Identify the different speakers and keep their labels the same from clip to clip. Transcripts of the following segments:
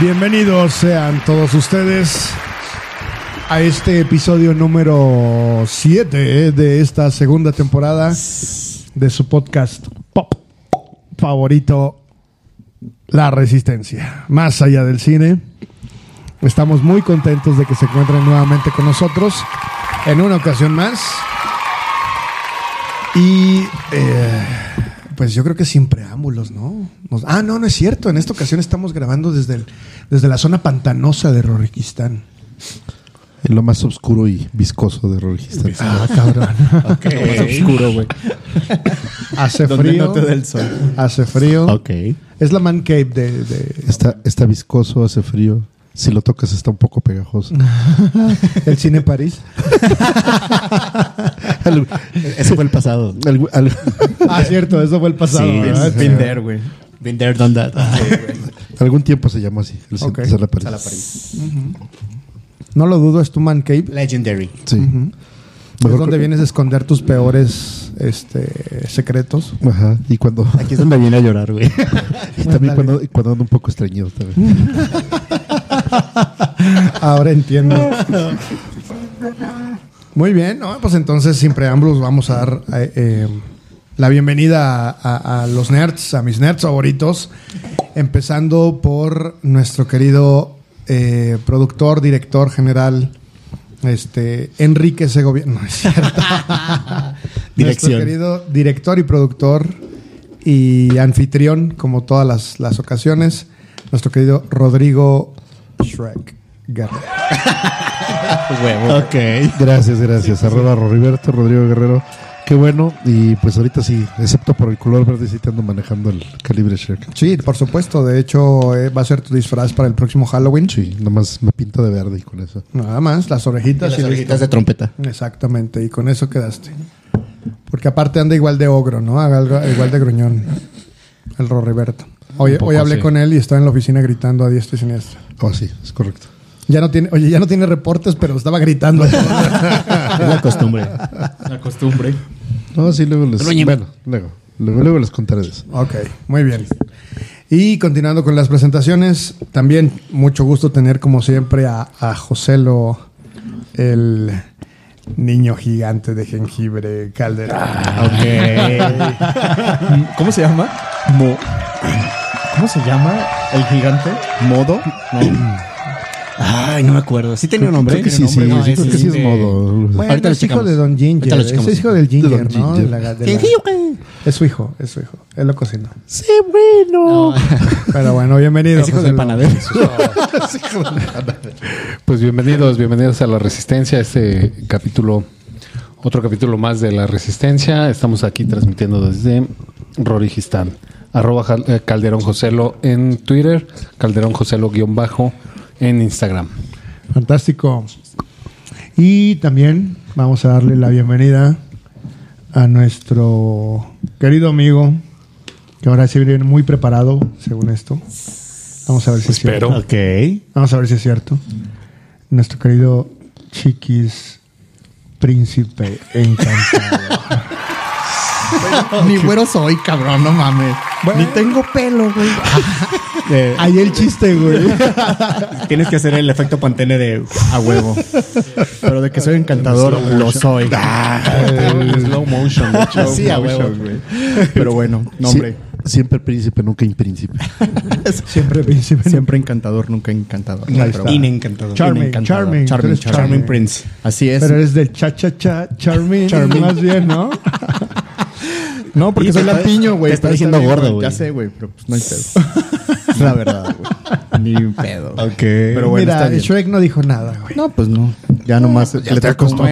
Speaker 1: Bienvenidos sean todos ustedes a este episodio número 7 de esta segunda temporada de su podcast pop favorito, La Resistencia. Más allá del cine, estamos muy contentos de que se encuentren nuevamente con nosotros en una ocasión más. Y eh, pues yo creo que sin preámbulos, ¿no? Nos- ah, no, no es cierto. En esta ocasión estamos grabando desde, el- desde la zona pantanosa de Rorikistán.
Speaker 2: En lo más oscuro y viscoso de Rorigistán.
Speaker 1: Ah, cabrón.
Speaker 3: Lo más oscuro, güey.
Speaker 1: Hace
Speaker 3: Donde
Speaker 1: frío.
Speaker 3: no te da el sol.
Speaker 1: Hace frío.
Speaker 4: Ah.
Speaker 3: Ok.
Speaker 1: Es la man cave de, de-
Speaker 2: Está, está viscoso, hace frío. Si lo tocas está un poco pegajoso.
Speaker 1: el cine París.
Speaker 2: Al-
Speaker 3: Ese fue el pasado.
Speaker 2: al- al-
Speaker 1: Ah, cierto, eso fue el pasado. ¿verdad?
Speaker 3: been, been there, güey. Been there, done that.
Speaker 2: algún tiempo se llamó así, el
Speaker 1: Ok.
Speaker 2: Sala París.
Speaker 1: No lo dudo, es tu man cave.
Speaker 3: Legendary.
Speaker 2: Sí.
Speaker 1: es
Speaker 2: Mejor
Speaker 1: donde
Speaker 2: creo-
Speaker 1: vienes a esconder tus peores este, secretos.
Speaker 2: Ajá. Y cuando
Speaker 3: Aquí es donde viene a llorar, güey.
Speaker 2: y también cuando, y cuando ando un poco estreñido también.
Speaker 1: Ahora entiendo. Muy bien, ¿no? pues entonces sin preámbulos vamos a dar eh, eh, la bienvenida a, a- a los nerds, a mis nerds favoritos, empezando por nuestro querido eh, productor, director general, este Enrique Segovia. No, es cierto. Nuestro
Speaker 3: Dirección.
Speaker 1: querido director y productor y anfitrión, como todas las, las ocasiones, nuestro querido Rodrigo Shrek Guerrero.
Speaker 3: Huevo. Ok.
Speaker 2: Gracias, gracias. Arroba Roriberto, Rodrigo Guerrero. Qué bueno. Y pues ahorita sí, excepto por el color verde, sí te ando manejando el calibre Shrek.
Speaker 1: Sí, por supuesto. De hecho, eh, va a ser tu disfraz para el próximo Halloween.
Speaker 2: Sí, nomás me pinto de verde y con eso.
Speaker 1: Nada más, las orejitas y
Speaker 3: Las
Speaker 1: listo.
Speaker 3: orejitas de trompeta.
Speaker 1: Exactamente, y con eso quedaste. Porque aparte anda igual de ogro, ¿no? Haga- Igual de gruñón. El Rorriberto. Hoy, hoy hablé con él y estaba en la oficina gritando a diestra y siniestra.
Speaker 2: Oh, sí, es correcto.
Speaker 1: Ya no tiene, oye, ya no tiene reportes, pero estaba gritando.
Speaker 3: Es la costumbre. La costumbre.
Speaker 2: No, sí, luego les.
Speaker 3: Gruñeme.
Speaker 2: Bueno, luego. Luego, luego les contaré de eso.
Speaker 1: Ok, muy bien. Y continuando con las presentaciones, también mucho gusto tener como siempre a, a Joselo, el niño gigante de jengibre Calderón.
Speaker 3: Ah, Ok. ¿Cómo se llama? Mo. ¿Cómo se llama el gigante? ¿Modo? No. Ay, no me acuerdo. Sí tenía un nombre.
Speaker 2: Creo que sí, sí,
Speaker 3: Tiene nombre,
Speaker 2: sí,
Speaker 3: ¿no?
Speaker 2: creo que sí es
Speaker 3: de-
Speaker 2: modo.
Speaker 1: Bueno,
Speaker 3: Ahorita lo
Speaker 1: es hijo
Speaker 3: checamos.
Speaker 1: de Don Ginger.
Speaker 3: Ahorita lo
Speaker 1: Es
Speaker 3: checamos.
Speaker 1: hijo del Ginger,
Speaker 2: De Don
Speaker 1: ¿no?
Speaker 2: Ginger.
Speaker 1: De la- de la-
Speaker 3: Genji, ok.
Speaker 1: es su hijo, es su hijo. Él lo cocina.
Speaker 2: Sí, bueno.
Speaker 1: Pero bueno, bienvenido.
Speaker 3: Es hijo del
Speaker 1: Joselo.
Speaker 3: panadero.
Speaker 5: Pues bienvenidos, bienvenidos a La Resistencia, este capítulo, otro capítulo más de La Resistencia. Estamos aquí transmitiendo desde Rorigistán, arroba jal- eh, Calderón Joselo en Twitter, Calderón Joselo guión bajo en Instagram.
Speaker 1: Fantástico. Y también vamos a darle la bienvenida a nuestro querido amigo, que ahora sí viene muy preparado, según esto. Vamos a ver si es
Speaker 5: Espero.
Speaker 1: cierto.
Speaker 3: Ok.
Speaker 1: Vamos a ver si es cierto. Nuestro querido Chiquis Príncipe Encantado.
Speaker 3: Ni güero soy, cabrón, no mames. Ni tengo pelo, güey.
Speaker 1: Ahí el chiste, güey.
Speaker 3: Eh. tienes que hacer el efecto pantene de a huevo. Pero de que soy encantador, lo soy.
Speaker 5: slow motion,
Speaker 3: Sí, a huevo. Pero bueno, nombre.
Speaker 2: Sie- siempre príncipe, nunca impríncipe.
Speaker 1: Siempre príncipe.
Speaker 3: Siempre encantador, nunca encantador.
Speaker 1: Ahí está.
Speaker 3: Inencantador.
Speaker 1: Charming,
Speaker 3: Inencantador.
Speaker 1: charming, tú
Speaker 3: Charming,
Speaker 1: eres
Speaker 3: charming.
Speaker 1: charming.
Speaker 3: Prince. Así es.
Speaker 1: Pero eres del cha-cha-cha, Charmin,
Speaker 3: Charmin.
Speaker 1: más bien, ¿no?
Speaker 3: no,
Speaker 1: porque soy lampiño, güey,
Speaker 3: Te está
Speaker 1: pero
Speaker 3: diciendo
Speaker 1: está bien, güey.
Speaker 3: gordo, güey.
Speaker 1: Ya
Speaker 3: Ya sé, güey, pero pues no hay pedo. Es la verdad, güey. Ni pedo. Ok. Pero bueno,
Speaker 1: Mira,
Speaker 3: está bien.
Speaker 1: Shrek no dijo nada, güey.
Speaker 3: No, pues no. pues Ya nomás le, toca uno,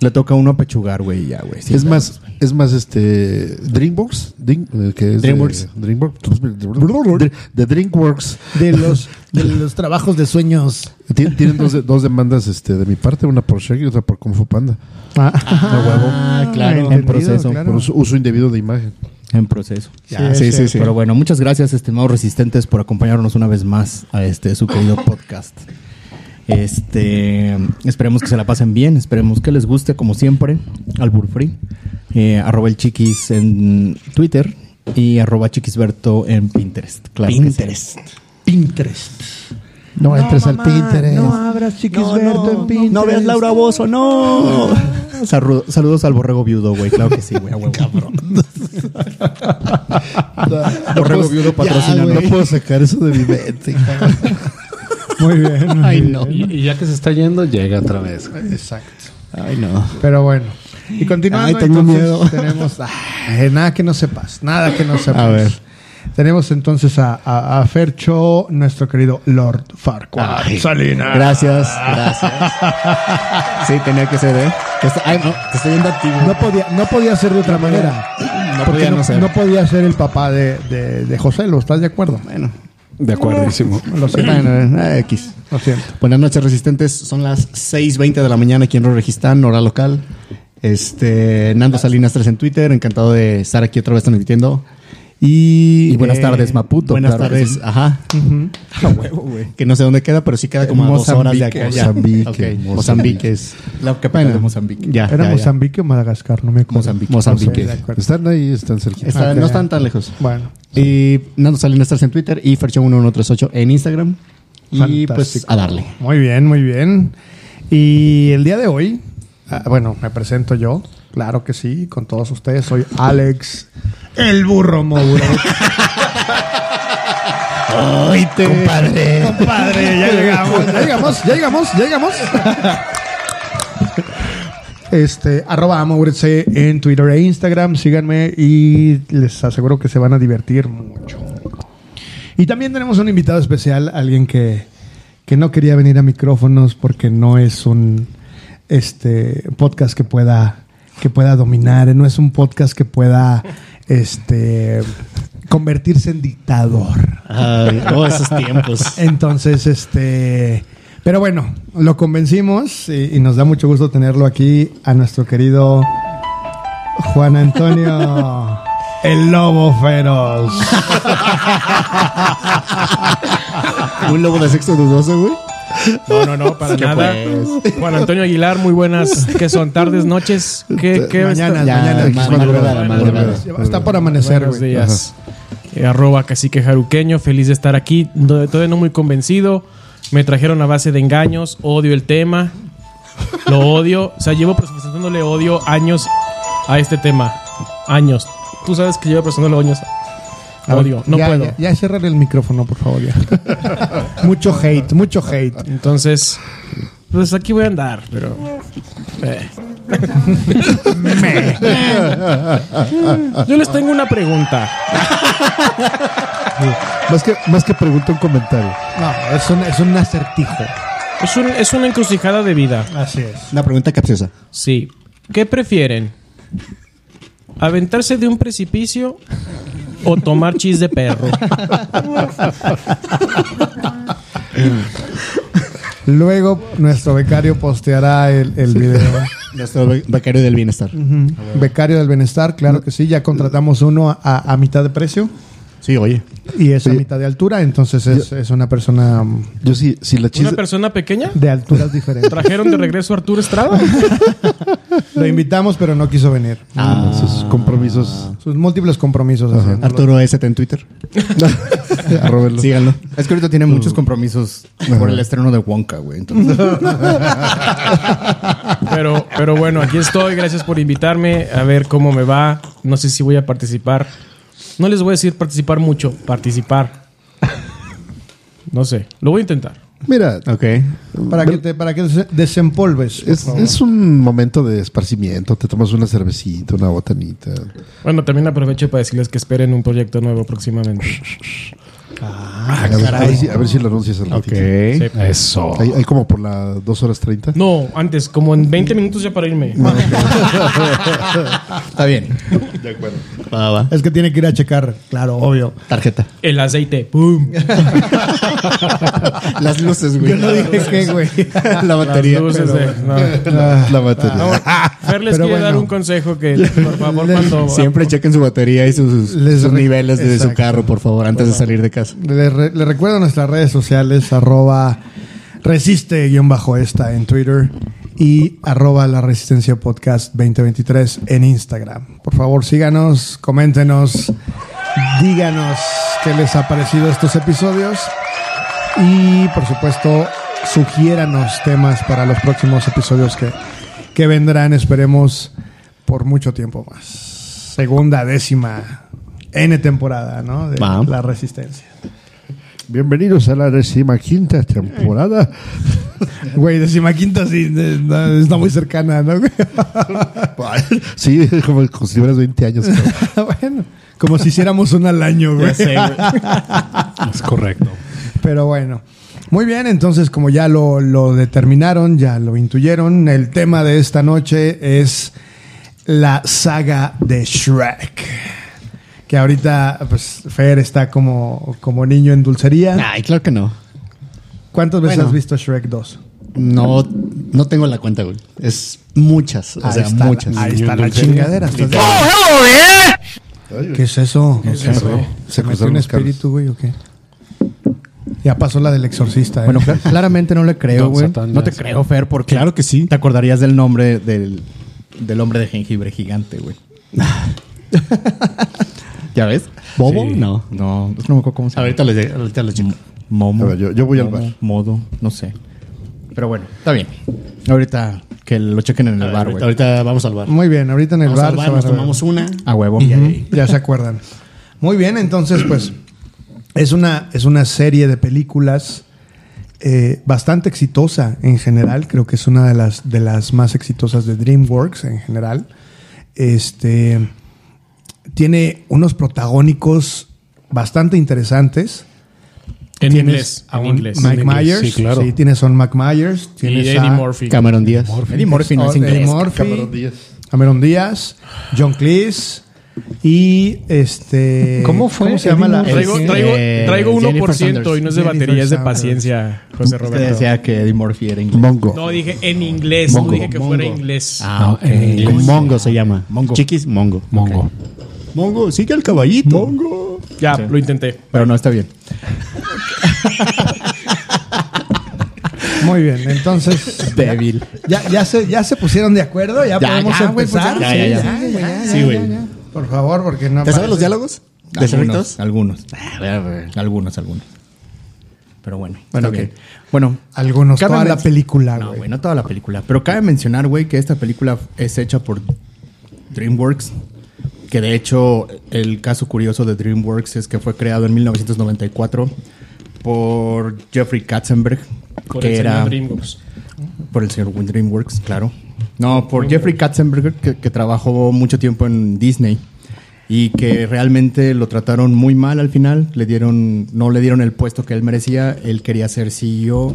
Speaker 3: le toca a uno pechugar, güey, ya, güey. Sí,
Speaker 2: es más, es más este Dreamworks, Dream- eh, que es de-
Speaker 3: Dreamworks.
Speaker 2: Dreamworks, de, de Dreamworks.
Speaker 1: De los, de los trabajos de sueños.
Speaker 2: Ti- Tienen dos, de- dos demandas este, de mi parte, una por Shrek y otra por Kung Fu Panda.
Speaker 3: Ah, claro. En
Speaker 1: entendido,
Speaker 3: proceso.
Speaker 1: claro.
Speaker 2: Por uso, uso indebido de imagen.
Speaker 3: En proceso.
Speaker 1: Ya, sí, sí.
Speaker 3: Pero bueno, muchas gracias, estimados resistentes, por acompañarnos una vez más a este su querido podcast. Este, esperemos que se la pasen bien, esperemos que les guste, como siempre, al Burfree, eh, arroba el chiquis en Twitter y arroba chiquisberto en Pinterest. Claro que sí.
Speaker 4: Pinterest.
Speaker 1: Pinterest.
Speaker 3: No, entres al
Speaker 1: mamá,
Speaker 3: Pinterest.
Speaker 1: No abras chiquisberto en Pinterest.
Speaker 4: No veas Laura Bozo, no. Sarru- Saludos al borrego viudo, güey. Claro que sí, güey. a huevo. Borrego viudo
Speaker 2: Ya,
Speaker 4: patrocinando.
Speaker 2: güey, no puedo sacar eso de mi mente. cabrón.
Speaker 1: Muy bien. muy bien.
Speaker 6: Y, y ya que se está yendo, llega otra vez. güey.
Speaker 1: Exacto.
Speaker 4: Ay, no.
Speaker 1: Pero bueno. Y continuando,
Speaker 4: Ay, tengo
Speaker 1: entonces,
Speaker 4: miedo.
Speaker 1: tenemos ay, nada que no sepas, nada que no sepas.
Speaker 2: A ver.
Speaker 1: Tenemos entonces a, a, a Fercho, nuestro querido Lord Farquaad
Speaker 3: Ah.
Speaker 1: Salinas.
Speaker 4: Gracias, gracias. Sí, tenía que ser, ¿eh? Te estoy- ay, no, te estoy viendo activo.
Speaker 1: No podía, no podía ser de otra manera.
Speaker 4: No
Speaker 1: Porque
Speaker 4: podía no ser.
Speaker 1: no podía ser el papá de, de, de José, ¿lo estás de acuerdo?
Speaker 4: Bueno,
Speaker 6: De acuerdísimo.
Speaker 1: Lo
Speaker 3: pues,
Speaker 1: siento.
Speaker 4: bueno, eh, X.
Speaker 1: Lo siento.
Speaker 4: Buenas noches, resistentes. Son las 6:20 de la mañana aquí en Rorregistán, hora local. Este, Nando Salinas 3 en Twitter. Encantado de estar aquí otra vez transmitiendo. Y,
Speaker 3: Y buenas
Speaker 4: eh,
Speaker 3: tardes, Maputo,
Speaker 4: Buenas
Speaker 3: claro que
Speaker 4: tardes,
Speaker 3: sí.
Speaker 4: ajá. Que no sé dónde queda, pero sí queda como a dos horas de aquí. a allá.
Speaker 2: Mozambique,
Speaker 4: Ok,
Speaker 2: Mozambique.
Speaker 4: Mozambique es la capital
Speaker 3: de Mozambique.
Speaker 4: Ya,
Speaker 1: ¿Era
Speaker 4: Ah, ya, ya.
Speaker 1: Mozambique o Madagascar? No me acuerdo.
Speaker 4: Mozambique.
Speaker 1: No sé, de
Speaker 4: Mozambique.
Speaker 1: acuerdo.
Speaker 2: Están ahí, están cerquita.
Speaker 4: Está-
Speaker 1: Ok.
Speaker 4: No están tan lejos.
Speaker 1: Bueno,
Speaker 4: Y Nando Salinas estás en Twitter y Fercho1138 en Instagram. Y
Speaker 1: Fantástico.
Speaker 4: pues a darle.
Speaker 1: muy bien, muy bien. Y el día de hoy, ah, bueno, me presento yo, claro que sí, con todos ustedes. Soy Alex, el burro Moura.
Speaker 4: ¡Ay, te! Compadre.
Speaker 1: Compadre, ya llegamos, ya llegamos, ya llegamos, ya llegamos. Este, arroba amouretse en Twitter e Instagram, síganme y les aseguro que se van a divertir mucho. Y también tenemos un invitado especial, alguien que, que no quería venir a micrófonos porque no es un este, podcast que pueda, que pueda dominar, no es un podcast que pueda este, convertirse en dictador.
Speaker 4: Ay, oh, esos tiempos.
Speaker 1: Entonces, este. Pero bueno, lo convencimos y, y nos da mucho gusto tenerlo aquí a nuestro querido Juan Antonio, el lobo feroz.
Speaker 4: Un lobo de sexo dudoso, güey.
Speaker 7: No, no, no, para nada. Juan Antonio Aguilar, muy buenas. ¿Qué son? ¿Tardes, noches? ¿Qué, qué
Speaker 1: Mañana,
Speaker 4: Ya,
Speaker 1: mañana.
Speaker 4: ma- madrugada, madrugada.
Speaker 1: Está por amanecer,
Speaker 7: Buenos
Speaker 1: güey.
Speaker 7: días. Eh, arroba cacique jaruqueño, feliz de estar aquí. No- Todavía no muy convencido. Me trajeron a base de engaños. Odio el tema. Lo odio. O sea, llevo presentándole odio años a este tema. Años. Tú sabes que llevo presentándole años.
Speaker 1: A ver,
Speaker 7: Odio, no
Speaker 1: ya,
Speaker 7: puedo.
Speaker 1: Ya, ya cierran el micrófono, por favor. ya. mucho hate, mucho hate.
Speaker 7: Entonces, pues aquí voy a andar, pero. eh. Yo les tengo una pregunta.
Speaker 2: Más que, más que pregunta un comentario.
Speaker 1: No, es un, es un acertijo.
Speaker 7: Es, un- es una encrucijada de vida.
Speaker 1: Así es.
Speaker 4: Una pregunta capciosa.
Speaker 7: Sí. ¿Qué prefieren? ¿Aventarse de un precipicio o tomar chis de perro?
Speaker 1: Luego nuestro becario posteará el, el video.
Speaker 4: Nuestro be- becario del bienestar.
Speaker 1: Becario del Bienestar, claro que sí. Ya contratamos uno a, a mitad de precio
Speaker 4: Sí, oye.
Speaker 1: y es a mitad de altura, entonces es, es una persona mm,
Speaker 2: Yo sí, si la
Speaker 7: ¿Una
Speaker 2: chis
Speaker 7: persona pequeña?
Speaker 1: de alturas diferentes.
Speaker 7: ¿Trajeron de regreso a Arturo Estrada?
Speaker 1: Lo invitamos, pero no quiso venir.
Speaker 2: Ah, sus compromisos.
Speaker 1: Sus múltiples compromisos. haciendo-
Speaker 4: Arturo S.T. en Twitter.
Speaker 2: Arróbenlo.
Speaker 4: Síganlo. Es que ahorita tiene muchos compromisos por el estreno de Wonka, güey. Entonces,
Speaker 7: Pero, pero bueno, aquí estoy. Gracias por invitarme. A ver cómo me va. No sé si voy a participar. No les voy a decir participar mucho. Participar. No sé. Lo voy a intentar.
Speaker 2: Mira,
Speaker 4: ok.
Speaker 1: Para que te, para que des- desempolves.
Speaker 2: es, es un momento de esparcimiento. Te tomas una cervecita, una botanita.
Speaker 7: Bueno, también aprovecho para decirles que esperen un proyecto nuevo próximamente.
Speaker 2: a, ver, a ver si, a ver si lo anuncias al ratito.
Speaker 7: Sí.
Speaker 6: Eso.
Speaker 2: Hay, hay como por las 2 horas 30.
Speaker 7: No, antes, como en 20 minutos ya para irme.
Speaker 4: Está bien. De acuerdo. Va, va.
Speaker 1: Es que tiene que ir a checar, claro, obvio.
Speaker 4: Tarjeta.
Speaker 7: El aceite. ¡Pum!
Speaker 4: Las luces, güey. Yo no dije qué, güey. La
Speaker 7: Las
Speaker 4: batería. ah,
Speaker 7: luces de- no.
Speaker 2: La batería.
Speaker 7: Fer les
Speaker 1: Pero
Speaker 7: quiere dar
Speaker 1: bueno.
Speaker 7: un consejo que, por favor, cuando...
Speaker 4: Siempre chequen su batería y sus,
Speaker 1: Les
Speaker 4: sus
Speaker 1: re-
Speaker 4: niveles de su
Speaker 1: Exacto.
Speaker 4: carro, por favor, antes de salir de casa.
Speaker 1: Le, re- le recuerdo nuestras redes sociales, arroba resiste guión bajo esta en Twitter y arroba la resistencia podcast 2023 en Instagram. Por favor, síganos, coméntenos, Díganos qué les ha parecido estos episodios. Y por supuesto, sugiéranos temas para los próximos episodios que, que vendrán, esperemos, por mucho tiempo más. Segunda, décima, N temporada, ¿no? De
Speaker 3: Va.
Speaker 1: la resistencia.
Speaker 2: Bienvenidos a la décima quinta temporada.
Speaker 1: Güey, décima quinta sí, de- no, está muy cercana, ¿no?
Speaker 2: sí, como, como si tuvieras 20 años. cabrón.
Speaker 1: bueno, como si hiciéramos una al año, güey.
Speaker 3: Ya sé, güey.
Speaker 5: Es correcto.
Speaker 1: Pero bueno. Muy bien, entonces como ya lo, lo determinaron, ya lo intuyeron, el tema de esta noche es la saga de Shrek. Que ahorita, pues, Fer está como, como niño en dulcería.
Speaker 3: Ay, claro que no.
Speaker 1: ¿Cuántas veces
Speaker 3: Bueno.
Speaker 1: has visto Shrek 2?
Speaker 3: No, no tengo la cuenta, güey. Es muchas, o
Speaker 1: Ahí
Speaker 3: sea,
Speaker 1: está,
Speaker 3: muchas.
Speaker 1: Ahí
Speaker 5: Niño
Speaker 1: está
Speaker 5: en
Speaker 1: la
Speaker 5: dulcería.
Speaker 1: chingadera. ¿estás de-
Speaker 3: ¡Oh, eh!
Speaker 1: ¿Qué es eso? ¿Se metió
Speaker 2: cruzaron
Speaker 1: un
Speaker 2: los cables.
Speaker 1: espíritu, güey, o qué? Ya pasó la del exorcista. ¿eh?
Speaker 3: Bueno, cla- claramente no le creo,
Speaker 5: Don
Speaker 3: güey.
Speaker 5: Satán,
Speaker 3: No
Speaker 5: ya
Speaker 3: te
Speaker 5: sé.
Speaker 3: creo, Fer, porque
Speaker 4: Claro que sí.
Speaker 3: te acordarías del nombre del, del hombre de jengibre gigante, güey. ¿Ya ves? ¿Bobo?
Speaker 5: Sí.
Speaker 3: No. No, no me acuerdo cómo se llama.
Speaker 4: Ahorita les, ahorita les checo.
Speaker 3: Momo.
Speaker 2: A ver, yo- yo voy al
Speaker 3: Momo,
Speaker 2: bar.
Speaker 3: Modo, no sé. Pero bueno, está bien. Ahorita que lo chequen en
Speaker 4: A
Speaker 3: el
Speaker 4: ver,
Speaker 3: bar,
Speaker 4: ahorita,
Speaker 3: güey.
Speaker 4: ahorita vamos al bar.
Speaker 1: Muy bien, ahorita en el
Speaker 4: Vamos
Speaker 1: bar.
Speaker 4: al
Speaker 1: se
Speaker 4: bar,
Speaker 1: van
Speaker 4: nos
Speaker 1: a ver.
Speaker 4: tomamos una.
Speaker 3: A huevo.
Speaker 1: Ya se acuerdan. Muy bien, entonces, pues es una, es una serie de películas eh, bastante exitosa en general. Creo que es una de las, de las más exitosas de DreamWorks en general. Este tiene unos protagónicos bastante interesantes.
Speaker 7: En
Speaker 1: Tienes
Speaker 7: inglés.
Speaker 1: a
Speaker 7: En
Speaker 1: un
Speaker 7: inglés.
Speaker 1: Mike
Speaker 7: En inglés.
Speaker 1: Myers.
Speaker 5: sí, claro.
Speaker 1: Sí, tienes a un Mike Myers.
Speaker 7: Y
Speaker 1: Tienes
Speaker 7: Eddie
Speaker 1: a
Speaker 7: Murphy.
Speaker 3: Cameron Díaz. Eddie Murphy no es
Speaker 1: Eddie
Speaker 3: inglés.
Speaker 1: Murphy.
Speaker 2: Cameron Díaz.
Speaker 1: Cameron Díaz, John Cleese y este.
Speaker 5: ¿Cómo fue?
Speaker 1: ¿Cómo se llama la.?
Speaker 5: Eddie
Speaker 7: Traigo,
Speaker 5: Murphy.
Speaker 7: traigo,
Speaker 3: Eh,
Speaker 7: traigo
Speaker 3: Jennifer
Speaker 7: 1% y no es de
Speaker 1: Sanders.
Speaker 7: batería, es de
Speaker 1: Jennifer
Speaker 7: paciencia, José
Speaker 3: Usted
Speaker 7: Roberto.
Speaker 3: decía que Eddie Murphy era inglés.
Speaker 2: Mongo.
Speaker 7: No, dije en inglés, no
Speaker 4: Mongo,
Speaker 7: dije que fuera
Speaker 4: mongo.
Speaker 7: inglés.
Speaker 3: Ah, ok.
Speaker 4: Mongo se llama.
Speaker 3: Mongo.
Speaker 4: Chiquis, Mongo.
Speaker 5: Mongo.
Speaker 4: Mongo, sigue al caballito. Mongo.
Speaker 7: Ya, lo intenté.
Speaker 3: Pero no está bien.
Speaker 1: Muy bien, entonces.
Speaker 3: Débil.
Speaker 1: Ya, ya, se, ya se pusieron de acuerdo, ya,
Speaker 3: Ya,
Speaker 1: podemos
Speaker 3: ya, güey,
Speaker 1: empezar.
Speaker 3: pues ya, ya, ya.
Speaker 1: Sí, güey, ya,
Speaker 4: Sí,
Speaker 1: ya,
Speaker 4: güey.
Speaker 1: ya, ya. Por favor, porque no.
Speaker 4: ¿Te sabes
Speaker 1: parece-
Speaker 4: los diálogos? ¿De
Speaker 3: algunos,
Speaker 4: Cerritos?
Speaker 3: algunos. Algunos, algunos. Pero bueno,
Speaker 1: Bueno,
Speaker 3: está
Speaker 1: ok.
Speaker 3: bien. Bueno,
Speaker 1: Algunos,
Speaker 3: Cabe
Speaker 1: toda la
Speaker 3: menc-
Speaker 1: película,
Speaker 3: No,
Speaker 1: güey.
Speaker 3: güey, no toda la película. Pero cabe mencionar, güey, que esta película es hecha por DreamWorks. Que de hecho, el caso curioso de DreamWorks es que fue creado en 1994 por Jeffrey Katzenberg.
Speaker 7: Por
Speaker 3: que
Speaker 7: el
Speaker 3: era
Speaker 7: señor Dreamworks.
Speaker 3: por el señor DreamWorks, claro. No, por Jeffrey Katzenberg, que, que trabajó mucho tiempo en Disney y que realmente lo trataron muy mal al final. Le dieron, no le dieron el puesto que él merecía. Él quería ser CEO,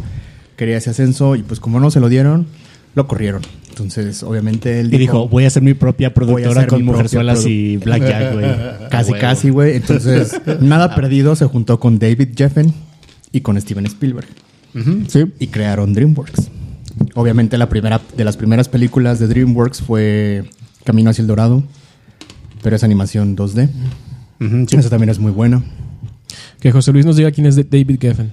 Speaker 3: quería ese ascenso y pues como no se lo dieron, lo corrieron. Entonces, obviamente él
Speaker 4: Y dijo, voy a hacer mi propia productora
Speaker 3: hacer
Speaker 4: con
Speaker 3: mi propia
Speaker 4: mujerzuelas
Speaker 3: produ-
Speaker 4: y blackjack,
Speaker 5: Ah,
Speaker 4: güey.
Speaker 3: Casi,
Speaker 4: Huevo.
Speaker 3: casi, güey. Entonces, nada perdido, se juntó con David Jeffen y con Steven Spielberg. Sí. Y crearon DreamWorks. Obviamente, la primera de las primeras películas de DreamWorks fue Camino hacia el Dorado, pero es animación 2D. Esa también es muy buena.
Speaker 7: Que José Luis nos diga quién es de- David Geffen.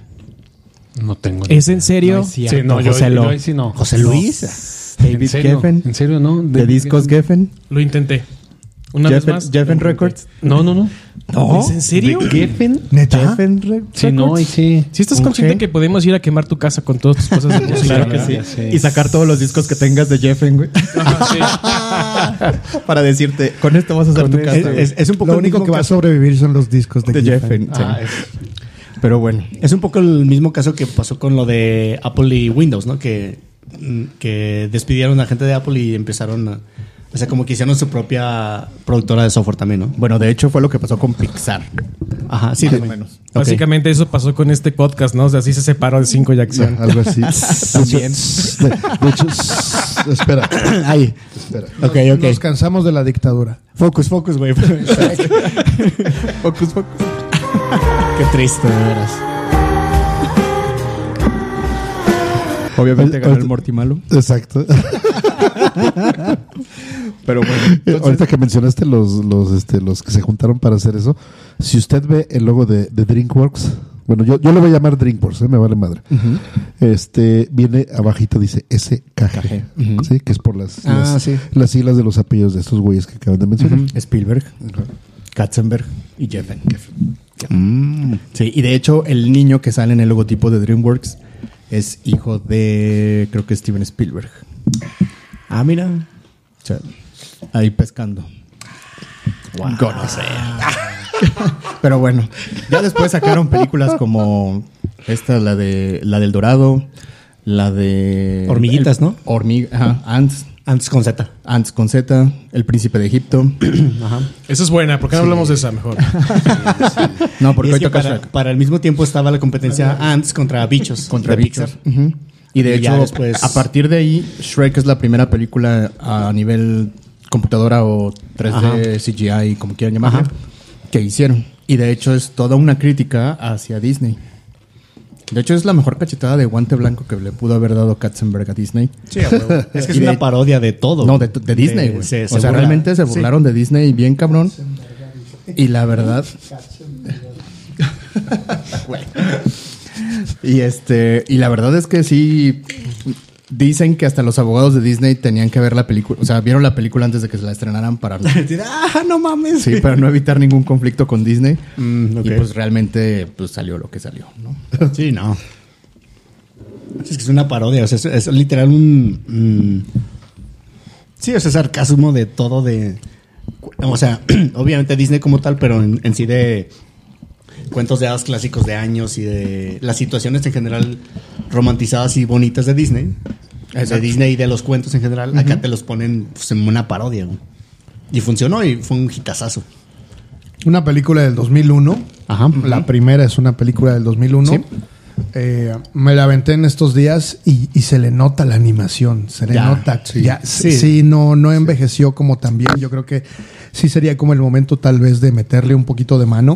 Speaker 5: No tengo. ni-
Speaker 7: ¿Es en serio?
Speaker 5: Sí, no, yo,
Speaker 3: José Lo.
Speaker 5: yo ahí sí no.
Speaker 3: José Luis,
Speaker 5: ¿En
Speaker 3: David
Speaker 5: serio?
Speaker 3: Geffen,
Speaker 5: ¿En serio no?
Speaker 3: de Discos Geffen,
Speaker 7: Lo intenté. Una vez
Speaker 3: Geffen-
Speaker 7: más.
Speaker 3: Geffen
Speaker 7: lo intenté.
Speaker 3: Records.
Speaker 7: No, no, no.
Speaker 3: No.
Speaker 7: ¿Es en serio?
Speaker 5: Geffen.
Speaker 1: ¿Neta?
Speaker 3: Geffen Records.
Speaker 5: Sí, no, y sí.
Speaker 7: Si estás
Speaker 3: Ok.
Speaker 7: consciente que podemos ir a quemar tu casa con todas tus cosas de música.
Speaker 3: Claro que
Speaker 7: ¿verdad?
Speaker 3: sí.
Speaker 5: sí.
Speaker 3: Y sacar todos los discos que tengas de Jeffen, güey. Para decirte, con esto vas a hacer tu casa.
Speaker 5: este
Speaker 4: Es,
Speaker 3: güey.
Speaker 4: es- es un poco
Speaker 1: Lo
Speaker 4: el
Speaker 1: único
Speaker 4: mismo
Speaker 1: que va a
Speaker 4: caso-
Speaker 1: sobrevivir son los discos de,
Speaker 3: de
Speaker 1: Geffen.
Speaker 3: Jeffen. sí.
Speaker 4: Ah,
Speaker 3: Pero bueno.
Speaker 4: es un poco el mismo caso que pasó con lo de Apple y Windows, ¿no? Que, mm, que despidieron a gente de Apple y empezaron a. O sea, como que hicieron su propia productora de software también, ¿no?
Speaker 3: Bueno, de hecho fue lo que pasó con Pixar.
Speaker 4: Ajá, sí,
Speaker 3: Más o
Speaker 4: de-
Speaker 3: menos.
Speaker 4: Ok.
Speaker 7: Básicamente eso pasó con este podcast, ¿no? O sea, así se separó de cinco y acción.
Speaker 2: Algo así. También. De, de hecho, s- espera.
Speaker 4: Ahí.
Speaker 2: Espera.
Speaker 4: Ok,
Speaker 1: Nos- Nos
Speaker 4: ok.
Speaker 1: cansamos de la dictadura.
Speaker 4: Focus, focus, güey.
Speaker 3: Focus, focus.
Speaker 4: Qué triste, de veras.
Speaker 3: Obviamente ganó el Mortimalo.
Speaker 2: Exacto.
Speaker 3: Pero bueno.
Speaker 2: Ahorita que mencionaste los, los, este, los que se juntaron para hacer eso, si usted ve el logo de, de DrinkWorks, bueno, yo, yo le voy a llamar DrinkWorks, ¿eh? me vale madre. Este viene abajito, dice SKG, ¿sí? que es por las,
Speaker 4: Ah,
Speaker 2: las,
Speaker 4: sí.
Speaker 2: las siglas de los apellidos de estos güeyes que acaban de mencionar.
Speaker 3: Spielberg. Katzenberg y Jeffen. Mm. Sí, y de hecho el niño que sale en el logotipo de DreamWorks es hijo de, creo que Steven Spielberg.
Speaker 4: Ah, mira.
Speaker 3: O sea, ahí pescando. Gono sea. Pero bueno, ya después sacaron películas como esta, la de la del Dorado, la de
Speaker 4: Hormiguitas, ¿no?
Speaker 3: Hormiga, ajá, Ants,
Speaker 4: Antes con Z.
Speaker 3: Ants con Z, El Príncipe de Egipto.
Speaker 7: Esa es buena, ¿por qué no hablamos de esa mejor?
Speaker 3: No,
Speaker 4: Y
Speaker 3: porque
Speaker 4: es
Speaker 3: hoy
Speaker 4: que
Speaker 3: toca
Speaker 4: para,
Speaker 3: Shrek.
Speaker 4: para el mismo tiempo estaba la competencia Ants contra Bichos.
Speaker 3: contra
Speaker 4: de
Speaker 3: Pixar. Ujú. Y de
Speaker 4: Y ya
Speaker 3: hecho,
Speaker 4: después-
Speaker 3: a partir de ahí, Shrek es la primera película a nivel computadora o 3D, CGI, como quieran llamarla, que hicieron. Y de hecho es toda una crítica hacia Disney. De hecho es la mejor cachetada de guante blanco que le pudo haber dado Katzenberg a Disney.
Speaker 4: Sí, a huevo. Es que es
Speaker 3: Y de-
Speaker 4: una parodia de todo.
Speaker 3: No, de,
Speaker 4: güey.
Speaker 3: de
Speaker 5: Eh,
Speaker 3: Disney, güey.
Speaker 4: se-
Speaker 3: o
Speaker 4: se
Speaker 3: sea,
Speaker 4: burla.
Speaker 3: realmente se
Speaker 4: Sí.
Speaker 3: burlaron de Disney bien cabrón. Y la verdad. Güey. y este. Y la verdad es que sí. Dicen que hasta los abogados de Disney tenían que ver la película. O sea, vieron la película antes de que se la estrenaran para.
Speaker 4: Decir, ah, no mames.
Speaker 3: sí, para no evitar ningún conflicto con Disney.
Speaker 4: Mm, ok.
Speaker 3: Y pues realmente pues, salió lo que salió, ¿no?
Speaker 4: Sí, no. Es que es una parodia, o sea, es, es literal un. mm, sí, o sea, sarcasmo de todo de. O sea, obviamente Disney como tal, pero en, en sí de cuentos de hadas clásicos de años y de las situaciones en general romantizadas y bonitas de Disney. De
Speaker 3: Exacto.
Speaker 4: Disney y de los cuentos en general, acá te los ponen pues, en una parodia. güey. Y funcionó y fue un hitazazo.
Speaker 1: Una película del 2001.
Speaker 4: Ajá.
Speaker 1: La primera es una película del 2001.
Speaker 4: Sí.
Speaker 1: Eh, me la aventé en estos días y, y se le nota la animación. Se le
Speaker 4: Ya,
Speaker 1: nota.
Speaker 4: sí.
Speaker 1: Ya,
Speaker 4: Sí.
Speaker 1: sí. no, no envejeció como también. Yo creo que sí sería como el momento tal vez de meterle un poquito de mano.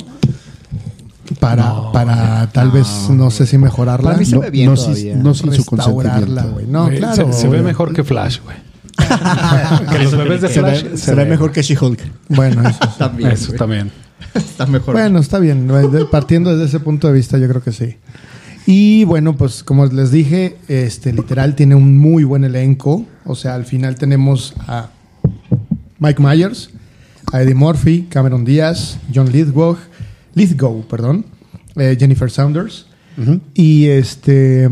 Speaker 1: Para, para tal vez, no sé si mejorarla.
Speaker 4: Para mí se
Speaker 1: no,
Speaker 4: ve bien
Speaker 2: no,
Speaker 4: todavía.
Speaker 2: sin- no sin su
Speaker 1: restaurarla,
Speaker 2: consentimiento.
Speaker 1: güey. No,
Speaker 5: Güey,
Speaker 1: claro.
Speaker 5: se, se ve
Speaker 1: obvio.
Speaker 5: mejor que Flash, güey. Ah, que los bebés de Flash. se
Speaker 4: Será
Speaker 5: ve-
Speaker 4: mejor que She-Hulk.
Speaker 1: Bueno, eso sí.
Speaker 3: También.
Speaker 5: Eso también.
Speaker 3: Está mejor.
Speaker 1: Bueno, está bien. De- Partiendo desde ese punto de vista, yo creo que sí. Y bueno, pues como les dije, este literal tiene un muy buen elenco. O sea, al final tenemos a Mike Myers, a Eddie Murphy, Cameron Díaz, John Lithgow, Lithgow, perdón, eh, Jennifer Saunders. Y este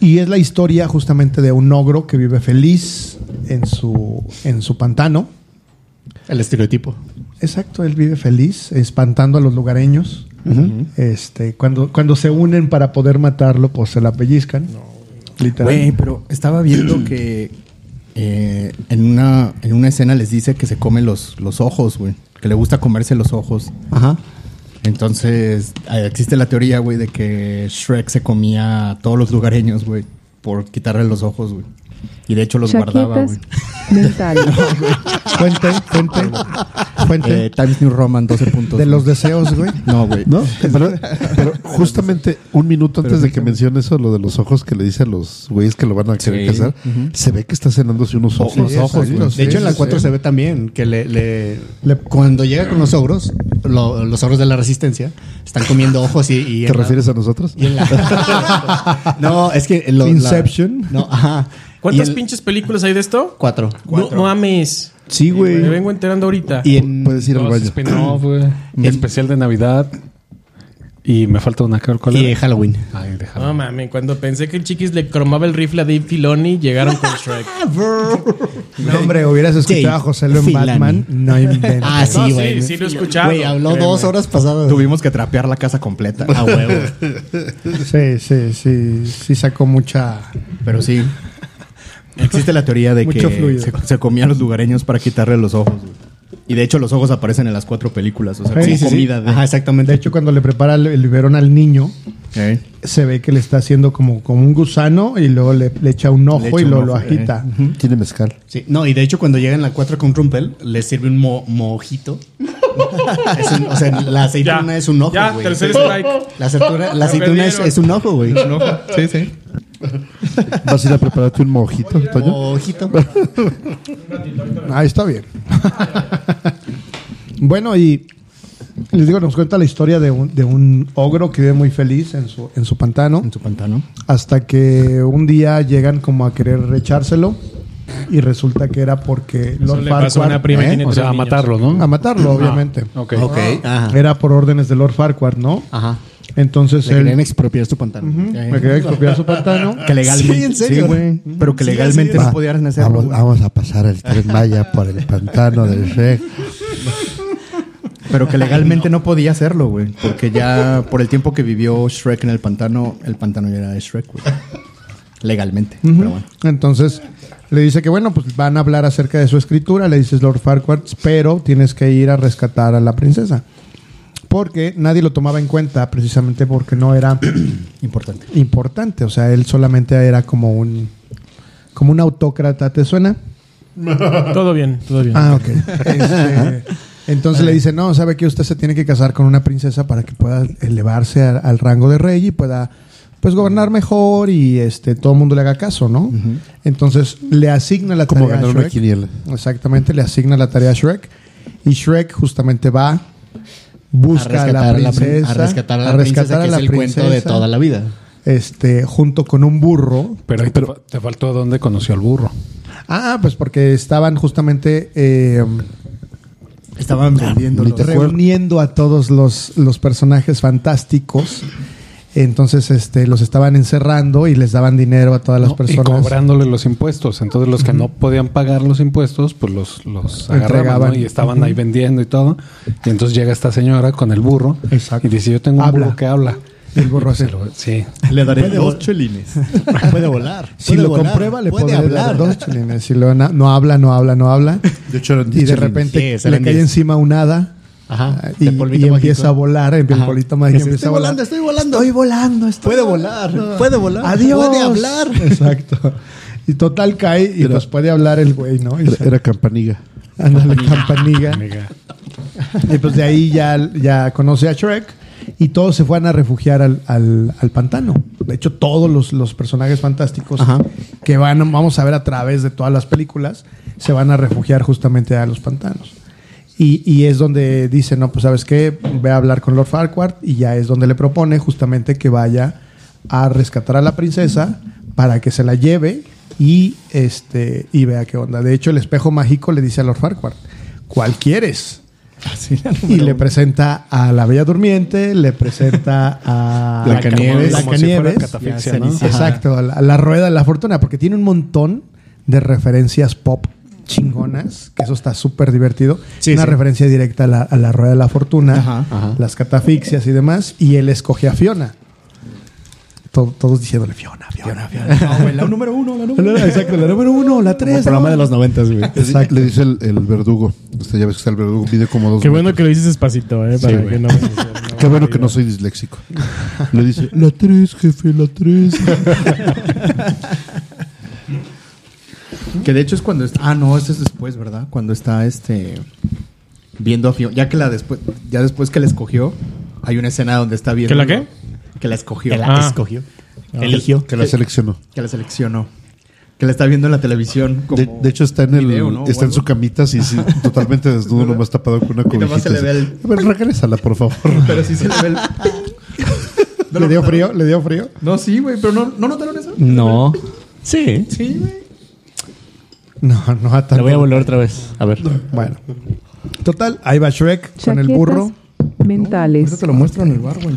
Speaker 1: y es la historia justamente de un ogro que vive feliz en su en su pantano.
Speaker 4: El estereotipo.
Speaker 1: Exacto, él vive feliz, espantando a los lugareños. Este, cuando, cuando se unen para poder matarlo, pues se la pellizcan. Literal.
Speaker 3: Güey, pero estaba viendo que eh, en, una, en una escena les dice que se come los, los ojos, güey. Que le gusta comerse los ojos.
Speaker 4: Ajá.
Speaker 3: Entonces, eh, existe la teoría, güey, de que Shrek se comía a todos los lugareños, güey, por quitarle los ojos, güey. Y de hecho los guardaba,
Speaker 8: Chaquetas
Speaker 3: güey.
Speaker 8: mentales.
Speaker 1: Fuente, fuente, fuente
Speaker 3: Eh, Times New Roman, 12 puntos.
Speaker 1: de los
Speaker 3: güey.
Speaker 1: deseos, güey.
Speaker 3: No, güey.
Speaker 2: ¿No? Pero, pero justamente un minuto antes de que mencione eso, lo de los ojos que le dice a los güeyes que lo van a querer
Speaker 3: Sí.
Speaker 2: casar, se ve que está cenándose unos ojos.
Speaker 1: los ojos,
Speaker 2: Sí,
Speaker 1: güey.
Speaker 2: sí,
Speaker 4: De hecho, en la
Speaker 1: sí,
Speaker 4: 4
Speaker 1: sí.
Speaker 4: se ve también que le, le- Ah. cuando llega con los ogros, lo- los ogros de la resistencia, están comiendo ojos y... y
Speaker 2: ¿Te
Speaker 4: en la-
Speaker 2: refieres a nosotros?
Speaker 4: y en la- no, es que... en lo- la-
Speaker 1: Inception.
Speaker 4: no, ajá.
Speaker 7: ¿Cuántas
Speaker 4: Y en-
Speaker 7: pinches películas hay de esto?
Speaker 4: Cuatro.
Speaker 7: No, no mames.
Speaker 2: Sí,
Speaker 7: Me vengo enterando ahorita.
Speaker 4: Y en-
Speaker 2: Puedes ir al
Speaker 5: Los
Speaker 2: baño.
Speaker 5: spin-off, güey. Especial de Navidad. Y me falta una que ¿cuál
Speaker 4: y en
Speaker 5: era?
Speaker 4: Halloween.
Speaker 5: Ay, déjame.
Speaker 7: No mames, cuando pensé que el chiquis le cromaba el rifle a Dave Filoni, llegaron con Shrek.
Speaker 1: No, hombre, hubieras escuchado
Speaker 4: Jake
Speaker 1: a José Lo en
Speaker 4: Filani.
Speaker 1: Batman. No inventes.
Speaker 4: Ah,
Speaker 7: No,
Speaker 4: sí, güey.
Speaker 7: sí, sí lo he escuchado.
Speaker 4: Güey, habló
Speaker 7: Créeme.
Speaker 4: dos horas pasadas.
Speaker 3: Tuvimos que trapear la casa completa.
Speaker 4: A huevo.
Speaker 1: Sí, sí, sí. Sí sacó mucha.
Speaker 3: Pero sí. Existe la teoría de
Speaker 1: Mucho
Speaker 3: que
Speaker 1: fluido.
Speaker 3: se, se comían los lugareños para quitarle los ojos. güey. Y de hecho los ojos aparecen en las cuatro películas. O sea,
Speaker 1: Sí, sí,
Speaker 3: como
Speaker 1: sí.
Speaker 3: comida de...
Speaker 4: Ajá, exactamente.
Speaker 1: De hecho, cuando le prepara el, el biberón al niño,
Speaker 3: Ok.
Speaker 1: se ve que le está haciendo como, como un gusano y luego le, le echa un ojo
Speaker 3: Le echa
Speaker 1: y
Speaker 3: un
Speaker 1: lo,
Speaker 3: ojo,
Speaker 1: lo
Speaker 3: eh.
Speaker 1: agita.
Speaker 2: Tiene mezcal.
Speaker 4: Sí, no, y de hecho cuando llegan la 4 con Rumpel, les sirve un mo- mojito. Es un- o sea, la aceituna
Speaker 7: Ya.
Speaker 4: es un ojo,
Speaker 7: Ya,
Speaker 4: güey.
Speaker 7: tercer strike.
Speaker 4: La, aceituna- la
Speaker 7: Ya
Speaker 4: aceituna es,
Speaker 7: perdieron.
Speaker 4: es un ojo, güey.
Speaker 3: Sí, sí.
Speaker 2: ¿Vas a ir a prepararte un mojito, Toño?
Speaker 4: Ojito.
Speaker 1: Ah, está bien. bueno, y les digo, nos cuenta la historia de un, de un ogro que vive muy feliz en su, en su pantano,
Speaker 3: En su pantano.
Speaker 1: hasta que un día llegan como a querer echárselo y resulta que era porque
Speaker 7: Eso
Speaker 1: Lord
Speaker 7: le pasó a una
Speaker 1: Farquaad
Speaker 7: prima y
Speaker 1: ¿eh?
Speaker 7: tiene
Speaker 5: O
Speaker 7: tres Ah,
Speaker 5: sea, a
Speaker 7: niños.
Speaker 5: matarlo, ¿no?
Speaker 1: a matarlo, obviamente.
Speaker 5: Ok.
Speaker 4: Ok. Ajá.
Speaker 1: Era por órdenes de Lord Farquaad, ¿no?
Speaker 4: Ajá.
Speaker 1: Entonces
Speaker 4: Le querían
Speaker 1: él
Speaker 4: expropiar tu pantano.
Speaker 1: me quería expropiar su pantano.
Speaker 3: Que legalmente.
Speaker 4: Sí, en serio.
Speaker 3: güey. Pero que
Speaker 4: Sí,
Speaker 3: legalmente
Speaker 4: así es.
Speaker 3: no podían hacerlo.
Speaker 2: Vamos,
Speaker 3: güey.
Speaker 2: vamos a pasar el tren Maya por el pantano del Rey.
Speaker 3: Pero que legalmente no podía hacerlo, güey. Porque ya por el tiempo que vivió Shrek en el pantano, el pantano ya era de Shrek, güey. Legalmente. Pero bueno.
Speaker 1: Entonces le dice que bueno, pues van a hablar acerca de su escritura, le dices Lord Farquaad, pero tienes que ir a rescatar a la princesa. Porque nadie lo tomaba en cuenta precisamente porque no era
Speaker 3: Importante.
Speaker 1: importante, o sea, él solamente era como un como un autócrata, ¿te suena?
Speaker 7: Todo bien, todo bien.
Speaker 1: Ah, ok. Este, entonces le dice, no, sabe que usted se tiene que casar con una princesa para que pueda elevarse al, al rango de rey y pueda pues gobernar mejor y este todo el mundo le haga caso, ¿no? Entonces le asigna la
Speaker 2: Como
Speaker 1: tarea a
Speaker 2: ganar una
Speaker 1: Shrek.
Speaker 2: quiniela.
Speaker 1: Exactamente, le asigna la tarea a Shrek y Shrek justamente va busca a, la
Speaker 4: a la prin-
Speaker 1: princesa,
Speaker 4: a rescatar a la princesa,
Speaker 1: a
Speaker 4: que
Speaker 1: la
Speaker 4: es el cuento de
Speaker 1: princesa,
Speaker 4: toda la vida.
Speaker 1: este junto con un burro
Speaker 5: Pero, ahí te fa- te faltó dónde conoció al burro.
Speaker 1: Ah, pues porque estaban justamente eh,
Speaker 3: Estaban vendiendo.
Speaker 2: Ni te acuerdas.
Speaker 1: reuniendo a todos los, los personajes fantásticos. Entonces, este, los estaban encerrando y les daban dinero a todas las
Speaker 5: No,
Speaker 1: personas.
Speaker 5: Y cobrándole los impuestos. Entonces los que no podían pagar los impuestos, pues los, los agarraban
Speaker 1: Entregaban.
Speaker 5: ¿no? y estaban ahí vendiendo y todo. Y entonces llega esta señora con el burro
Speaker 1: Exacto.
Speaker 5: y dice, yo tengo un
Speaker 1: Habla.
Speaker 5: burro que habla.
Speaker 1: El burro así.
Speaker 5: Se lo- sí.
Speaker 4: Le daré dos chelines. Puede volar.
Speaker 1: Si lo comprueba, le puede hablar. dos chilines. Si lo- na- no habla, no habla, no habla.
Speaker 2: De hecho, eran
Speaker 1: Y
Speaker 2: diez
Speaker 1: de
Speaker 2: chelines.
Speaker 1: repente
Speaker 4: Sí,
Speaker 1: le
Speaker 4: eran
Speaker 1: cae
Speaker 4: diez.
Speaker 1: encima un hada
Speaker 4: Ajá.
Speaker 1: y,
Speaker 4: de polvito
Speaker 1: y
Speaker 4: mágico.
Speaker 1: empieza a volar. El
Speaker 4: Ajá.
Speaker 1: polvito mágico
Speaker 4: Dice,
Speaker 1: empieza
Speaker 4: estoy
Speaker 1: a volar.
Speaker 4: volando, estoy volando.
Speaker 1: Estoy volando. estoy
Speaker 4: Puede volar,
Speaker 1: volando.
Speaker 4: puede volar,
Speaker 1: Adiós.
Speaker 4: puede hablar.
Speaker 1: Exacto. Y total cae y
Speaker 2: Era-
Speaker 1: pues puede hablar el güey, ¿no? Y
Speaker 2: Era,
Speaker 1: se-
Speaker 2: era campaniga.
Speaker 1: Ándale, campaniga.
Speaker 5: Amiga.
Speaker 1: Y pues de ahí ya, ya conoce a Shrek y todos se fueron a refugiar al, al- al pantano. De hecho, todos los, los personajes fantásticos
Speaker 4: Ajá.
Speaker 1: que van, vamos a ver a través de todas las películas se van a refugiar justamente a los pantanos. Y, y es donde dice, no, pues sabes qué, ve a hablar con Lord Farquaad y ya es donde le propone justamente que vaya a rescatar a la princesa para que se la lleve y, este, y vea qué onda. De hecho, el espejo mágico le dice a Lord Farquaad, ¿cuál quieres? Y le presenta a la Bella Durmiente, le presenta a
Speaker 5: Blancanieves. Como si fuera
Speaker 1: Blancanieves.
Speaker 5: catafixia, ¿no?
Speaker 1: Ajá. Exacto, a la, a la rueda de la fortuna, porque tiene un montón de referencias pop chingonas, que eso está súper divertido.
Speaker 4: Sí,
Speaker 1: Una
Speaker 4: sí.
Speaker 1: referencia directa a la, a la rueda de la fortuna,
Speaker 3: Ajá.
Speaker 4: Ajá.
Speaker 1: las catafixias y demás, y él escoge a Fiona. To- todos diciéndole Fiona, Fiona, Fiona.
Speaker 3: la número uno, la número
Speaker 1: Exacto, la número uno, la
Speaker 4: Como
Speaker 1: tres.
Speaker 4: programa
Speaker 1: ¿no?
Speaker 4: de los noventas, güey.
Speaker 1: Exacto.
Speaker 2: Le dice el, el verdugo. Usted ya ves que está el verdugo, mide como dos.
Speaker 7: Qué bueno
Speaker 2: metros.
Speaker 7: que lo dices despacito, ¿eh? Para que no,
Speaker 2: Qué bueno que no soy disléxico. Le dice, la tres, jefe, la tres.
Speaker 3: Que de hecho es cuando está. Ah, no, eso es después, ¿verdad? Cuando está este. Viendo a Fiona. Ya que la después. Ya después que la escogió, hay una escena donde está viendo.
Speaker 7: ¿Que la qué?
Speaker 3: Que la escogió.
Speaker 4: Que la
Speaker 7: Ah.
Speaker 4: escogió. Eligió.
Speaker 2: Que la seleccionó.
Speaker 3: Que la seleccionó. Que la está viendo en la televisión. Como
Speaker 2: De, de hecho, está en el,
Speaker 3: video, ¿no?
Speaker 2: está
Speaker 3: O
Speaker 2: en su
Speaker 3: algo.
Speaker 2: camita, sí, sí, totalmente desnudo, nomás tapado con una
Speaker 3: Y
Speaker 2: cobijita.
Speaker 3: nomás se le ve el-
Speaker 2: A ver, regrésala, por favor.
Speaker 3: Pero sí se le ve el.
Speaker 1: ¿Le dio frío? ¿Le dio frío?
Speaker 3: No, sí, güey, pero no, ¿no notaron eso?
Speaker 4: No. Sí.
Speaker 3: Sí, güey.
Speaker 1: No, no a
Speaker 4: La
Speaker 1: tanto.
Speaker 4: voy a volver otra vez. A ver.
Speaker 1: Bueno. Total, ahí va Shrek con el
Speaker 8: Chaquetas
Speaker 1: burro.
Speaker 8: Mentales.
Speaker 3: te lo muestro en el bar, güey.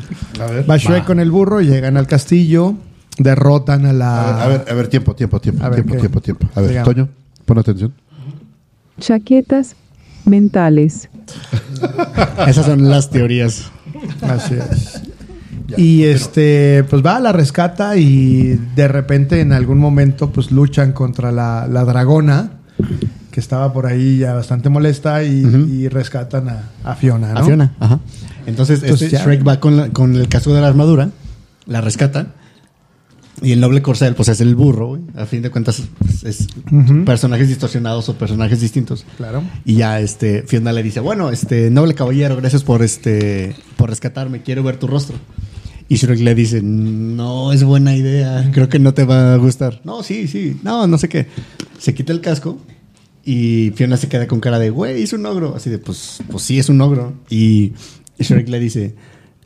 Speaker 1: Va Shrek con el burro, llegan al castillo, derrotan a la...
Speaker 2: A ver, a ver, a ver, tiempo, tiempo, tiempo,
Speaker 1: A ver,
Speaker 2: tiempo,
Speaker 1: ¿qué?
Speaker 2: tiempo, tiempo. A ver,
Speaker 1: Diga.
Speaker 2: Toño, pon atención.
Speaker 8: Chaquetas mentales.
Speaker 4: Esas son las teorías.
Speaker 1: Así es. Y este, pues va a la rescata y de repente en algún momento pues luchan contra la, la dragona que estaba por ahí ya bastante molesta y, y rescatan a, a Fiona, ¿no?
Speaker 4: A Fiona. Ajá. Ah, Entonces,
Speaker 1: Entonces,
Speaker 4: este
Speaker 1: ya.
Speaker 4: Shrek va con, la- con el casco de la armadura, la rescata. Y el noble corcel, pues es el burro, güey. A fin de cuentas, pues, es personajes distorsionados o personajes distintos.
Speaker 1: Claro.
Speaker 4: Y ya este Fiona le dice, bueno, este noble caballero, gracias por este por rescatarme, quiero ver tu rostro. Y Shrek le dice, no es buena idea, creo que no te va a gustar. No, sí, sí, no, no sé qué. Se quita el casco y Fiona se queda con cara de, güey, es un ogro. Así de, pues, pues sí, es un ogro. Y Shrek le dice,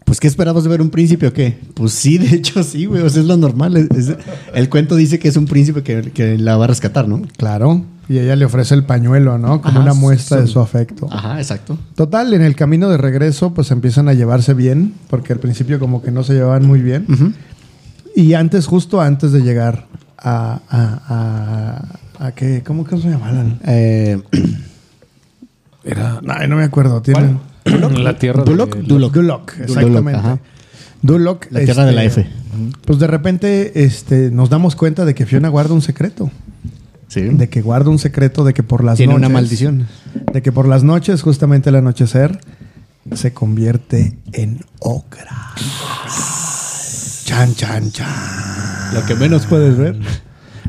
Speaker 4: Pues, ¿qué esperabas de ver un príncipe o qué? Pues sí, de hecho sí, güey. O sea, es lo normal. Es- es- el cuento dice que es un príncipe que, que la va a rescatar, ¿no?
Speaker 1: Claro. Y ella le ofrece el pañuelo, ¿no? Como
Speaker 4: Ajá,
Speaker 1: una muestra de
Speaker 4: sí.
Speaker 1: su afecto.
Speaker 4: Ajá, exacto.
Speaker 1: Total, en el camino de regreso, pues empiezan a llevarse bien, porque al principio como que no se llevaban muy bien. Y antes, justo antes de llegar a... a, a, a qué? ¿Cómo que se llamaban?
Speaker 4: Eh,
Speaker 1: Era... Ay, no me acuerdo. Tienen...
Speaker 5: La tierra de-
Speaker 1: Duloc. exactamente.
Speaker 4: ajá.
Speaker 1: Duloc.
Speaker 4: La tierra de la
Speaker 3: Este,
Speaker 4: F.
Speaker 1: Pues de repente este, nos damos cuenta de que Fiona guarda un secreto.
Speaker 4: sí.
Speaker 1: De que guarda un secreto de que por las
Speaker 4: Tiene
Speaker 1: noches...
Speaker 4: una maldición.
Speaker 1: De que por las noches, justamente al anochecer, se convierte en ocra. Chan, chan, chan.
Speaker 4: Lo que menos puedes ver.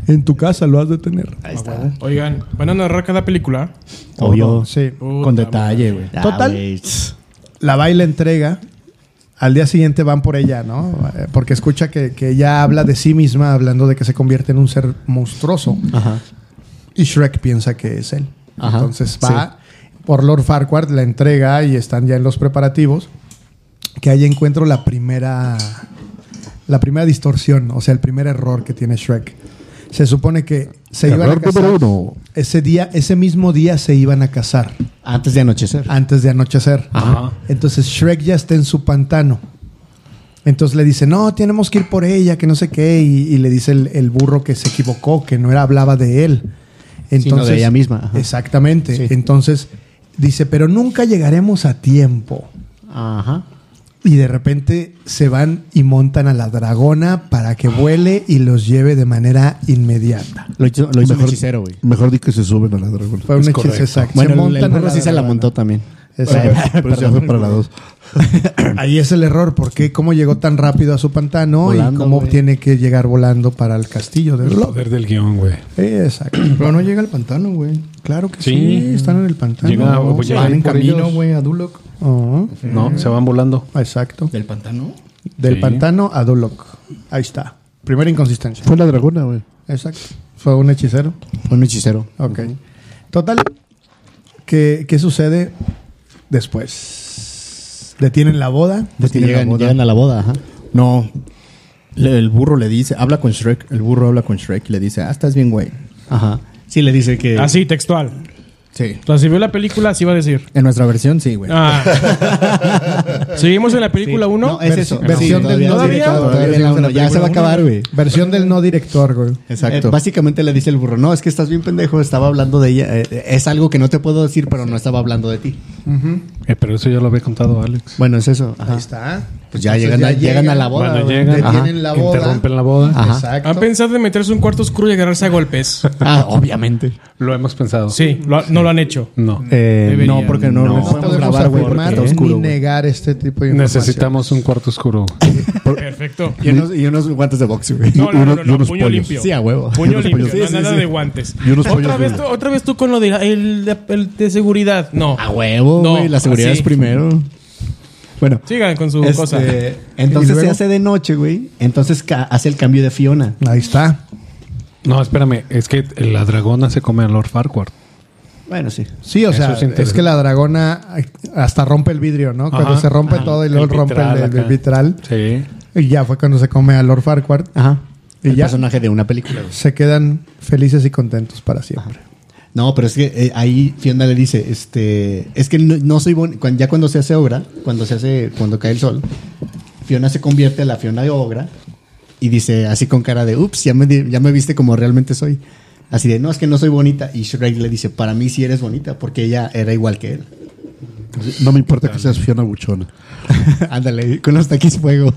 Speaker 1: En tu casa lo has de tener. Ah,
Speaker 4: Ahí está.
Speaker 7: Oigan, ¿van a narrar cada película?
Speaker 4: Obvio.
Speaker 1: Sí.
Speaker 7: Puta
Speaker 3: Con detalle, güey.
Speaker 4: Ah,
Speaker 1: Total.
Speaker 4: güey.
Speaker 1: La va y la entrega. Al día siguiente van por ella, ¿no? Eh, Porque escucha que, que ella habla de sí misma, hablando de que se convierte en un ser monstruoso.
Speaker 4: Ajá.
Speaker 1: Y Shrek piensa que es él.
Speaker 4: Ajá,
Speaker 1: Entonces va por Lord Farquhar, la entrega y están ya en los preparativos. Que ahí encuentro la primera, la primera distorsión, o sea, el primer error que tiene Shrek. Se supone que se iban a
Speaker 2: Error número
Speaker 1: casar.
Speaker 2: uno.
Speaker 1: Ese día, ese mismo día se iban a casar
Speaker 4: Antes de anochecer.
Speaker 1: antes de anochecer.
Speaker 5: Ajá.
Speaker 1: Entonces Shrek ya está en su pantano. Entonces le dice, no, tenemos que ir por ella, que no sé qué. Y, y le dice el, el burro que se equivocó, que no era, hablaba de él. Entonces,
Speaker 4: Sino de ella misma, ajá.
Speaker 1: Exactamente.
Speaker 4: Sí.
Speaker 1: Entonces dice, pero nunca llegaremos a tiempo.
Speaker 4: Ah, Ajá.
Speaker 1: Y de repente se van y montan a la dragona para que vuele y los lleve de manera inmediata.
Speaker 4: Lo hizo, lo hizo un
Speaker 2: Mejor-
Speaker 4: hechicero, güey.
Speaker 2: Mejor di que se suben a la dragona.
Speaker 1: Fue un
Speaker 2: Es
Speaker 1: hechizo
Speaker 2: correcto.
Speaker 1: exacto.
Speaker 4: Bueno,
Speaker 1: se
Speaker 4: el- el,
Speaker 1: montan a
Speaker 4: burro sí se la
Speaker 1: dragona.
Speaker 4: montó también.
Speaker 1: Exacto.
Speaker 2: Pero ya fue para la dos.
Speaker 1: Ahí es el error, porque cómo llegó tan rápido a su pantano y
Speaker 4: Volando,
Speaker 1: cómo
Speaker 4: güey.
Speaker 1: tiene que llegar volando para el castillo de
Speaker 5: El
Speaker 1: Lo-
Speaker 5: poder del guión, güey.
Speaker 1: Eh, Exacto. Pero no llega al pantano, güey. Claro que sí.
Speaker 5: Sí.
Speaker 1: están en el pantano.
Speaker 5: Llega-
Speaker 1: ¿no?
Speaker 5: pues llega
Speaker 1: Van
Speaker 5: ahí
Speaker 1: en
Speaker 5: por
Speaker 1: camino.
Speaker 5: ellos.
Speaker 3: güey, a Duloc.
Speaker 1: Oh,
Speaker 5: No, se van volando.
Speaker 1: exacto.
Speaker 3: ¿Del pantano?
Speaker 1: Del
Speaker 5: Sí.
Speaker 1: pantano a Duloc. Ahí está. Primera inconsistencia.
Speaker 2: Fue la dragona, güey.
Speaker 1: Exacto. Fue un hechicero.
Speaker 4: Fue un hechicero.
Speaker 1: Ok. Total. ¿qué, ¿Qué sucede después? Detienen la boda.
Speaker 4: Porque
Speaker 3: tienen la
Speaker 4: llegan,
Speaker 3: boda.
Speaker 4: llegan a la boda, ajá.
Speaker 3: No. Le- el burro le dice, habla con Shrek. El burro habla con Shrek y le dice, ah, estás bien, güey.
Speaker 4: Ajá. Sí, le dice que.
Speaker 7: Así, Ah, textual.
Speaker 3: Sí.
Speaker 7: O sea, si vio la película, así va a decir.
Speaker 3: En nuestra versión, sí, güey.
Speaker 7: Ah. Seguimos en la película 1.
Speaker 4: No, es eso.
Speaker 1: versión
Speaker 4: Sí,
Speaker 1: del
Speaker 4: todavía,
Speaker 1: no
Speaker 4: todavía,
Speaker 1: director.
Speaker 4: todavía
Speaker 1: Todavía
Speaker 4: en la
Speaker 1: estamos en
Speaker 4: uno.
Speaker 1: la
Speaker 4: Ya se va a
Speaker 1: película
Speaker 4: acabar, güey.
Speaker 1: Versión del no director, güey.
Speaker 4: Eh, básicamente le dice el burro, no, es que estás bien pendejo, estaba hablando de ella. eh, es algo que no te puedo decir, pero no estaba hablando de ti.
Speaker 5: Eh, pero eso ya lo había contado Alex.
Speaker 4: Bueno, es eso. ajá.
Speaker 1: Ahí está.
Speaker 4: Pues ya
Speaker 1: Entonces
Speaker 4: llegan, a, llegan a la boda.
Speaker 5: Cuando
Speaker 4: güey.
Speaker 5: llegan,
Speaker 1: Detienen la
Speaker 5: ajá,
Speaker 1: boda.
Speaker 5: interrumpen la boda.
Speaker 4: Ajá.
Speaker 1: Exacto.
Speaker 7: ¿Han pensado en meterse un cuarto oscuro y agarrarse a golpes?
Speaker 4: Ah, obviamente.
Speaker 5: Lo hemos pensado.
Speaker 7: Sí, lo ha- no lo han hecho.
Speaker 5: No.
Speaker 7: Deberían.
Speaker 3: no, porque
Speaker 1: No,
Speaker 3: no, no
Speaker 1: podemos
Speaker 3: podemos grabar, güey, porque
Speaker 1: afirmar
Speaker 3: está oscuro,
Speaker 1: ni
Speaker 3: güey.
Speaker 1: negar este tipo de información.
Speaker 5: Necesitamos un cuarto oscuro. güey.
Speaker 7: Perfecto.
Speaker 4: Y unos, y unos guantes de boxeo, güey.
Speaker 7: No, no, no,
Speaker 2: uno-
Speaker 7: no,
Speaker 2: y unos
Speaker 7: puño
Speaker 2: pollos.
Speaker 7: limpio.
Speaker 4: Sí, a huevo.
Speaker 2: Y
Speaker 7: Puño
Speaker 2: unos
Speaker 7: limpio,
Speaker 2: pollos. Sí,
Speaker 7: no
Speaker 2: sí,
Speaker 7: nada
Speaker 2: sí.
Speaker 7: de guantes.
Speaker 2: Y unos
Speaker 7: otra,
Speaker 2: pollos
Speaker 7: vez tú,
Speaker 2: duros.
Speaker 7: otra vez tú con lo de el, el de seguridad. No.
Speaker 2: Ah,
Speaker 4: A huevo,
Speaker 7: No,
Speaker 4: güey. la seguridad
Speaker 7: así.
Speaker 4: es primero. Bueno.
Speaker 7: Sigan con su
Speaker 4: este,
Speaker 7: cosa.
Speaker 1: ¿Y
Speaker 4: Entonces
Speaker 1: luego?
Speaker 4: se hace de noche, güey. Entonces ca- hace el cambio de Fiona.
Speaker 1: Ahí está.
Speaker 5: No, espérame. Es que la dragona se come a Lord Farquhar.
Speaker 4: Bueno, sí.
Speaker 1: Sí, o
Speaker 5: Eso
Speaker 1: sea,
Speaker 5: es
Speaker 1: es,
Speaker 5: interesante.
Speaker 1: que la dragona eh, hasta rompe el vidrio, ¿no? Cuando
Speaker 5: Ajá.
Speaker 1: se rompe
Speaker 4: Ah,
Speaker 5: Ajá.
Speaker 1: todo y luego rompe el- el,
Speaker 5: acá.
Speaker 1: vitral.
Speaker 5: Sí.
Speaker 1: Y ya fue cuando se come a Lord Farquhar.
Speaker 4: Ajá.
Speaker 1: Y
Speaker 4: El
Speaker 1: ya.
Speaker 4: personaje de una película, güey.
Speaker 1: Se quedan felices y contentos para siempre.
Speaker 4: No, pero es que eh, ahí Fiona le dice, este, es que no, no soy bon- cuan- ya cuando se hace obra, cuando se hace, cuando cae el sol, Fiona se convierte en la Fiona de obra y dice así con cara de, ups, ya me, di- ya me viste como realmente soy. Así de, no, es que no soy bonita. Y Shrek le dice, para mí sí eres bonita, porque ella era igual que él.
Speaker 2: No me importa que seas Fiona Buchona.
Speaker 4: Ándale, con los taquis fuego.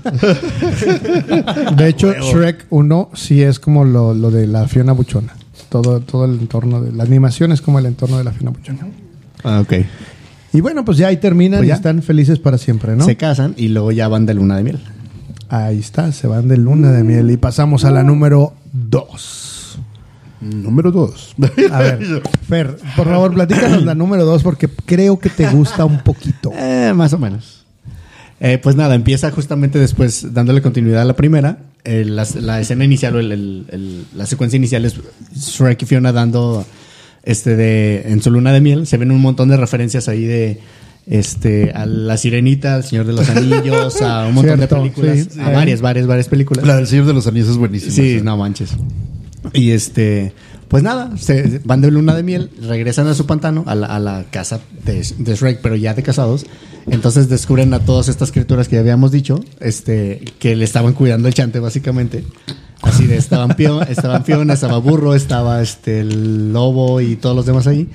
Speaker 1: De hecho, Shrek 1 sí es como lo, lo de la Fiona Buchona. Todo, todo el entorno de la animación es como el entorno de la Fiona Buchona.
Speaker 4: ah, ok.
Speaker 1: Y bueno, pues ya ahí terminan
Speaker 4: Pues
Speaker 1: y
Speaker 4: ya.
Speaker 1: están felices para siempre, ¿no?
Speaker 4: Se casan y luego ya van de luna de miel.
Speaker 1: Ahí está, se van de luna de miel y pasamos a la número 2.
Speaker 2: Número dos.
Speaker 1: A ver, Fer, por favor, platícanos la número 2 porque creo que te gusta un poquito.
Speaker 4: Eh, más o menos. Eh, pues nada, empieza justamente después dándole continuidad a la primera. Eh, la, la escena inicial o el- el- el- la secuencia inicial es Shrek y Fiona dando este de, en su luna de miel. Se ven un montón de referencias ahí de este, a La Sirenita, al Señor de los Anillos, a un montón
Speaker 1: Cierto,
Speaker 4: de películas,
Speaker 1: sí,
Speaker 4: a
Speaker 1: sí.
Speaker 4: varias, varias, varias películas.
Speaker 2: La del Señor de los Anillos es buenísima.
Speaker 4: Sí,
Speaker 2: esa.
Speaker 4: no manches. Y este, pues nada, se van de luna de miel, regresan a su pantano, a la, a la casa de, de Shrek, pero ya de casados. Entonces descubren a todas estas criaturas que ya habíamos dicho, este, que le estaban cuidando el chante básicamente. Así de, estaban Fiona, estaban Fiona, estaba Burro, estaba este, el Lobo y todos los demás ahí.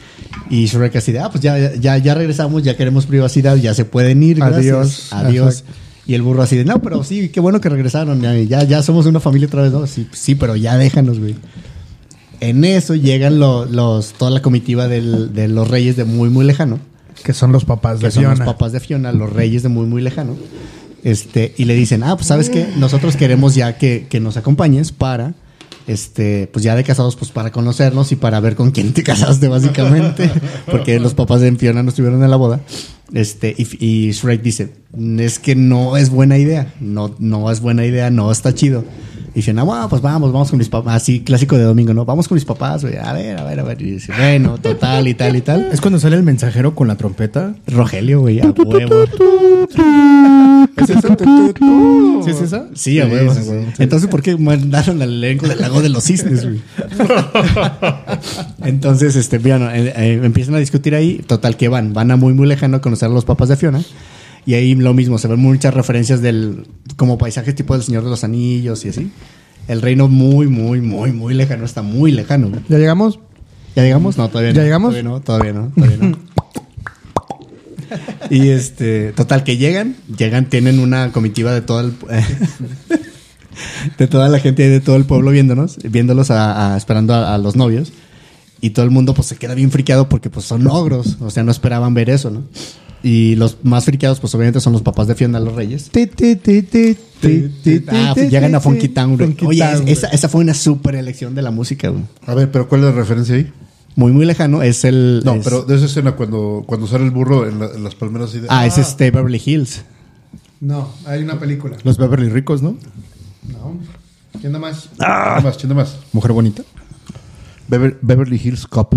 Speaker 4: Y Shrek así de, ah, pues ya, ya, ya regresamos, ya queremos privacidad, ya se pueden ir, gracias.
Speaker 1: Adiós.
Speaker 4: Adiós.
Speaker 1: Exacto.
Speaker 4: Y el burro así de, no, pero sí, qué bueno que regresaron. Ya, ya, ya somos una familia otra vez, ¿no? Sí, sí, pero ya déjanos, güey. En eso llegan lo- los, toda la comitiva del- de los reyes de muy, muy lejano.
Speaker 1: Que son los papás
Speaker 4: Que
Speaker 1: de
Speaker 4: son los
Speaker 1: Fiona.
Speaker 4: papás de Fiona, los reyes de muy, muy lejano. Este, y le dicen, ah, pues sabes qué, nosotros queremos ya que, que nos acompañes para, este, pues ya de casados, pues para conocernos y para ver con quién te casaste, básicamente. Porque los papás de Fiona no estuvieron en la boda. Este, y, y Shrek dice, es que no es buena idea, no, no es buena idea, no está chido. Y dicen, ah, bueno, pues vamos, vamos con mis papás. Así, clásico de domingo, ¿no? Vamos con mis papás, güey. A ver, a ver, a ver. Y dice, bueno, total y tal y tal.
Speaker 3: ¿Es cuando sale el mensajero con la trompeta?
Speaker 4: Rogelio, güey, a huevo.
Speaker 3: ¿Sí es esa?
Speaker 4: Sí, a huevo. Entonces, ¿por qué mandaron al elenco del lago de los cisnes, güey? Entonces, este, bueno, eh, eh, empiezan a discutir ahí. Total, que van, van a muy, muy lejano a conocer a los papás de Fiona. Y ahí lo mismo, se ven muchas referencias del, como paisaje tipo del Señor de los Anillos y así. El reino muy, muy, muy, muy lejano, está muy lejano. güey.
Speaker 1: ¿Ya llegamos?
Speaker 4: ¿Ya llegamos? No, todavía no.
Speaker 1: ¿Ya llegamos?
Speaker 4: Todavía no, todavía no, todavía no. y este, total, que llegan, llegan, tienen una comitiva de todo el... eh, de toda la gente de todo el pueblo viéndonos, viéndolos a, a- esperando a, a los novios. Y todo el mundo pues se queda bien friqueado porque pues son ogros, o sea, no esperaban ver eso, ¿no? Y los más friqueados pues obviamente son los papás de Fiona los Reyes.
Speaker 1: Ti, ti, ti, ti, ti, ti,
Speaker 4: Ah,
Speaker 1: ti, ti,
Speaker 4: llegan a
Speaker 1: ti,
Speaker 4: Funky
Speaker 1: ti.
Speaker 4: Town, güey.
Speaker 1: Funky
Speaker 4: Oye,
Speaker 1: Town,
Speaker 4: esa, esa fue una super elección de la música, güey.
Speaker 2: A ver, pero ¿cuál es la referencia ahí?
Speaker 4: Muy, muy lejano es el...
Speaker 2: No,
Speaker 4: es-
Speaker 2: pero de esa escena cuando, cuando sale el burro en, la- en las palmeras y de,
Speaker 4: Ah, es este Beverly Hills.
Speaker 1: No, hay una película.
Speaker 3: Los Beverly Ricos, ¿no?
Speaker 1: No. ¿Quién da más?
Speaker 2: ¿Quién más? ¿Quién más?
Speaker 3: Mujer bonita.
Speaker 2: Ah. Bever- Beverly Hills Cop.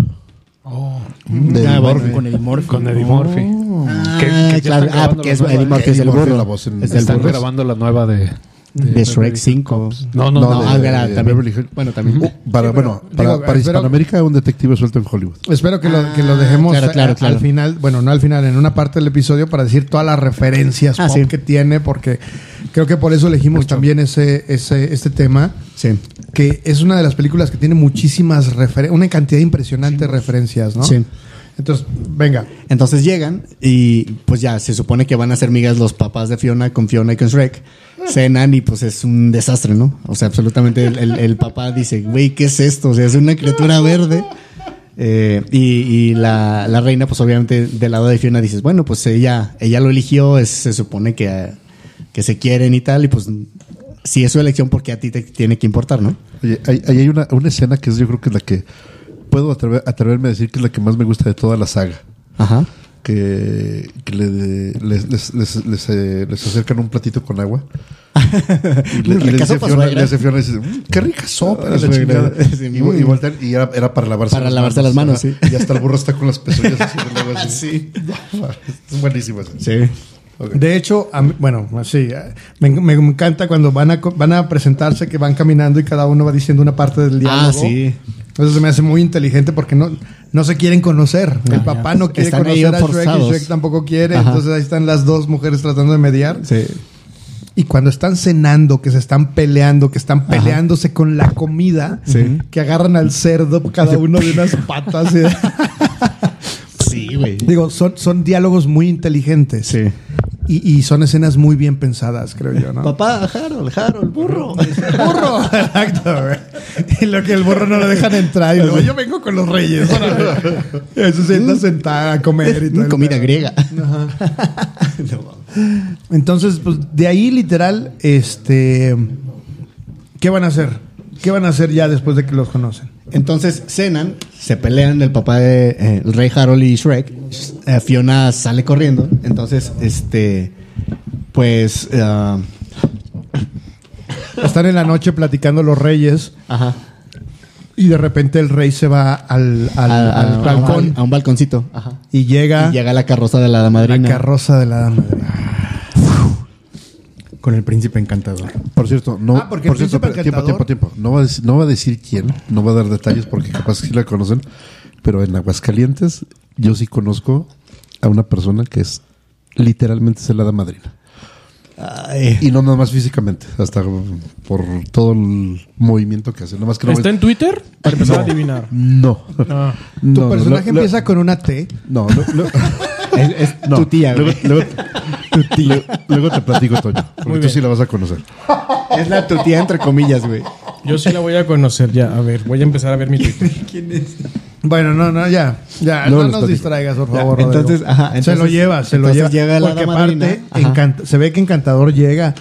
Speaker 1: Oh.
Speaker 2: Mm.
Speaker 4: De
Speaker 3: Ah, bueno, con Eddie Oh. Murphy.
Speaker 5: Con Eddie Murphy.
Speaker 4: Ah,
Speaker 5: Que- que ya
Speaker 4: claro.
Speaker 5: están
Speaker 4: Ah,
Speaker 5: grabando
Speaker 4: porque
Speaker 5: la
Speaker 4: es
Speaker 5: nueva-
Speaker 4: Eddie Murphy, es el
Speaker 2: Eddie Murphy
Speaker 4: burro.
Speaker 2: la voz en-
Speaker 4: es del
Speaker 2: Están
Speaker 5: Están
Speaker 4: burro.
Speaker 5: grabando la nueva de...
Speaker 4: De Shrek 5.
Speaker 5: No, no,
Speaker 4: No,
Speaker 5: no.
Speaker 4: ah, era también.
Speaker 2: Beverly Hills.
Speaker 4: Bueno, también.
Speaker 2: Uh, para, bueno,
Speaker 1: digo, eh,
Speaker 2: para,
Speaker 1: espero-
Speaker 2: para Hispanoamérica, un detective suelto en Hollywood.
Speaker 1: Espero que lo, que lo dejemos
Speaker 4: claro, claro,
Speaker 1: a-
Speaker 4: claro.
Speaker 1: al final, bueno, no al final, en una parte del episodio para decir todas las referencias
Speaker 4: Ah,
Speaker 1: pop
Speaker 4: sí.
Speaker 1: que tiene, porque creo que por eso elegimos también ese, ese, este tema,
Speaker 4: Sí.
Speaker 1: que es una de las películas que tiene muchísimas referencias, una cantidad impresionante de referencias, ¿no?
Speaker 4: Sí.
Speaker 1: Entonces, venga,
Speaker 4: Entonces llegan y pues ya se supone que van a ser migas los papás de Fiona con Fiona y con Shrek. Cenan y pues es un desastre, ¿no? O sea, absolutamente el, el- el papá dice, güey, ¿qué es esto? O sea, es una criatura verde. Eh, y y la, la reina, pues obviamente del lado de Fiona dices, bueno, pues ella, ella lo eligió, es- se supone que, eh, que se quieren y tal, y pues si es su elección, porque a ti te tiene que importar, ¿no?
Speaker 2: Oye, ahí, ahí hay una, una escena que es, yo creo que es la que puedo atrever- atreverme a decir que es la que más me gusta de toda la saga.
Speaker 4: Ajá.
Speaker 2: Que, que le- les, les- les- les, eh, les acercan un platito con agua. Y le, y le
Speaker 4: Recaso
Speaker 2: dice
Speaker 4: pa'
Speaker 2: Fiona,
Speaker 4: suegra.
Speaker 2: le dice Fiona, dice, "Mm, qué rica sopa. la
Speaker 4: Ah, suegra.
Speaker 2: chingada".
Speaker 4: Sí,
Speaker 2: y, vo- y
Speaker 4: mm.
Speaker 2: voltean, y era, era para lavarse
Speaker 4: Para lavarse las manos,
Speaker 2: Ajá.
Speaker 4: sí.
Speaker 2: Y hasta el burro está con las pezuñas así. en el agua, así. es buenísimo. eso.
Speaker 4: Sí.
Speaker 2: Ok.
Speaker 1: De hecho, a mí- bueno, sí, eh, me, me encanta cuando van a, co- van a presentarse, que van caminando y cada uno va diciendo una parte del diálogo.
Speaker 4: Ah, sí.
Speaker 1: Eso se me hace muy inteligente porque no, no se quieren conocer. El papá no quiere
Speaker 4: Ah, Están ahí
Speaker 1: conocer a Shrek
Speaker 4: forzados.
Speaker 1: y Shrek tampoco quiere.
Speaker 4: Ajá.
Speaker 1: Entonces ahí están las dos mujeres tratando de mediar. Y cuando están cenando, que se están peleando, que están peleándose con la comida, que agarran al cerdo cada uno de unas patas. y-
Speaker 4: Sí, güey.
Speaker 1: Digo, son, son diálogos muy inteligentes.
Speaker 4: Sí.
Speaker 1: Y, y son escenas muy bien pensadas, creo yo, ¿no?
Speaker 4: Papá, Harold, Harold, burro.
Speaker 1: burro. Exacto, güey. Y lo que el burro no lo dejan entrar. Y luego, yo vengo con los reyes. órale". Y se sienta sentada a comer y todo. el
Speaker 4: Comida
Speaker 1: pedo.
Speaker 4: griega.
Speaker 1: Entonces, pues de ahí literal, este. ¿Qué van a hacer? ¿Qué van a hacer ya después de que los conocen?
Speaker 4: Entonces cenan, se pelean el papá de eh, el rey Harold y Shrek. Eh, Fiona sale corriendo. Entonces, este, pues, ah,
Speaker 1: Están en la noche platicando los reyes
Speaker 4: ajá.
Speaker 1: Y de repente el rey se va al, al-
Speaker 4: A-
Speaker 1: al
Speaker 4: a-
Speaker 1: balcón
Speaker 4: A un balconcito.
Speaker 1: y llega,
Speaker 4: Y llega la carroza de la
Speaker 1: la
Speaker 4: madrina.
Speaker 1: carroza de la dama.
Speaker 3: Con el príncipe encantador.
Speaker 2: Por cierto, no.
Speaker 1: Ah, porque
Speaker 2: por
Speaker 1: el
Speaker 2: cierto,
Speaker 1: príncipe
Speaker 2: espera, tiempo, tiempo,
Speaker 1: encantador-
Speaker 2: tiempo. No va, a decir, no va a decir quién, no va a dar detalles porque capaz que sí la conocen. Pero en Aguascalientes, yo sí conozco a una persona que es literalmente es la hada madrina.
Speaker 4: Ay.
Speaker 2: Y no nada más físicamente, hasta por todo el movimiento que hace. Nada más que no
Speaker 7: ¿Está
Speaker 2: me-
Speaker 7: en Twitter? Para empezar a adivinar.
Speaker 2: No.
Speaker 7: Ah.
Speaker 2: No,
Speaker 1: Tu
Speaker 2: no,
Speaker 1: personaje
Speaker 2: lo- lo-
Speaker 1: empieza con una T.
Speaker 2: No, lo- lo-
Speaker 4: Es, es
Speaker 2: no.
Speaker 4: tu tía, güey.
Speaker 2: Luego, luego- luego- luego te platico, Toño. Porque tú sí la vas a conocer.
Speaker 4: Es la tu tía, entre comillas, güey.
Speaker 7: Yo sí la voy a conocer ya. A ver, voy a empezar a ver mi Twitter.
Speaker 1: Bueno, no, no, ya. Ya,
Speaker 2: Luego
Speaker 1: no
Speaker 2: les
Speaker 1: nos
Speaker 2: platico.
Speaker 1: distraigas, por favor.
Speaker 4: Ya, entonces,
Speaker 1: Rodrigo.
Speaker 4: ajá, entonces-
Speaker 1: se lo lleva, se lo lleva.
Speaker 4: entonces llega la
Speaker 1: porque
Speaker 4: dama
Speaker 1: aparte,
Speaker 4: madrina, ajá.
Speaker 1: encant- se ve que Encantador llega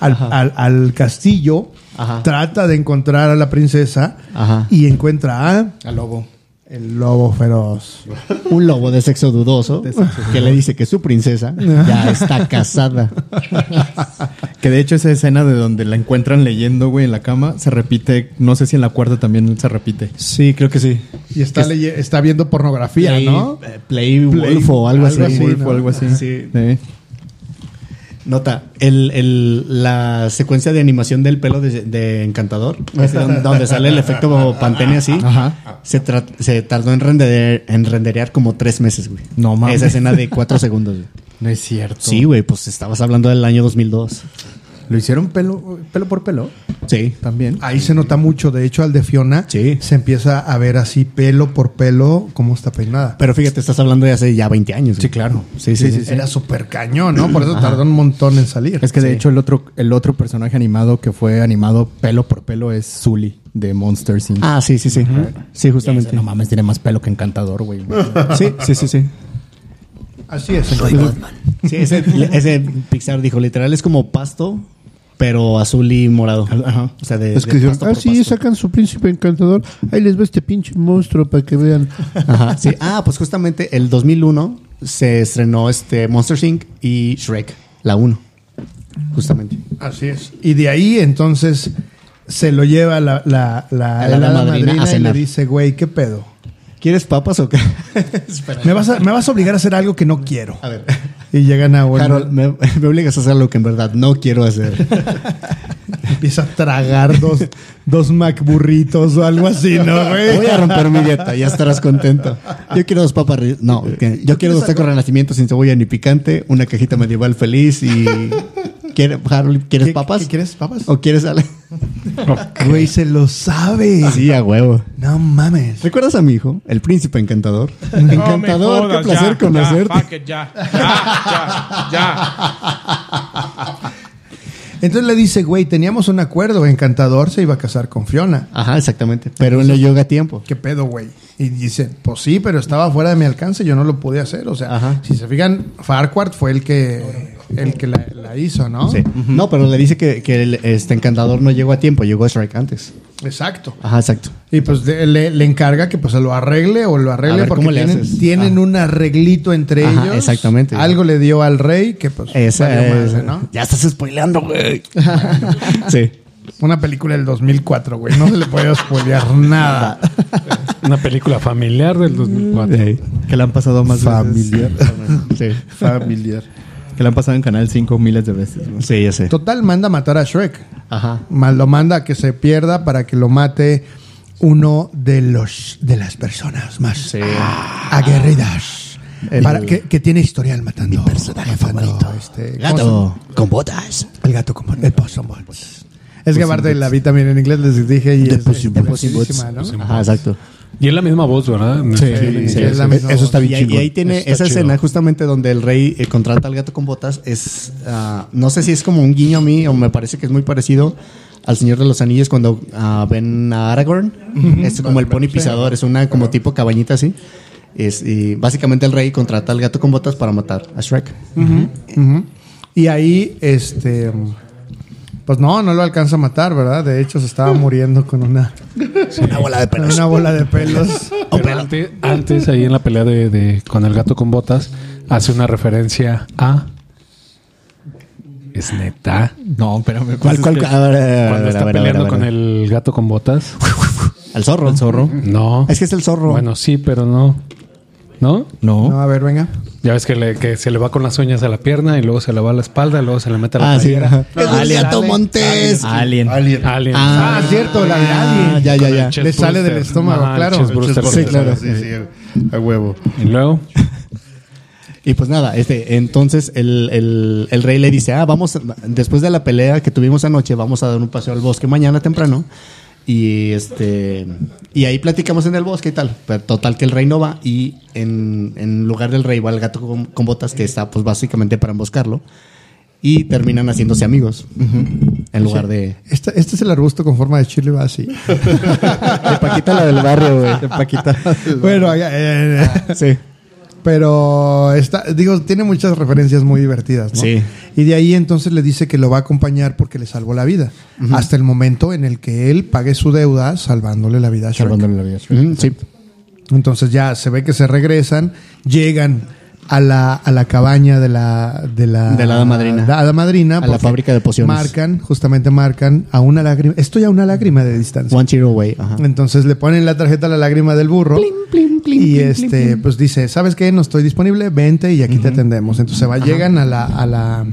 Speaker 1: al, al- al castillo,
Speaker 4: Ajá.
Speaker 1: trata de encontrar a la princesa
Speaker 4: Ajá.
Speaker 1: y encuentra a
Speaker 4: Al lobo.
Speaker 1: el lobo feroz.
Speaker 4: Un lobo de sexo dudoso que le dice que su princesa ya está casada.
Speaker 3: Que de hecho esa escena de donde la encuentran leyendo, güey, en la cama, se repite, no sé si en la cuarta también se repite.
Speaker 4: Sí, creo que sí.
Speaker 1: Y está, leye- está viendo pornografía,
Speaker 4: Play,
Speaker 1: ¿no?
Speaker 4: eh, Play, Wolf o algo, así.
Speaker 1: Wolf
Speaker 3: O
Speaker 1: ¿no?
Speaker 3: algo así.
Speaker 4: Sí.
Speaker 3: Sí.
Speaker 4: Nota, el, el- la secuencia de animación del pelo de, de Encantador, es donde, donde sale el efecto pantene así,
Speaker 3: Ajá.
Speaker 4: Se, tra- se tardó en, render- en renderear como tres meses, güey.
Speaker 3: No mames.
Speaker 4: Esa escena de cuatro segundos, güey.
Speaker 3: No es cierto.
Speaker 4: Sí, güey, pues estabas hablando del año 2002.
Speaker 3: Lo hicieron pelo, pelo por pelo
Speaker 4: Sí.
Speaker 3: también.
Speaker 1: Ahí se nota mucho, de hecho, al de Fiona
Speaker 4: Sí.
Speaker 1: se empieza a ver así pelo por pelo cómo está peinada.
Speaker 4: Pero fíjate, estás hablando de hace ya 20 años.
Speaker 3: Sí,
Speaker 4: güey.
Speaker 3: claro.
Speaker 4: Sí, sí, sí. sí.
Speaker 1: Era súper cañón, ¿no? Por eso tardó un montón en salir.
Speaker 3: Es que de hecho el otro, el otro personaje animado que fue animado pelo por pelo es Zully de Monster Inc.
Speaker 4: Ah, sí, sí, sí. Sí, justamente.
Speaker 3: no mames, tiene más pelo que encantador, güey.
Speaker 4: Sí, sí, sí, sí.
Speaker 1: Así es.
Speaker 4: Sí, ese, ese Pixar dijo, literal, es como pasto, pero azul y morado.
Speaker 3: Ajá.
Speaker 4: O sea, de,
Speaker 2: Es
Speaker 4: de
Speaker 2: que dijeron,
Speaker 4: pasto
Speaker 2: ah,
Speaker 4: por
Speaker 2: sí,
Speaker 4: pasto".
Speaker 2: sacan su príncipe encantador. Ahí les va este pinche monstruo para que vean.
Speaker 4: Ajá, sí. Ah, pues justamente el 2001 se estrenó este Monster Inc. y Shrek, la 1. Justamente.
Speaker 1: Así es. Y de ahí entonces se lo lleva la, la, la,
Speaker 4: A la
Speaker 1: helada madrina,
Speaker 4: madrina a
Speaker 1: y le
Speaker 4: cenar.
Speaker 1: dice, güey, ¿qué pedo?
Speaker 4: ¿Quieres papas o qué?
Speaker 1: Me vas, a, me vas a obligar a hacer algo que no quiero.
Speaker 4: ver.
Speaker 1: Y llegan a Walmart,
Speaker 4: Harold, me, me obligas a hacer lo que en verdad no quiero hacer.
Speaker 1: empieza a tragar dos, dos macburritos o algo así, ¿no, güey?
Speaker 4: Voy a romper mi dieta, ya estarás contento. Yo quiero dos papas. ri- No, que- yo quiero dos tacos renacimiento sin cebolla ni picante, una cajita medieval feliz y. ¿Quiere- Harold, ¿Quieres
Speaker 1: ¿Qué-
Speaker 4: papas?
Speaker 1: qué quieres, papas?
Speaker 4: ¿O quieres algo?
Speaker 1: Güey, se lo sabe.
Speaker 4: Sí, a huevo.
Speaker 1: No mames.
Speaker 4: ¿Recuerdas a mi hijo, el príncipe encantador?
Speaker 7: No me
Speaker 4: Encantador,
Speaker 7: jodas,
Speaker 4: qué placer
Speaker 7: ya,
Speaker 4: conocerte.
Speaker 7: Ya, fuck it, ya, ya, ya, ya.
Speaker 1: Entonces le dice, güey, teníamos un acuerdo. Encantador se iba a casar con Fiona.
Speaker 4: Ajá, exactamente. Pero él no llega a tiempo.
Speaker 1: ¿Qué pedo, güey? Y dice, pues sí, pero estaba fuera de mi alcance, yo no lo pude hacer. O sea,
Speaker 4: Ajá.
Speaker 1: si se fijan, Farquhar fue el que, el que la, la hizo, ¿no?
Speaker 4: Sí. No, pero le dice que, que el, este encantador no llegó a tiempo, llegó a Shrek antes.
Speaker 1: Exacto.
Speaker 4: Ajá, exacto.
Speaker 1: Y pues de- le, le encarga que pues se lo arregle o lo
Speaker 4: A
Speaker 1: arregle
Speaker 4: ver,
Speaker 1: porque
Speaker 4: ¿cómo le
Speaker 1: tienen,
Speaker 4: haces?
Speaker 1: tienen
Speaker 4: Ah.
Speaker 1: un arreglito entre
Speaker 4: Ajá,
Speaker 1: ellos.
Speaker 4: exactamente.
Speaker 1: Algo le dio al rey que pues
Speaker 4: Esa
Speaker 1: valió
Speaker 4: es-
Speaker 1: madre, ¿no?
Speaker 4: Ya estás spoileando, güey. sí.
Speaker 1: Una película del 2004, güey. No se le puede spoilear nada.
Speaker 5: Una película familiar del 2004.
Speaker 4: Sí.
Speaker 3: Que la han pasado más
Speaker 2: Familiar.
Speaker 4: Sí.
Speaker 2: Familiar.
Speaker 3: Que la han pasado en Canal 5 miles de veces. güey.
Speaker 4: Sí, ya sé.
Speaker 1: Total, manda a matar a Shrek.
Speaker 4: Ajá.
Speaker 1: Ma- Lo manda a que se pierda para que lo mate uno de los de las personas más aguerridas.
Speaker 4: Ah.
Speaker 1: para- que, que tiene historial matando. Mi personaje favorito. Este, ¿cómo
Speaker 4: con botas.
Speaker 1: se- el gato como el Possum Boots. Es que aparte la vi también en inglés, les dije. Y es, es parecidísima, ¿no?
Speaker 4: Ajá, exacto.
Speaker 5: Y es la misma voz, ¿verdad? este,
Speaker 1: Sí, es la
Speaker 4: Eh,
Speaker 1: misma
Speaker 4: Eso
Speaker 1: voz.
Speaker 4: está bien y, ahí-
Speaker 2: chingón.
Speaker 4: y ahí tiene
Speaker 5: Está
Speaker 4: esa
Speaker 5: chido.
Speaker 4: escena justamente donde el rey eh, contrata al gato con botas. Es, ah, no sé si es como un guiño a mí o me parece que es muy parecido al Señor de los Anillos cuando ah, ven a Aragorn. Es como el pony pisador, es una como tipo cabañita así. Es, y básicamente el rey contrata al gato con botas para matar a Shrek.
Speaker 1: Ujú. Y ahí, este. Pues no, no lo alcanza a matar, ¿verdad? De hecho, se estaba muriendo con una,
Speaker 4: Una bola de
Speaker 1: con una bola de pelos.
Speaker 5: Pero antes, antes, ahí en la pelea de, de- con el gato con botas, hace una referencia a. Es neta.
Speaker 3: No, espérame. pues
Speaker 4: ¿Cuál,
Speaker 3: es
Speaker 4: cuál?
Speaker 3: que-
Speaker 4: A ver, a ver, a
Speaker 5: Cuando
Speaker 4: ver,
Speaker 5: está
Speaker 4: a ver, a ver,
Speaker 5: peleando
Speaker 4: a ver.
Speaker 5: con el gato con botas.
Speaker 4: Al zorro.
Speaker 3: ¿El zorro?
Speaker 5: No.
Speaker 4: Es que es el zorro.
Speaker 5: Bueno, sí, pero no. ¿No?
Speaker 3: No.
Speaker 1: No, a ver, venga.
Speaker 5: Ya ves que, le- que se le va con las uñas a la pierna y luego se le va a la espalda, luego se le mete a la
Speaker 4: Ah, sí.
Speaker 5: playera.
Speaker 4: ajá. ¡Es un gato Montes!
Speaker 3: Alien.
Speaker 5: Alien.
Speaker 1: Ah, cierto, la de
Speaker 4: Ah,
Speaker 1: alguien.
Speaker 4: ya, ya, ya.
Speaker 5: Con el
Speaker 1: Le
Speaker 5: Chess
Speaker 1: sale del estómago,
Speaker 5: Ajá, el
Speaker 1: claro.
Speaker 5: Chess Brewster
Speaker 1: Sí,
Speaker 5: que le
Speaker 1: claro.
Speaker 5: sale.
Speaker 2: Sí, sí, a huevo.
Speaker 5: Y luego,
Speaker 4: Y pues nada, este, entonces el, el- el rey le dice, ah, vamos, a- después de la pelea que tuvimos anoche, vamos a dar un paseo al bosque mañana temprano. Y este, y ahí platicamos en el bosque y tal. Pero total que el rey no va y en, en lugar del rey va el gato con, con botas que está pues básicamente para emboscarlo. Y terminan haciéndose amigos. En lugar de...
Speaker 1: Este, este es el arbusto con forma de chile, va así.
Speaker 4: De Paquita la del barrio, güey. De Paquita.
Speaker 1: bueno, ya, eh,
Speaker 4: Sí.
Speaker 1: pero está, digo, tiene muchas referencias muy divertidas, ¿no?
Speaker 4: Sí.
Speaker 1: Y de ahí entonces le dice que lo va a acompañar porque le salvó la vida. Hasta el momento en el que él pague su deuda salvándole la vida a Shrek.
Speaker 3: Salvándole la vida.
Speaker 4: Ujú, sí.
Speaker 1: Entonces ya se ve que se regresan, llegan a la, a la cabaña de la de la
Speaker 4: De la hada madrina.
Speaker 1: la hada madrina,
Speaker 4: A la
Speaker 1: porque
Speaker 4: fábrica de pociones.
Speaker 1: Marcan, justamente marcan a una lágrima, estoy a una lágrima de distancia.
Speaker 4: One cheer away. Ajá.
Speaker 1: Entonces le ponen la tarjeta a la lágrima del burro y este pues dice, "¿Sabes qué? No estoy disponible, vente y aquí te atendemos." Entonces se va, llegan a la a la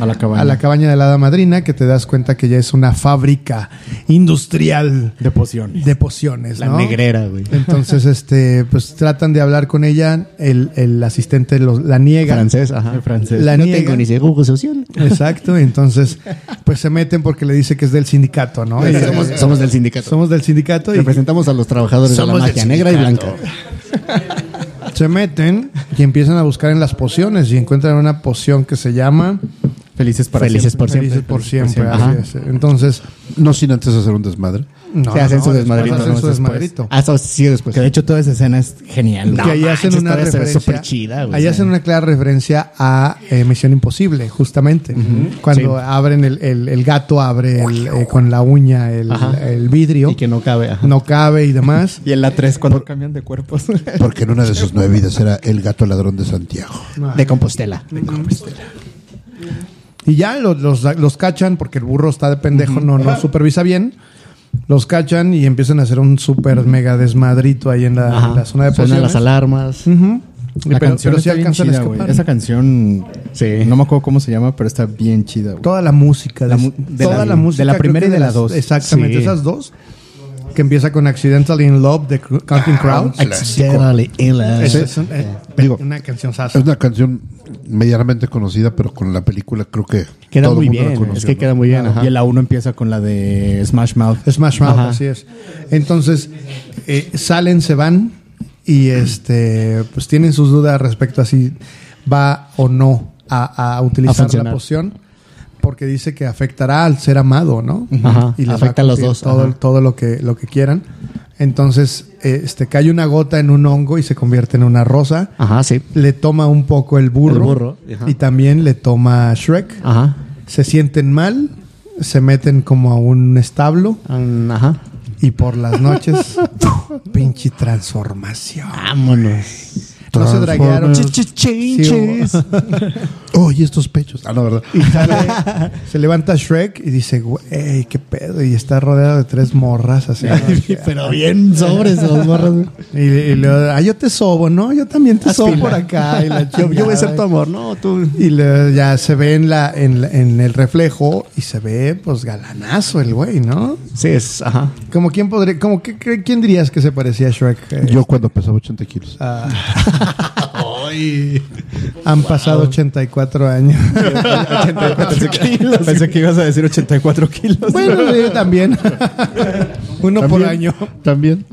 Speaker 3: A la cabaña.
Speaker 1: a la cabaña de la hada madrina que te das cuenta que ya es una fábrica industrial
Speaker 3: De poción.
Speaker 1: de pociones,
Speaker 4: La
Speaker 1: ¿no?
Speaker 4: negrera, güey.
Speaker 1: Entonces, este, pues tratan de hablar con ella, el, el asistente los- la niega.
Speaker 4: Francés, ajá.
Speaker 3: francés.
Speaker 1: La
Speaker 4: no
Speaker 1: niega.
Speaker 4: tengo ni seguro social.
Speaker 1: Exacto, entonces, pues se meten porque le dice que es del sindicato, ¿no? Y-
Speaker 4: somos, somos del sindicato.
Speaker 1: eh, somos del sindicato y
Speaker 4: Representamos a los trabajadores de la
Speaker 5: Somos del
Speaker 4: magia negra y blanca.
Speaker 1: se meten y empiezan a buscar en las pociones y encuentran una poción que se llama
Speaker 3: Felices para
Speaker 4: Felices
Speaker 3: siempre.
Speaker 4: por siempre.
Speaker 1: Felices por siempre.
Speaker 4: Ajá.
Speaker 1: así es. Entonces,
Speaker 2: No sin antes hacer un desmadre.
Speaker 1: no,
Speaker 4: Se hacen
Speaker 1: no,
Speaker 4: su
Speaker 1: después
Speaker 4: desmadrito,
Speaker 1: hacen
Speaker 4: ¿no?
Speaker 1: su
Speaker 4: Después.
Speaker 1: desmadrito. Ah,
Speaker 4: Ah, eso sí, después.
Speaker 3: Que de hecho toda esa escena es genial.
Speaker 1: que
Speaker 3: güey.
Speaker 1: ahí hacen
Speaker 4: manches,
Speaker 1: una
Speaker 4: todavía se ve
Speaker 1: referencia.
Speaker 4: superchida, güey.
Speaker 1: ahí hacen una clara referencia a eh, Misión Imposible, justamente. Cuando abren el, el- el gato, abre el, eh, con la uña el,
Speaker 4: Ajá.
Speaker 1: el vidrio.
Speaker 4: Y que no cabe. ajá.
Speaker 1: no cabe y demás.
Speaker 3: Y en la 3 cuando cambian de cuerpos.
Speaker 2: Porque en una de sus nueve vidas era el gato ladrón de Santiago.
Speaker 4: De Compostela.
Speaker 1: Y ya lo- los, los cachan porque el burro está de pendejo, no, no supervisa bien. Los cachan y empiezan a hacer un super mega desmadrito ahí en Ah, la,
Speaker 4: Ajá.
Speaker 1: en la zona de
Speaker 4: Suenan
Speaker 1: pociones.
Speaker 4: las alarmas.
Speaker 1: Ujú. Y
Speaker 3: La
Speaker 1: pero,
Speaker 3: canción
Speaker 1: pero sí
Speaker 3: está bien
Speaker 1: alcanzan a
Speaker 3: chida, güey.
Speaker 1: escapar.
Speaker 3: Esa canción,
Speaker 4: Sí.
Speaker 3: no me acuerdo cómo se llama, pero está bien chida, güey.
Speaker 1: Toda la música.
Speaker 3: La
Speaker 1: de-
Speaker 3: mu- de
Speaker 1: toda
Speaker 3: la-
Speaker 1: la, música.
Speaker 3: de la
Speaker 1: creo
Speaker 3: primera
Speaker 1: que
Speaker 3: y de la
Speaker 1: las-
Speaker 3: dos.
Speaker 1: Exactamente,
Speaker 4: Sí.
Speaker 1: esas dos. Que empieza con Accidental in Love de Cr-
Speaker 3: Ah,
Speaker 1: Counting Crown.
Speaker 4: Accidentally in love.
Speaker 1: Esa es un- eh,
Speaker 2: Digo,
Speaker 1: una canción
Speaker 2: Es
Speaker 1: sasa.
Speaker 2: una canción medianamente conocida, pero con la película creo que
Speaker 4: Queda
Speaker 2: todo
Speaker 4: muy
Speaker 2: el mundo la
Speaker 4: bien.
Speaker 2: conoció,
Speaker 4: Es que
Speaker 2: ¿no?
Speaker 4: queda muy bien. ajá.
Speaker 3: Y la 1 empieza con la de Smash Mouth.
Speaker 1: Smash Mouth,
Speaker 4: Ajá.
Speaker 1: así es. Entonces, eh, salen, se van y este pues tienen sus dudas respecto a si va o no a, a utilizar la
Speaker 4: funcionar.
Speaker 1: poción. Porque dice que afectará al ser amado, ¿no?
Speaker 4: Ajá,
Speaker 1: les va
Speaker 4: afecta a los
Speaker 1: cumplir
Speaker 4: dos,
Speaker 1: Todo,
Speaker 4: ajá.
Speaker 1: todo lo, que, lo que quieran. Entonces, eh, este, cae una gota en un hongo y se convierte en una rosa.
Speaker 4: Ajá, sí.
Speaker 1: Le toma un poco el burro.
Speaker 4: El burro, ajá. Ah.
Speaker 1: Y también le toma Shrek.
Speaker 4: Ajá.
Speaker 1: Se sienten mal. Se meten como a un establo.
Speaker 4: Mm, Ajá.
Speaker 1: Y por las noches, pinche transformación.
Speaker 4: Vámonos.
Speaker 1: No se draguearon.
Speaker 4: Ch- ch- changes.
Speaker 1: Sí,
Speaker 2: Oye, estos pechos. Ah, no, ¿verdad?
Speaker 1: Se levanta Shrek y dice, güey, qué pedo. Y está rodeado de tres morras así. ¿no?
Speaker 4: Pero bien sobres los morros. güey.
Speaker 1: y, y luego, ah, yo te sobo, ¿no? Yo también te sobo por acá. Y la
Speaker 4: Yo, yo voy a ser tu
Speaker 1: chingada.
Speaker 4: amor, no, tú.
Speaker 1: Y luego ya se ve en, la, en, la- en el reflejo y se ve, pues, galanazo el güey, ¿no?
Speaker 4: Sí, es, ajá.
Speaker 1: Como quién podría, como que, que- quién dirías que se parecía a Shrek. eh,
Speaker 2: Yo cuando pesaba 80 kilos.
Speaker 1: han pasado 84 años.
Speaker 3: pensé, que, pensé que ibas a decir 84 kilos.
Speaker 1: Bueno, sí, también. Uno por año.
Speaker 2: También.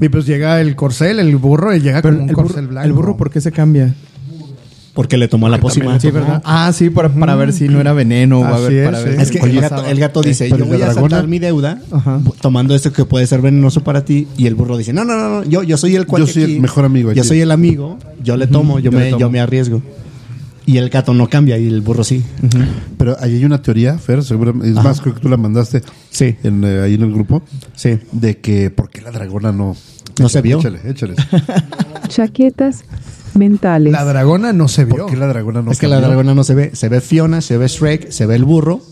Speaker 1: Y pues llega el corcel, el burro, y llega
Speaker 3: Pero
Speaker 1: con un
Speaker 3: el,
Speaker 1: corcel
Speaker 3: burro,
Speaker 1: blanco.
Speaker 3: ¿el burro por qué se cambia?
Speaker 4: Porque le tomó la pócima.
Speaker 3: Sí, ¿verdad? Ah, sí, para, para ver si no era veneno. o a
Speaker 1: Así
Speaker 3: ver, para
Speaker 1: es,
Speaker 3: ver
Speaker 1: sí.
Speaker 4: Es que
Speaker 3: qué
Speaker 4: el gato,
Speaker 3: pasaba.
Speaker 4: el gato dice,
Speaker 2: Pero
Speaker 4: yo
Speaker 2: ¿y la
Speaker 4: voy a saltar
Speaker 2: dragona?
Speaker 4: mi deuda tomando esto que puede ser venenoso para ti. Y el burro dice, no, no, no, no, yo, yo soy el cuate
Speaker 2: Yo soy el
Speaker 4: aquí,
Speaker 2: mejor amigo
Speaker 4: Yo
Speaker 2: aquí".
Speaker 4: soy el amigo, yo le tomo, yo,
Speaker 3: yo le
Speaker 4: me,
Speaker 3: tomo.
Speaker 4: yo me arriesgo. Y el gato no cambia y el burro sí.
Speaker 2: Pero ahí hay una teoría, Fer, seguramente. Es más, creo que tú la mandaste
Speaker 4: Sí.
Speaker 2: en, eh, ahí en el grupo.
Speaker 4: Sí.
Speaker 2: De que, ¿por qué la dragona no?
Speaker 4: No se vio.
Speaker 2: Échale, échale.
Speaker 8: Chaquetas mentales.
Speaker 1: La dragona no se vio.
Speaker 2: ¿Por qué la dragona no
Speaker 4: es que la
Speaker 2: cambió?
Speaker 4: dragona no se ve. Se ve Fiona, se ve Shrek, se ve el burro,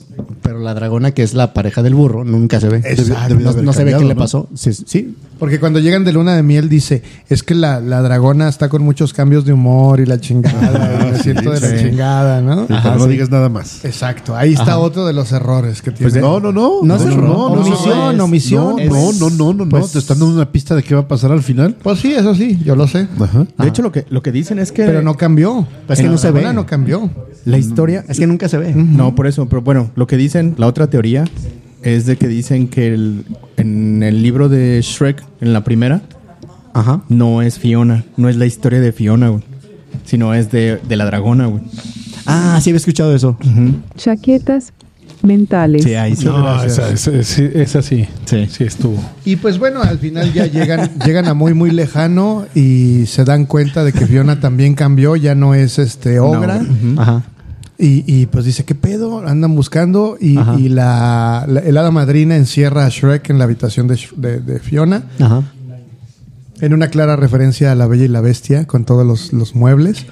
Speaker 4: Pero la dragona, que es la pareja del burro, nunca se ve.
Speaker 2: Exacto.
Speaker 4: No, no se ve
Speaker 2: Debió de
Speaker 4: qué le
Speaker 2: haber
Speaker 4: pasó. Sí, sí.
Speaker 1: Porque cuando llegan de luna de miel dice, es que la, la dragona está con muchos cambios de humor y la chingada, y me siento de la chingada, ¿no?
Speaker 2: Pero no digas nada más.
Speaker 1: Exacto, ahí está otro de los errores que tiene.
Speaker 2: no, no, no.
Speaker 4: No
Speaker 2: De
Speaker 4: es
Speaker 2: hecho,
Speaker 4: error.
Speaker 2: no, no, no,
Speaker 1: omisión,
Speaker 2: no,
Speaker 4: es-
Speaker 1: omisión.
Speaker 2: No,
Speaker 4: no,
Speaker 2: no, no, no, no.
Speaker 1: Pues-
Speaker 2: Te están dando una pista de qué va a pasar al final.
Speaker 1: Pues sí, eso sí, yo lo sé.
Speaker 2: Ajá.
Speaker 3: De hecho, lo que, lo que dicen es que.
Speaker 1: Pero no cambió.
Speaker 4: Pues es que
Speaker 1: La
Speaker 4: no se
Speaker 1: dragona
Speaker 4: ve.
Speaker 1: no cambió.
Speaker 3: La historia.
Speaker 4: Es que nunca se ve.
Speaker 3: No, por eso, pero bueno, lo que dicen, la otra teoría es de que dicen que el- en el libro de Shrek, en la primera,
Speaker 4: Ajá.
Speaker 3: no es Fiona, no es la historia de Fiona, güey, sino es de, de la dragona, güey.
Speaker 4: Ah, sí había escuchado eso.
Speaker 8: Chaquetas mentales.
Speaker 3: Sí, ahí sí.
Speaker 5: No, esa, esa- sí, esa sí.
Speaker 3: Sí.
Speaker 5: Sí estuvo.
Speaker 1: Y pues bueno, al final ya llegan, llegan a muy muy lejano y se dan cuenta de que Fiona también cambió, ya no es este ogra.
Speaker 4: Ajá.
Speaker 1: Y, y, pues dice, ¿qué pedo? Andan buscando y,
Speaker 4: Ajá.
Speaker 1: y la, la- el hada madrina encierra a Shrek en la habitación de, Sh- de- de Fiona,
Speaker 4: Ajá.
Speaker 1: en una clara referencia a La Bella y la Bestia, con todos los, los muebles.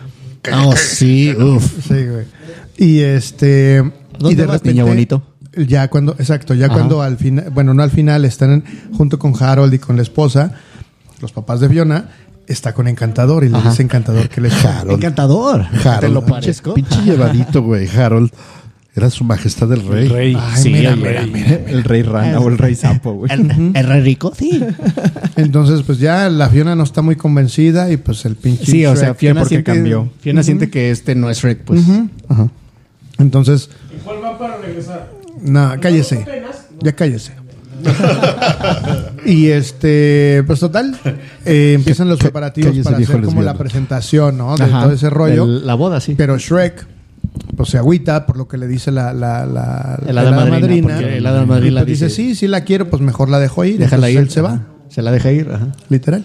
Speaker 4: Oh, sí, uff.
Speaker 1: Sí, güey. Y este...
Speaker 4: ¿Dónde
Speaker 1: y de
Speaker 4: vas, niño bonito?
Speaker 1: Ya cuando, exacto, ya
Speaker 4: Ajá.
Speaker 1: cuando al final, bueno, no al final, están en- junto con Harold y con la esposa, los papás de Fiona, está con Encantador y le
Speaker 4: Ajá.
Speaker 1: dice Encantador que le
Speaker 4: Encantador.
Speaker 2: Harold.
Speaker 4: Te lo
Speaker 2: pinche,
Speaker 4: parezco.
Speaker 2: pinche llevadito, güey. Harold era su majestad el rey.
Speaker 5: Rey.
Speaker 1: Ay, mira, mira, mira.
Speaker 3: El rey rana o el rey sapo, güey.
Speaker 4: ¿El, el re rico, sí.
Speaker 1: Entonces, pues ya la Fiona no está muy convencida y pues el pinche
Speaker 4: Sí, o
Speaker 1: Shrek
Speaker 4: sea,
Speaker 1: que
Speaker 4: Fiona
Speaker 1: porque
Speaker 4: siente,
Speaker 1: cambió.
Speaker 4: Fiona siente que este no es Shrek, pues.
Speaker 1: Entonces,
Speaker 7: ¿Cuál va para regresar?
Speaker 1: no, cállese. Ya cállese. y este, pues total, eh, empiezan los
Speaker 2: Cá-
Speaker 1: preparativos
Speaker 2: cállese,
Speaker 1: para hacer
Speaker 2: viejo
Speaker 1: como
Speaker 2: lesbiano.
Speaker 1: la presentación, ¿no? De
Speaker 4: Ajá.
Speaker 1: todo ese rollo.
Speaker 4: El- la boda, sí.
Speaker 1: Pero Shrek, pues se agüita por lo que le dice la, la, la,
Speaker 4: El hada madrina, porque el hada madrina
Speaker 1: Y, pues,
Speaker 4: dice-
Speaker 1: dice, sí, sí la quiero, pues mejor la dejo ir.
Speaker 4: Déjala
Speaker 1: Entonces,
Speaker 4: ir.
Speaker 1: Él pues, se va,
Speaker 4: Se la deja ir, ajá.
Speaker 1: literal.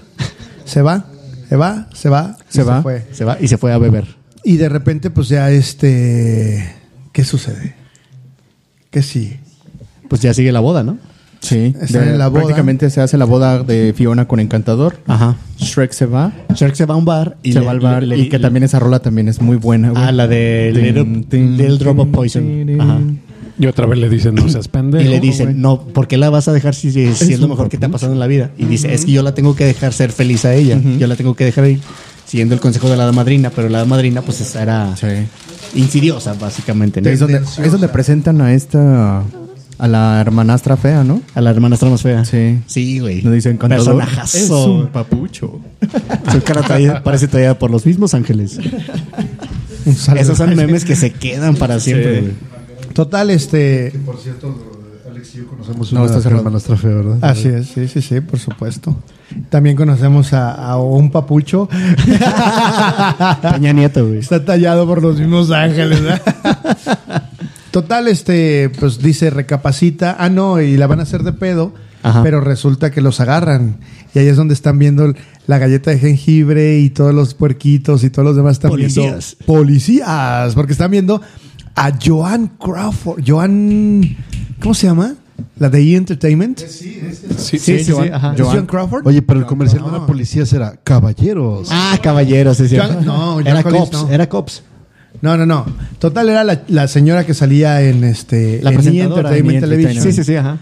Speaker 1: Se va, se va, se va. y
Speaker 3: Se va.
Speaker 1: fue.
Speaker 4: Se va y se fue a beber.
Speaker 1: Y de repente, pues ya este. ¿Qué sucede? Que sí.
Speaker 4: Pues ya sigue la boda, ¿no?
Speaker 3: Sí.
Speaker 1: Están
Speaker 3: de-
Speaker 1: en la boda.
Speaker 3: Prácticamente se hace la boda de Fiona con Encantador.
Speaker 4: Ajá.
Speaker 3: Shrek se va.
Speaker 4: Shrek se va a un bar y
Speaker 3: se
Speaker 4: Ah. le-
Speaker 3: va al bar.
Speaker 4: le-
Speaker 3: y que también esa rola también es muy buena, güey.
Speaker 4: Ah, la de Little, Little Drop of Poison. Ajá.
Speaker 5: Y otra vez le dicen, no seas pendejo.
Speaker 4: Y
Speaker 3: Oh,
Speaker 4: le dicen, no, ¿por qué la vas a dejar si, si es, lo mejor que te ha pasado en la vida? Y dice, es que yo la tengo que dejar ser feliz a ella. Yo la tengo que dejar ir. Siguiendo el consejo de la hada madrina, pero la hada madrina, pues esa era
Speaker 3: Sí.
Speaker 4: insidiosa, básicamente. ¿no?
Speaker 3: Es donde, es donde presentan a esta. A la hermanastra fea, ¿no?
Speaker 4: A la hermana está más fea.
Speaker 3: Sí.
Speaker 4: Sí, güey.
Speaker 3: No dice encantador.
Speaker 4: Personajazo.
Speaker 3: Es un papucho.
Speaker 4: Su cara traída- parece traída por los mismos ángeles.
Speaker 1: Un saludo.
Speaker 4: Esos son memes que se quedan para siempre, güey.
Speaker 1: Total, este.
Speaker 2: Por cierto, Alex y yo conocemos
Speaker 3: Pues No,
Speaker 2: una
Speaker 3: está cerrado. Ah,
Speaker 2: hermanastra fea, ¿verdad?
Speaker 1: Así es, sí, sí, sí, por supuesto. También conocemos a, a un papucho.
Speaker 4: Peña Nieto, güey.
Speaker 1: Está tallado por los mismos ángeles, ¿verdad? Total, este, pues dice, recapacita. Ah, no, y la van a hacer de pedo.
Speaker 4: Ajá.
Speaker 1: Pero resulta que los agarran. Y ahí es donde están viendo el- la galleta de jengibre y todos los puerquitos y todos los demás están
Speaker 4: Policías.
Speaker 1: viendo. Policías. Porque están viendo a Joan Crawford. Joan. ¿Cómo se llama? La de E! Entertainment.
Speaker 5: Sí,
Speaker 4: Sí, sí, sí,
Speaker 5: Joan.
Speaker 4: ajá.
Speaker 1: ¿Es Joan Crawford?
Speaker 2: Oye, pero el comercial de la policía será Caballeros.
Speaker 4: Ah, caballeros, es cierto.
Speaker 1: John- no, John
Speaker 4: era
Speaker 1: Collins,
Speaker 4: Cops,
Speaker 1: no.
Speaker 4: era Cops.
Speaker 1: No, no, no. Total, era la, la señora que salía en este.
Speaker 4: La
Speaker 1: en E!
Speaker 4: presentadora de
Speaker 1: Entertainment
Speaker 3: E!
Speaker 1: Television.
Speaker 3: Entertainment.
Speaker 4: Sí, sí, sí, ajá.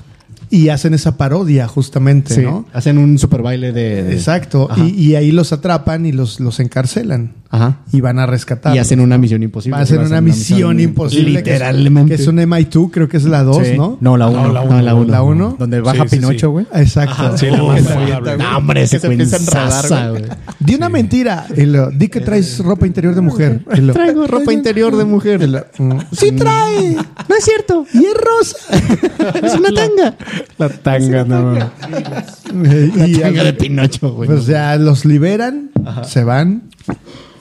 Speaker 1: Y hacen esa parodia, justamente,
Speaker 4: Sí,
Speaker 1: ¿no?
Speaker 4: Hacen un super baile de. de-
Speaker 1: Exacto.
Speaker 4: Ajá.
Speaker 1: Y, y ahí los atrapan y los, los encarcelan.
Speaker 4: Ajá.
Speaker 1: Y van a rescatar.
Speaker 4: Y hacen una misión imposible.
Speaker 1: Va a ser una misión imposible. que es-
Speaker 4: Literalmente.
Speaker 1: Que es, un MI2, creo que es la 2,
Speaker 3: Sí.
Speaker 1: ¿no?
Speaker 3: la uno.
Speaker 1: la uno. La uno.
Speaker 3: Donde baja
Speaker 5: Sí, sí, sí.
Speaker 3: Pinocho, güey.
Speaker 1: Exacto.
Speaker 5: Sí, la
Speaker 1: Oh,
Speaker 5: más
Speaker 1: esa-
Speaker 5: memorable.
Speaker 4: No, hombre, ese
Speaker 3: se empieza a
Speaker 4: cuenzaza,
Speaker 3: enredar, güey.
Speaker 4: güey.
Speaker 1: Di una mentira. Y lo- di que traes ropa interior de mujer. Y lo-
Speaker 4: Traigo ropa interior de mujer.
Speaker 1: Mm.
Speaker 4: Sí trae. No es cierto. Y es rosa. Es una tanga.
Speaker 5: La tanga, no.
Speaker 1: Y-
Speaker 4: La
Speaker 1: y-
Speaker 4: tanga de Pinocho, güey.
Speaker 1: pues ya los liberan, se van.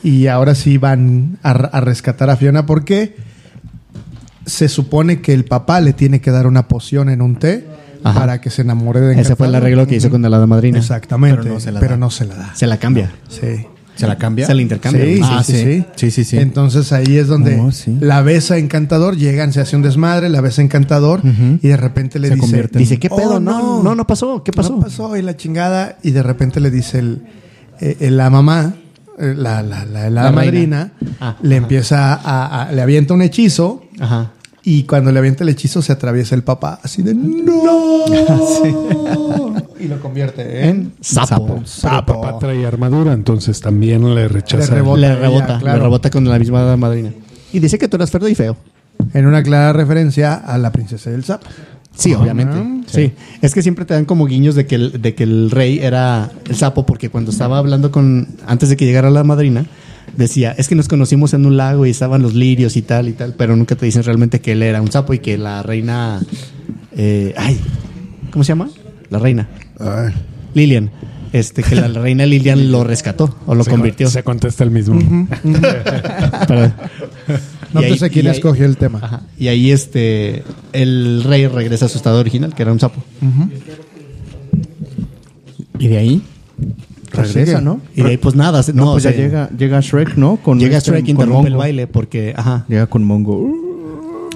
Speaker 1: Y ahora sí van a, a rescatar a Fiona porque se supone que el papá le tiene que dar una poción en un té
Speaker 4: Ajá.
Speaker 1: para que se enamore de
Speaker 4: Ese fue el
Speaker 1: Encantador.
Speaker 4: arreglo que hizo con la hada madrina.
Speaker 1: Exactamente.
Speaker 3: Pero no se la da.
Speaker 1: da.
Speaker 4: Se la cambia.
Speaker 1: Sí.
Speaker 3: Se la cambia.
Speaker 4: Se la intercambia.
Speaker 1: Sí,
Speaker 4: Ah,
Speaker 1: sí, sí, sí.
Speaker 3: Sí, sí, sí.
Speaker 1: Entonces ahí es donde
Speaker 3: Oh, sí.
Speaker 1: la besa encantador, llegan, se hace un desmadre, la besa encantador y de repente le
Speaker 3: Se
Speaker 1: dice,
Speaker 3: convierte en-
Speaker 4: Dice, ¿qué
Speaker 1: "Oh,
Speaker 4: pedo? no, no, no pasó. ¿Qué pasó?
Speaker 1: No pasó y la chingada y de repente le dice el, eh, eh, la mamá, eh, la, la, la, la
Speaker 4: La
Speaker 1: madrina,
Speaker 4: reina. Ah,
Speaker 1: le empieza a, a- le avienta un hechizo
Speaker 4: Ajá.
Speaker 1: Y cuando le avienta el hechizo, se atraviesa el papá así de ¡No! Y lo convierte en.
Speaker 4: Sapo.
Speaker 1: Sapo.
Speaker 5: Pero Ah, papá trae armadura, entonces también le rechaza.
Speaker 1: Le rebota.
Speaker 4: Le
Speaker 1: Ya,
Speaker 4: rebota,
Speaker 1: claro.
Speaker 4: le rebota con la misma madrina. Y dice que tú eras ferdo y feo.
Speaker 1: En una clara referencia a la princesa del sapo.
Speaker 4: Sí, obviamente. Sí. Es que siempre te dan como guiños de que, el, de que el rey era el sapo, porque cuando estaba hablando con. Antes de que llegara la madrina, decía: Es que nos conocimos en un lago y estaban los lirios y tal y tal, pero nunca te dicen realmente que él era un sapo y que la reina. eh, ay, ¿cómo se llama? La reina.
Speaker 2: Ay.
Speaker 4: Lilian. Este, que la reina Lilian lo rescató o lo
Speaker 5: Se
Speaker 4: convirtió.
Speaker 5: con- Se contesta el mismo.
Speaker 4: Perdón.
Speaker 1: No
Speaker 4: Y ahí-
Speaker 1: te sé quién
Speaker 4: y ahí-
Speaker 1: escogió el tema.
Speaker 4: Ajá. Y ahí este el rey regresa a su estado original, que era un sapo.
Speaker 3: Y de ahí,
Speaker 1: Regresa, ¿no?
Speaker 4: Y de ahí pues nada, se- no,
Speaker 3: pues ya
Speaker 4: se-
Speaker 3: llega,
Speaker 2: este,
Speaker 3: llega Shrek, ¿no? Con
Speaker 4: llega
Speaker 3: este-
Speaker 4: Shrek
Speaker 3: con
Speaker 4: interrumpe el
Speaker 3: Mongo.
Speaker 4: baile porque ajá.
Speaker 3: Llega con Mongo.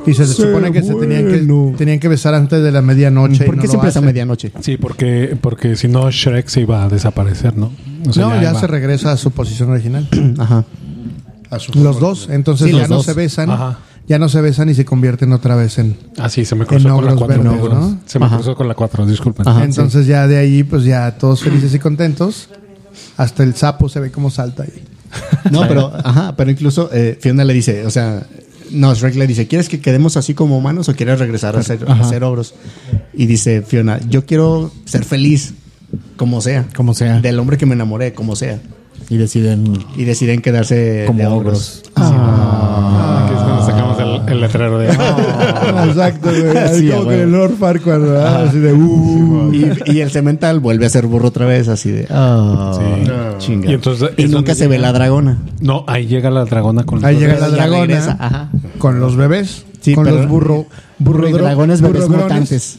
Speaker 1: Y se, supone que se tenían que, tenían que besar antes de la medianoche. y
Speaker 4: ¿Por
Speaker 1: no
Speaker 4: qué
Speaker 1: lo
Speaker 4: siempre es a
Speaker 1: hacen.
Speaker 4: medianoche?
Speaker 5: Sí, porque, porque si no, Shrek se iba a desaparecer, ¿no? O sea,
Speaker 1: No, ya,
Speaker 5: iba-
Speaker 1: se regresa a su posición original.
Speaker 4: Mm, Ajá.
Speaker 2: A su-
Speaker 1: Los dos, entonces
Speaker 4: Sí,
Speaker 1: ya
Speaker 4: los
Speaker 1: no
Speaker 4: dos.
Speaker 1: se besan,
Speaker 5: Ajá.
Speaker 1: ya no se besan y se convierten otra vez en.
Speaker 5: Ah, sí, se me cruzó
Speaker 1: En
Speaker 5: con la
Speaker 1: ogros
Speaker 5: 4.
Speaker 1: verdes, ¿no?
Speaker 5: Se me
Speaker 4: Ajá.
Speaker 5: cruzó con la 4, disculpen.
Speaker 4: Ajá.
Speaker 1: entonces ya de ahí, pues ya todos felices y contentos. Hasta el sapo se ve como salta ahí.
Speaker 4: No, pero ajá, pero incluso eh, Fiona le dice, o sea, no, Shrek le dice, ¿quieres que quedemos así como humanos o quieres regresar a ser, a ser ogros? Y dice Fiona, yo quiero ser feliz, como sea.
Speaker 3: Como sea.
Speaker 4: Del hombre que me enamoré, como sea.
Speaker 3: Y deciden
Speaker 4: Y deciden quedarse
Speaker 3: como
Speaker 4: de
Speaker 3: ogros.
Speaker 5: Ah, que es cuando sacamos el, el letrero de.
Speaker 1: Exacto, güey. Así
Speaker 4: Ah, Sí,
Speaker 1: como
Speaker 4: a
Speaker 1: con
Speaker 4: huevo.
Speaker 1: el Lord Farquaad, ¿verdad? Así de. "Uh".
Speaker 4: Mm, Y, y el cemental vuelve a ser burro otra vez, así de. ah, chinga.
Speaker 5: Y
Speaker 4: Y,
Speaker 5: entonces es
Speaker 4: nunca
Speaker 5: donde
Speaker 4: se ve la dragona.
Speaker 5: No, ahí llega la dragona con.
Speaker 1: Ahí llega la
Speaker 4: Entonces ya regresa,
Speaker 1: dragona
Speaker 4: ajá.
Speaker 1: con los bebés,
Speaker 4: Sí,
Speaker 1: con
Speaker 4: pero-
Speaker 1: los burro, burro
Speaker 4: Burro
Speaker 1: dro-
Speaker 4: dragones bebés
Speaker 1: burrogrones.
Speaker 4: mutantes.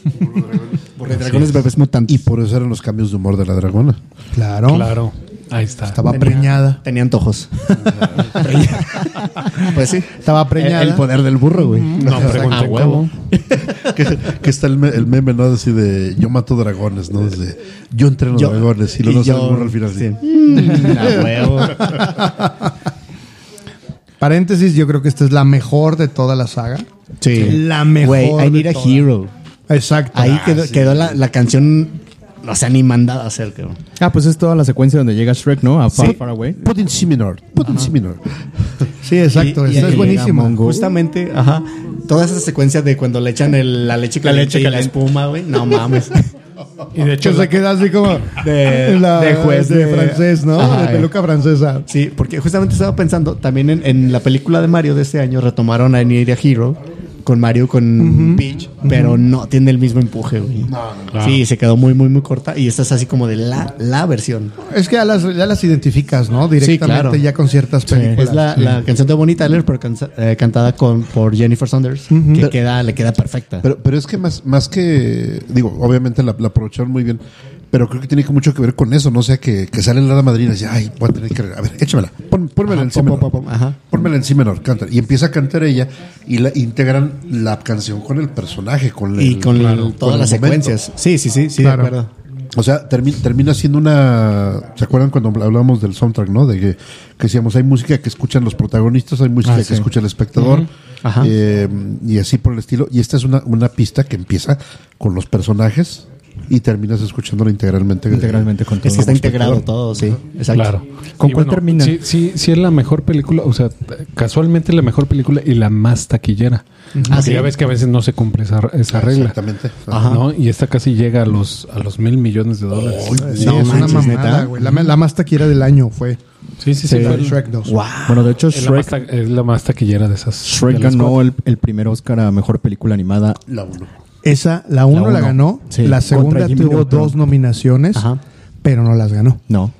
Speaker 4: Burro dragones bebés mutantes.
Speaker 2: Y por eso eran los cambios de humor de la dragona.
Speaker 1: Claro,
Speaker 5: Claro, ahí está.
Speaker 1: estaba preñada.
Speaker 4: Tenía antojos. pues sí.
Speaker 1: Estaba preñada.
Speaker 4: El, el poder del burro, güey.
Speaker 5: No pregunté cómo.
Speaker 2: que, que está el, me- el meme, ¿no? Así de yo mato dragones, ¿no? Desde, yo entreno
Speaker 4: Yo-
Speaker 2: dragones y
Speaker 4: y
Speaker 2: luego no se
Speaker 4: yo-
Speaker 2: burro al final. así.
Speaker 1: Mm. Paréntesis, yo creo que esta es la mejor de toda la saga.
Speaker 4: Sí.
Speaker 1: La mejor
Speaker 4: Güey, I
Speaker 1: de
Speaker 4: need a
Speaker 1: todas. Ah,
Speaker 4: hero.
Speaker 1: Exacto.
Speaker 4: Ahí quedó, quedó la, la canción. No sé, ni mandada a hacer, creo.
Speaker 3: Ah, pues es toda la secuencia donde llega Shrek, ¿no? A Far,
Speaker 4: Sí.
Speaker 3: Far Away.
Speaker 2: Putin Seminar, Putin Seminar.
Speaker 1: Sí, exacto.
Speaker 4: Y- y
Speaker 1: esta
Speaker 4: ahí
Speaker 1: es buenísima.
Speaker 3: llega Mongo.
Speaker 4: Justamente, ajá. Toda esa secuencia de cuando le echan el- la leche caliente
Speaker 5: leche
Speaker 4: y la
Speaker 5: caliente.
Speaker 4: espuma, güey. No mames.
Speaker 1: Y de hecho se queda así como
Speaker 4: De-
Speaker 1: la-
Speaker 4: de juez
Speaker 1: de
Speaker 4: de-
Speaker 1: francés, ¿no?
Speaker 4: Ajá,
Speaker 1: de peluca francesa.
Speaker 4: Sí, porque justamente estaba pensando también en, en la película de Mario de este año retomaron a Need a Hero con Mario con Peach, pero no tiene el mismo empuje, güey. Sí, se quedó muy, muy, muy corta y esta es así como de la, la versión.
Speaker 1: Es que ya las, ya las identificas, ¿no? Directamente
Speaker 4: claro.
Speaker 1: ya con ciertas películas.
Speaker 4: Es la, la canción de Bonnie Tyler, pero cansa- eh, cantada con, por Jennifer Saunders, que queda, le queda perfecta.
Speaker 2: Pero, pero es que más, más que, digo, obviamente la, la aprovecharon muy bien, pero creo que tiene que mucho que ver con eso, ¿no? O sea, que, que sale la hada madrina y dice, ay, voy a tener que... A ver, échamela, pon, pónmela
Speaker 4: Ajá,
Speaker 2: en si
Speaker 4: pom,
Speaker 2: menor.
Speaker 4: pom, pom, pom, ajá.
Speaker 2: Pónmela en si menor, canta. Y empieza a cantar ella y la integran la canción con el personaje, con el-
Speaker 4: y
Speaker 3: Mm,
Speaker 4: con
Speaker 2: claro,
Speaker 4: el- todas
Speaker 2: con el
Speaker 4: las
Speaker 2: momento.
Speaker 4: secuencias. Sí, sí, sí, sí,
Speaker 1: Claro.
Speaker 4: de acuerdo.
Speaker 2: O sea, termi- termina siendo una. ¿Se acuerdan cuando hablábamos del soundtrack, no? De que, que decíamos, hay música que escuchan los protagonistas, hay música
Speaker 4: Ah,
Speaker 2: que
Speaker 4: sí.
Speaker 2: escucha el espectador,
Speaker 4: Ajá.
Speaker 2: eh, y así por el estilo. Y esta es una, una pista que empieza con los personajes y terminas escuchándola integralmente.
Speaker 3: Integralmente con todo.
Speaker 4: Es que está integrado todo, sí. Exacto.
Speaker 5: Claro.
Speaker 3: ¿Con
Speaker 5: Y
Speaker 3: cuál termina?
Speaker 5: Sí, sí, sí es la mejor película, o sea, casualmente la mejor película y la más taquillera. Porque
Speaker 4: sí.
Speaker 5: ya ves que a veces no se cumple esa, esa regla.
Speaker 2: Exactamente.
Speaker 5: ¿no? Y esta casi llega a los, a los mil millones de dólares.
Speaker 1: Sí,
Speaker 4: No
Speaker 1: es
Speaker 4: manches,
Speaker 1: una mamada,
Speaker 4: ¿neta?
Speaker 1: güey. La, la más taquillera del año fue
Speaker 5: sí, sí, sí.
Speaker 1: la
Speaker 5: fue
Speaker 1: de
Speaker 5: el-
Speaker 1: Shrek 2.
Speaker 3: Bueno, de hecho,
Speaker 5: es, la más ta-
Speaker 3: Shrek,
Speaker 5: es la más taquillera de esas.
Speaker 3: Shrek
Speaker 5: de las
Speaker 3: ganó
Speaker 5: cuatro.
Speaker 3: el, el primer Oscar a mejor película animada.
Speaker 2: La uno.
Speaker 1: Esa, la 1 la,
Speaker 3: uno.
Speaker 1: ganó.
Speaker 3: Sí.
Speaker 1: La segunda
Speaker 3: Contra Jimmy
Speaker 1: tuvo
Speaker 3: Neutron.
Speaker 1: dos nominaciones,
Speaker 4: Ajá.
Speaker 1: pero no las ganó.
Speaker 3: No.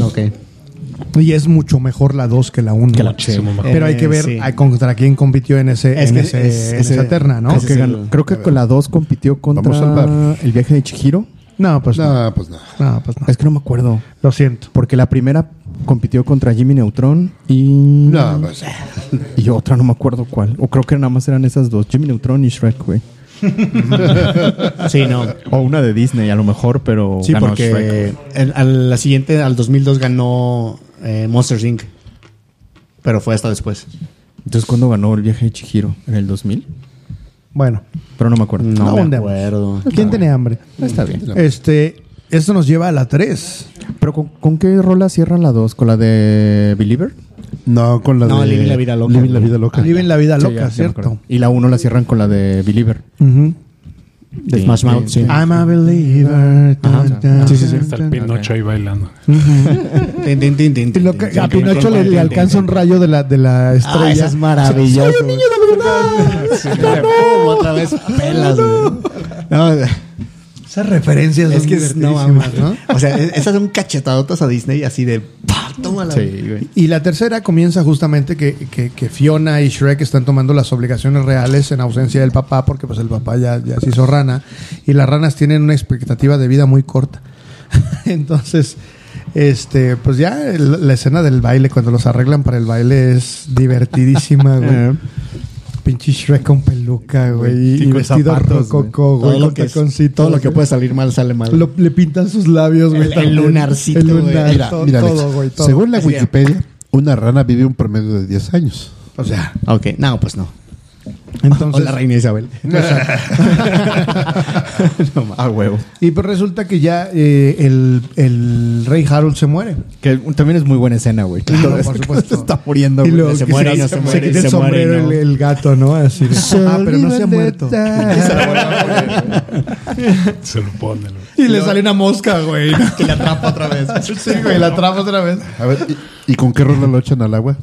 Speaker 4: Ok.
Speaker 1: Y Pues es mucho mejor la 2 que la 1.
Speaker 3: Que la-
Speaker 5: Muchísimo mejor.
Speaker 1: Pero hay que
Speaker 4: Eh,
Speaker 1: ver
Speaker 4: sí.
Speaker 1: a- contra quién compitió en, ese,
Speaker 4: Es
Speaker 1: en,
Speaker 4: que
Speaker 1: ese-
Speaker 4: es-
Speaker 1: en
Speaker 4: ese-
Speaker 1: esa terna, ¿no?
Speaker 4: ese-
Speaker 3: Que ganó- creo que con la 2 compitió
Speaker 2: Vamos al
Speaker 3: contra
Speaker 2: bar.
Speaker 3: El viaje de Chihiro.
Speaker 1: No, pues no.
Speaker 2: No, pues nada.
Speaker 1: No, pues no.
Speaker 3: Es que no me acuerdo.
Speaker 1: Lo siento.
Speaker 3: Porque la primera compitió contra Jimmy Neutron y.
Speaker 2: No, pues,
Speaker 3: Y otra, no me acuerdo cuál. O creo que nada más eran esas dos: Jimmy Neutron y Shrek, güey.
Speaker 4: Sí, no.
Speaker 3: O una de Disney, a lo mejor, pero.
Speaker 4: Sí,
Speaker 3: ganó Shrek.
Speaker 4: porque el- a la siguiente, al 2002, ganó eh, Monsters Inc. Pero fue hasta después.
Speaker 3: Entonces, ¿cuándo ganó el viaje de Chihiro? ¿En el 2000?
Speaker 1: Bueno,
Speaker 3: Pero no me acuerdo.
Speaker 1: no
Speaker 4: me
Speaker 1: abundemos.
Speaker 4: acuerdo.
Speaker 1: ¿Quién tiene hambre?
Speaker 3: Está bien. Eh,
Speaker 1: Este, esto nos lleva a la 3.
Speaker 3: ¿Pero con, con qué rola cierran la 2? ¿Con la de Believer?
Speaker 2: No, con la
Speaker 4: No,
Speaker 2: de...
Speaker 4: Living la vida loca.
Speaker 2: Living la vida loca.
Speaker 1: Viven la vida
Speaker 3: Sí,
Speaker 1: loca,
Speaker 3: ya, ya me
Speaker 1: ¿cierto?
Speaker 3: acuerdo. y la 1 la cierran con la de Believer.
Speaker 1: Ujú.
Speaker 4: De Smash Mouth, sí.
Speaker 1: I'm a believer. Tan, tan,
Speaker 4: Sí, sí, sí.
Speaker 1: tan,
Speaker 5: Está el
Speaker 1: tan.
Speaker 5: Pinocho ahí bailando.
Speaker 4: Tin, tin, tin, tin,
Speaker 1: Y lo
Speaker 4: tin,
Speaker 1: que-
Speaker 4: tin,
Speaker 1: a
Speaker 4: tin,
Speaker 1: Pinocho
Speaker 4: tin,
Speaker 1: le,
Speaker 4: tin,
Speaker 1: le
Speaker 4: tin,
Speaker 1: alcanza un
Speaker 4: tin.
Speaker 1: rayo de la, de la estrella.
Speaker 4: Ah, esa es maravillosa.
Speaker 1: Soy un niño de verdad.
Speaker 4: ¡Pum! otra vez pelas, güey. No,
Speaker 1: Esas referencias
Speaker 4: es
Speaker 1: son
Speaker 4: que es, no
Speaker 1: divertidísimas,
Speaker 4: mames, ¿no? O sea, es- esas son cachetadotas a Disney así de ¡pah! tómala.
Speaker 3: Sí, güey.
Speaker 1: Y la tercera comienza justamente que, que- que Fiona y Shrek están tomando las obligaciones reales en ausencia del papá, porque pues el papá ya, ya se hizo rana, y las ranas tienen una expectativa de vida muy corta. Entonces, este, pues ya el- la escena del baile, cuando los arreglan para el baile, es divertidísima,
Speaker 4: Eh.
Speaker 1: güey. Pinche Shrek con peluca, güey, y,
Speaker 3: Y con
Speaker 1: vestido
Speaker 3: zapatos,
Speaker 1: rococó, güey,
Speaker 4: todo, lo
Speaker 1: con
Speaker 4: que es-
Speaker 1: taconcitos,
Speaker 4: todo lo que
Speaker 1: güey.
Speaker 4: puede salir mal sale mal.
Speaker 1: Lo- le pintan sus labios, güey.
Speaker 4: El- el
Speaker 1: también.
Speaker 4: lunarcito,
Speaker 1: El
Speaker 4: güey.
Speaker 1: lunar,
Speaker 2: Mira,
Speaker 1: to-
Speaker 2: mira, Alex,
Speaker 1: todo, güey, todo.
Speaker 2: Según la Wikipedia, una rana vive un promedio de 10 años.
Speaker 1: o sea,
Speaker 4: ok, no, pues no.
Speaker 1: entonces...
Speaker 4: o la reina Isabel. Ah,
Speaker 3: A huevo.
Speaker 1: Y pues resulta que ya eh, el, el rey Harold se muere.
Speaker 3: Que también es muy buena escena, güey. Todo eso
Speaker 1: por
Speaker 3: que
Speaker 1: supuesto.
Speaker 3: se está muriendo,
Speaker 1: y
Speaker 3: güey.
Speaker 1: luego
Speaker 4: se
Speaker 1: que
Speaker 4: muere y no se muere,
Speaker 1: quita
Speaker 4: y
Speaker 1: el
Speaker 4: se muere y
Speaker 1: sombrero
Speaker 4: no.
Speaker 1: el, el gato, ¿no? Así de, ah, pero no se ha muerto.
Speaker 5: Se lo ponen. güey.
Speaker 1: Y le sale una mosca, güey.
Speaker 4: Y la atrapa otra vez.
Speaker 1: Sí, güey, la atrapa otra vez.
Speaker 2: A ver, ¿y, y con qué rola lo echan al agua?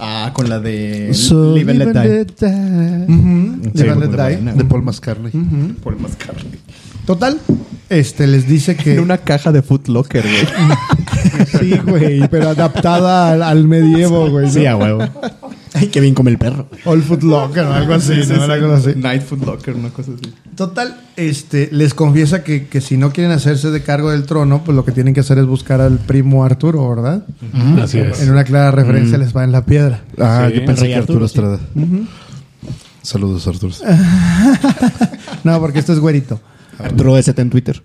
Speaker 3: Ah, con la de
Speaker 2: So
Speaker 3: Live and Let Die.
Speaker 2: live and let die.
Speaker 1: Le van a traer.
Speaker 2: De Paul McCartney.
Speaker 1: Total, este les dice que...
Speaker 3: En una caja de Foot Locker, güey.
Speaker 1: Sí, güey, pero adaptada al, al medievo, güey. ¿no?
Speaker 4: Sí, a huevo. Ay, qué bien come el perro.
Speaker 1: O el Foot Locker o algo así, ¿no? Una cosa así.
Speaker 3: Night Foot Locker, una cosa así.
Speaker 1: Total, este, les confiesa que, que si no quieren hacerse de cargo del trono, pues lo que tienen que hacer es buscar al primo Arturo, ¿verdad?
Speaker 5: Así es.
Speaker 1: En una clara referencia les va en la piedra.
Speaker 2: Ah,
Speaker 5: Sí,
Speaker 2: yo pensé
Speaker 4: Rey
Speaker 2: que Arturo
Speaker 4: Arturo,
Speaker 2: Estrada. Saludos, Arturo.
Speaker 1: No, porque esto es güerito.
Speaker 4: Arturo ST en Twitter.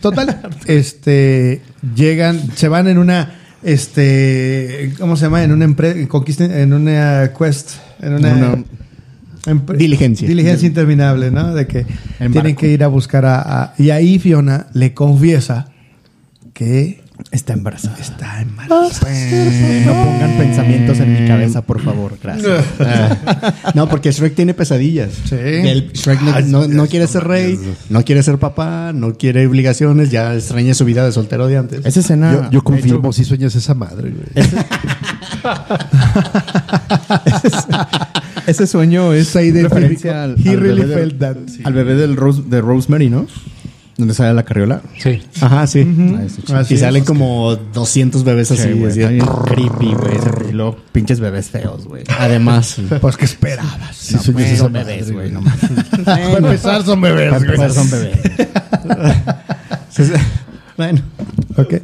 Speaker 1: Total, este, llegan, se van en una, este, ¿cómo se llama? En una empresa, en una quest, en una...
Speaker 4: Una-
Speaker 1: empre-
Speaker 4: Diligencia.
Speaker 1: Diligencia interminable, ¿no? De que
Speaker 4: En
Speaker 1: tienen
Speaker 4: barco.
Speaker 1: que ir a buscar a, a- Y ahí Fiona le confiesa que
Speaker 3: Está embarazada.
Speaker 1: está embarazada.
Speaker 3: Eh, no pongan pensamientos en mi cabeza, por favor. Gracias.
Speaker 4: No, porque Shrek tiene pesadillas.
Speaker 1: Sí.
Speaker 4: El Shrek no,
Speaker 1: Ay,
Speaker 4: no- no
Speaker 1: Dios,
Speaker 4: quiere ser rey, no quiere ser papá, no quiere obligaciones, ya extraña su vida de soltero de antes.
Speaker 3: Esa escena.
Speaker 2: Yo, yo confirmo, si sueñas esa madre, güey.
Speaker 3: Ese sueño es
Speaker 1: Se identificó.
Speaker 3: referencia al,
Speaker 1: He
Speaker 3: al
Speaker 1: really
Speaker 3: bebé,
Speaker 1: felt
Speaker 3: del,
Speaker 1: that.
Speaker 3: al bebé del Rose- de Rosemary, ¿no? Donde sale la carriola.
Speaker 5: Sí.
Speaker 4: Ajá, sí.
Speaker 3: Ah, ese chido.
Speaker 1: Así
Speaker 4: y
Speaker 1: es.
Speaker 4: salen como 200 bebés
Speaker 3: Sí,
Speaker 4: así.
Speaker 3: güey,
Speaker 4: así
Speaker 3: está bien creepy, güey. ese- Y luego pinches bebés feos, güey. Además,
Speaker 1: Pues que esperabas.
Speaker 2: Si sueñas
Speaker 3: pues,
Speaker 2: esa
Speaker 3: son
Speaker 2: madre.
Speaker 3: bebés, güey. No mames.
Speaker 1: Para empezar son bebés.
Speaker 3: Para empezar, son bebés.
Speaker 4: bueno,
Speaker 1: Ok.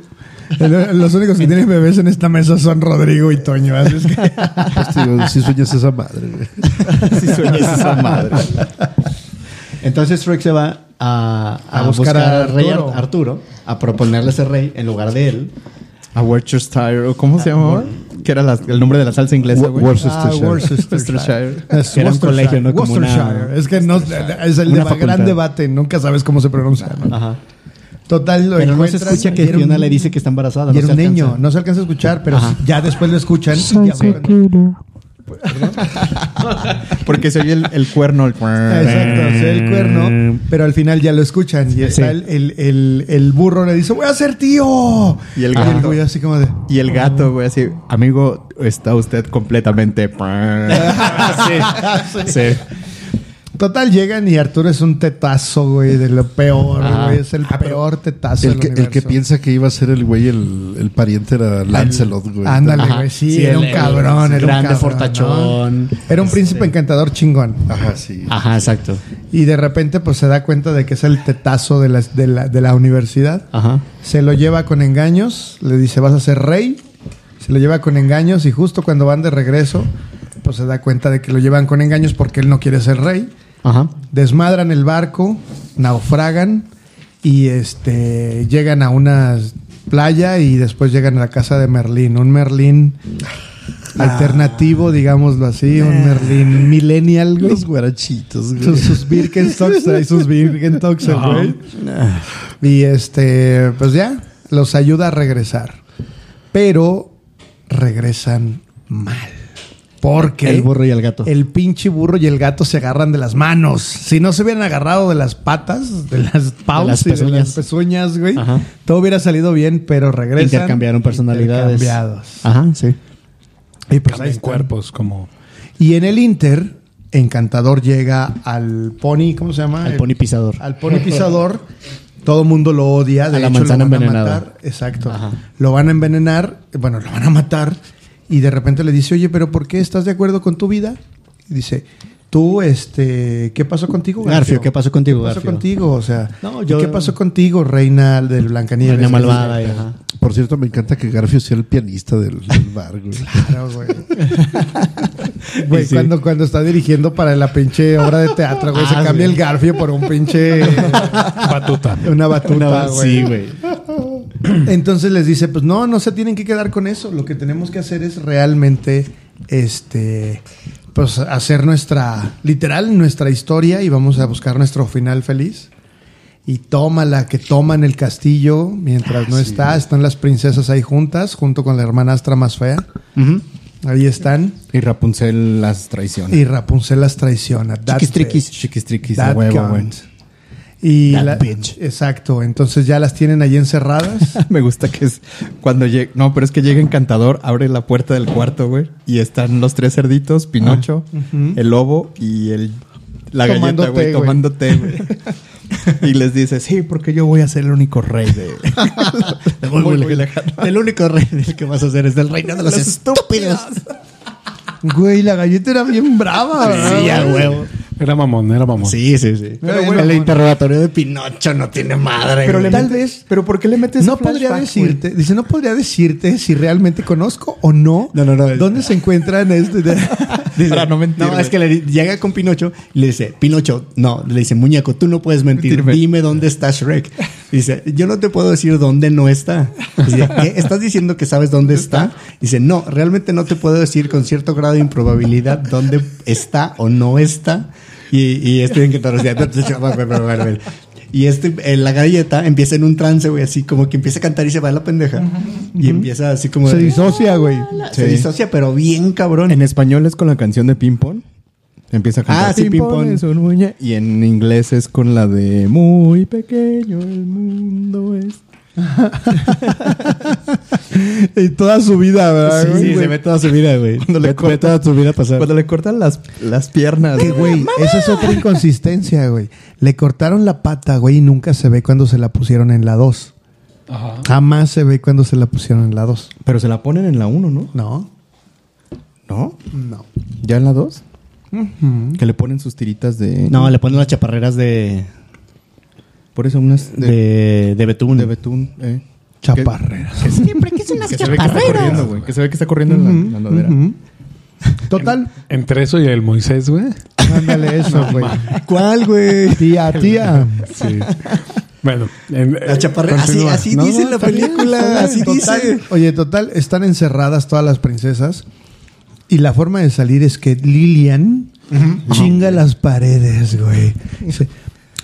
Speaker 1: El- Los únicos que tienen bebés en esta mesa son Rodrigo y Toño. así es que-
Speaker 2: Pues te digo, si sueñas esa madre, güey.
Speaker 3: Si sueñas esa madre.
Speaker 4: entonces Shrek se va a, a
Speaker 1: A buscar
Speaker 4: buscar,
Speaker 1: a
Speaker 4: al rey Ar-
Speaker 1: Arturo.
Speaker 4: Arturo. a proponerle ser rey en lugar de él.
Speaker 3: A Worcestershire, ¿o
Speaker 4: Ah,
Speaker 3: ¿cómo se llamaba? Que era la- el nombre de la salsa inglesa, güey.
Speaker 1: Ah,
Speaker 2: Worcestershire.
Speaker 1: Worcestershire. Es
Speaker 4: Era un
Speaker 1: Worcestershire.
Speaker 4: colegio, ¿no? Como una-
Speaker 1: Worcestershire. Es que no, es el
Speaker 4: Una
Speaker 1: deba- gran
Speaker 4: facultad.
Speaker 1: debate. Nunca sabes cómo se pronuncia. ¿no?
Speaker 4: Ajá.
Speaker 1: Total, lo
Speaker 4: Pero no se
Speaker 1: encuentran
Speaker 4: escucha
Speaker 1: y
Speaker 4: que
Speaker 1: era un-
Speaker 4: Fiona le dice que está embarazada.
Speaker 1: Y
Speaker 4: no
Speaker 1: era
Speaker 4: se
Speaker 1: un
Speaker 4: alcanza.
Speaker 1: niño. No se alcanza a escuchar, pero
Speaker 4: Ajá.
Speaker 1: ya después lo escuchan. y
Speaker 8: Soy
Speaker 1: ya fue-
Speaker 8: Sakura.
Speaker 3: Porque se oye el, el cuerno. El...
Speaker 1: Exacto, se ve el cuerno, pero al final ya lo escuchan. Y está el, el, el, el burro le dice, voy a ser tío.
Speaker 3: Y el
Speaker 1: güey
Speaker 3: gato.
Speaker 1: así como de...
Speaker 3: Y el gato, güey, así, amigo, está usted completamente. sí, sí.
Speaker 1: Total, llegan y Arturo es un tetazo, güey, de lo peor, güey. Es el peor tetazo
Speaker 2: Ah, El que,
Speaker 1: del
Speaker 2: el que
Speaker 1: universo.
Speaker 2: piensa que iba a ser el güey, el, el pariente era Lancelot, güey.
Speaker 1: Ándale,
Speaker 4: Ajá.
Speaker 1: güey, sí,
Speaker 4: Sí,
Speaker 1: era un
Speaker 4: el-
Speaker 1: cabrón,
Speaker 4: el
Speaker 1: era un
Speaker 4: grande
Speaker 1: cabrón,
Speaker 4: fortachón. Este.
Speaker 1: ¿no? Era un príncipe encantador chingón.
Speaker 2: Ajá, sí.
Speaker 4: Ajá, exacto.
Speaker 1: Y de repente, pues, se da cuenta de que es el tetazo de la, de la, de la universidad.
Speaker 4: Ajá.
Speaker 1: Se lo lleva con engaños, le dice, vas a ser rey. Se lo lleva con engaños y justo cuando van de regreso, pues se da cuenta de que lo llevan con engaños porque él no quiere ser rey.
Speaker 4: Ajá.
Speaker 1: Desmadran el barco, naufragan y este llegan a una playa y después llegan a la casa de Merlín. Un Merlín
Speaker 2: Ah.
Speaker 1: alternativo, digámoslo así, un Merlin millennial, güey.
Speaker 2: Los guarachitos, güey.
Speaker 1: Sus, sus Birkenstocks, trae sus Birkenstocks, el güey. Y este, pues ya, los ayuda a regresar. Pero regresan mal. Porque
Speaker 4: El burro y el gato.
Speaker 1: el pinche burro y el gato se agarran de las manos. Si no se hubieran agarrado de las patas, de las paus
Speaker 4: las
Speaker 1: y de las
Speaker 4: pezuñas.
Speaker 1: pezuñas, güey, todo hubiera salido bien, pero regresan.
Speaker 4: Intercambiaron personalidades. Ah.
Speaker 1: intercambiados.
Speaker 4: Ajá, sí.
Speaker 1: Y pues ahí
Speaker 5: Cambian
Speaker 1: están.
Speaker 5: cuerpos como...
Speaker 1: Y en el Inter, Encantador llega al pony, ¿cómo se llama?
Speaker 4: Al
Speaker 1: El-
Speaker 4: pony pisador.
Speaker 1: Al pony pisador. Todo el mundo lo odia. De
Speaker 4: A la
Speaker 1: hecho,
Speaker 4: manzana
Speaker 1: lo van
Speaker 4: envenenada.
Speaker 1: a matar. Exacto. Lo van a envenenar, bueno, lo van a matar. Y de repente le dice, oye, pero ¿por qué estás de acuerdo con tu vida? Y dice, tú, este, ¿qué pasó contigo?
Speaker 4: Garfio, ¿qué pasó contigo,
Speaker 1: ¿Qué pasó
Speaker 4: Garfio?
Speaker 1: contigo? O sea,
Speaker 4: No,
Speaker 1: ¿y
Speaker 4: yo-
Speaker 1: ¿qué pasó contigo, reina del Blancanieves?
Speaker 4: Reina malvada. eh. y- ajá.
Speaker 2: Por cierto, me encanta que Garfio sea el pianista del, del bar, güey.
Speaker 1: Claro, güey. Güey, cuando, cuando está dirigiendo para la pinche obra de teatro, güey, se
Speaker 4: Ah,
Speaker 1: cambia
Speaker 4: sí.
Speaker 1: el Garfio por un pinche.
Speaker 5: Batuta.
Speaker 1: Una batuta,
Speaker 4: Una-
Speaker 1: güey.
Speaker 4: sí, güey.
Speaker 1: Entonces les dice, pues no, no se tienen que quedar con eso. Lo que tenemos que hacer es realmente, este, pues hacer nuestra, literal, nuestra historia y vamos a buscar nuestro final feliz. Y tómala, que toman el castillo mientras
Speaker 3: Ah,
Speaker 1: no está. Están las princesas ahí juntas, junto con la hermanastra más fea. Ahí están.
Speaker 3: Y Rapunzel las traiciona.
Speaker 1: Y Rapunzel las traiciona. That
Speaker 4: Chiquistriquis.
Speaker 1: bitch.
Speaker 3: Chiquis triquis,
Speaker 1: That
Speaker 3: a huevo, güey.
Speaker 1: cunt. Y
Speaker 4: That
Speaker 1: la-
Speaker 4: bitch.
Speaker 1: Exacto. Entonces ya las tienen ahí encerradas.
Speaker 3: Me gusta que es cuando llega. No, pero es que llega Encantador, abre la puerta del cuarto, güey. Y están los tres cerditos: Pinocho, el lobo y el. La
Speaker 1: Tomando
Speaker 3: galleta,
Speaker 1: té,
Speaker 3: güey,
Speaker 1: güey.
Speaker 3: tomando té, güey. y les dice: Sí, porque yo voy a ser el único rey de.
Speaker 4: Muy, muy
Speaker 3: lejano.
Speaker 4: El único rey del que vas a hacer es del reino de los, estúpidos.
Speaker 1: Güey, la galleta era bien brava. ¿verdad?
Speaker 4: Sí, a huevo.
Speaker 5: Era mamón, era mamón.
Speaker 4: Sí, sí, sí.
Speaker 1: Pero bueno,
Speaker 4: el interrogatorio de Pinocho no tiene madre.
Speaker 3: Pero le
Speaker 4: güey.
Speaker 1: Tal
Speaker 3: mete-
Speaker 1: vez-
Speaker 3: Pero ¿por qué le metes
Speaker 1: no podría
Speaker 3: flashback,
Speaker 1: decirte, dice, no podría decirte si realmente conozco o no,
Speaker 4: No, no, no, es-
Speaker 1: dónde se encuentran este. de-
Speaker 4: Dice,
Speaker 3: Para no mentir, güey.
Speaker 4: es que le di- llega con Pinocho y le dice, Pinocho, no, le dice, muñeco, tú no puedes mentir.
Speaker 3: Mentirme.
Speaker 4: Dime dónde está Shrek. Dice, yo no te puedo decir dónde no está. Dice, "¿Qué? ¿Estás diciendo que sabes dónde está? Dice, no, realmente no te puedo decir con cierto grado de improbabilidad dónde está o no está. Y, y este encantador decía, "Pero, pero, pero, pero, pero, pero". y este, eh, la galleta empieza en un trance, güey, así como que empieza a cantar y se va a la pendeja. Y empieza así como...
Speaker 1: Se disocia, güey.
Speaker 4: Se disocia, pero bien cabrón.
Speaker 3: En español es con la canción de Ping Pong. Empieza a cantar.
Speaker 4: Ah, sí, Ping Pong.
Speaker 3: es un muñe- Y en inglés es con la de Muy pequeño el mundo es.
Speaker 1: Y toda su vida, ¿verdad?
Speaker 4: Sí,
Speaker 1: güey?
Speaker 4: sí, se ve toda su vida, güey.
Speaker 3: Cuando le
Speaker 4: Ve-
Speaker 3: corta-
Speaker 4: ve toda su vida pasar.
Speaker 3: Cuando le cortan las, las piernas.
Speaker 1: Que, güey, esa es otra inconsistencia, güey. Le cortaron la pata, güey, y nunca se ve cuando se la pusieron en la 2.
Speaker 5: Ajá.
Speaker 1: Jamás se ve cuando se la pusieron en la 2.
Speaker 3: Pero se la ponen en la 1, ¿no?
Speaker 1: No,
Speaker 3: ¿No?
Speaker 1: no.
Speaker 3: ¿Ya en la 2? Que le ponen sus tiritas de.
Speaker 4: No, le ponen las chaparreras de,
Speaker 3: Por eso unas de,
Speaker 4: de, de betún.
Speaker 3: de betún. eh.
Speaker 1: Chaparreras.
Speaker 3: Que se ve que está corriendo, güey. Que se ve que está corriendo en la- en la andadera.
Speaker 1: Ujú. Total.
Speaker 5: Entre eso y el Moisés, güey.
Speaker 1: Ándale eso, güey.
Speaker 4: ¿Cuál, güey?
Speaker 1: Tía, tía.
Speaker 5: Sí. bueno. en- eh,
Speaker 4: La chaparrera. Así,
Speaker 5: continúa.
Speaker 4: así
Speaker 1: No,
Speaker 4: dice en la
Speaker 1: está bien,
Speaker 4: película.
Speaker 1: está bien.
Speaker 4: así
Speaker 1: Total,
Speaker 4: dice.
Speaker 1: Oye, total, están encerradas todas las princesas. Y la forma de salir es que Lilian chinga las paredes, güey. Dice,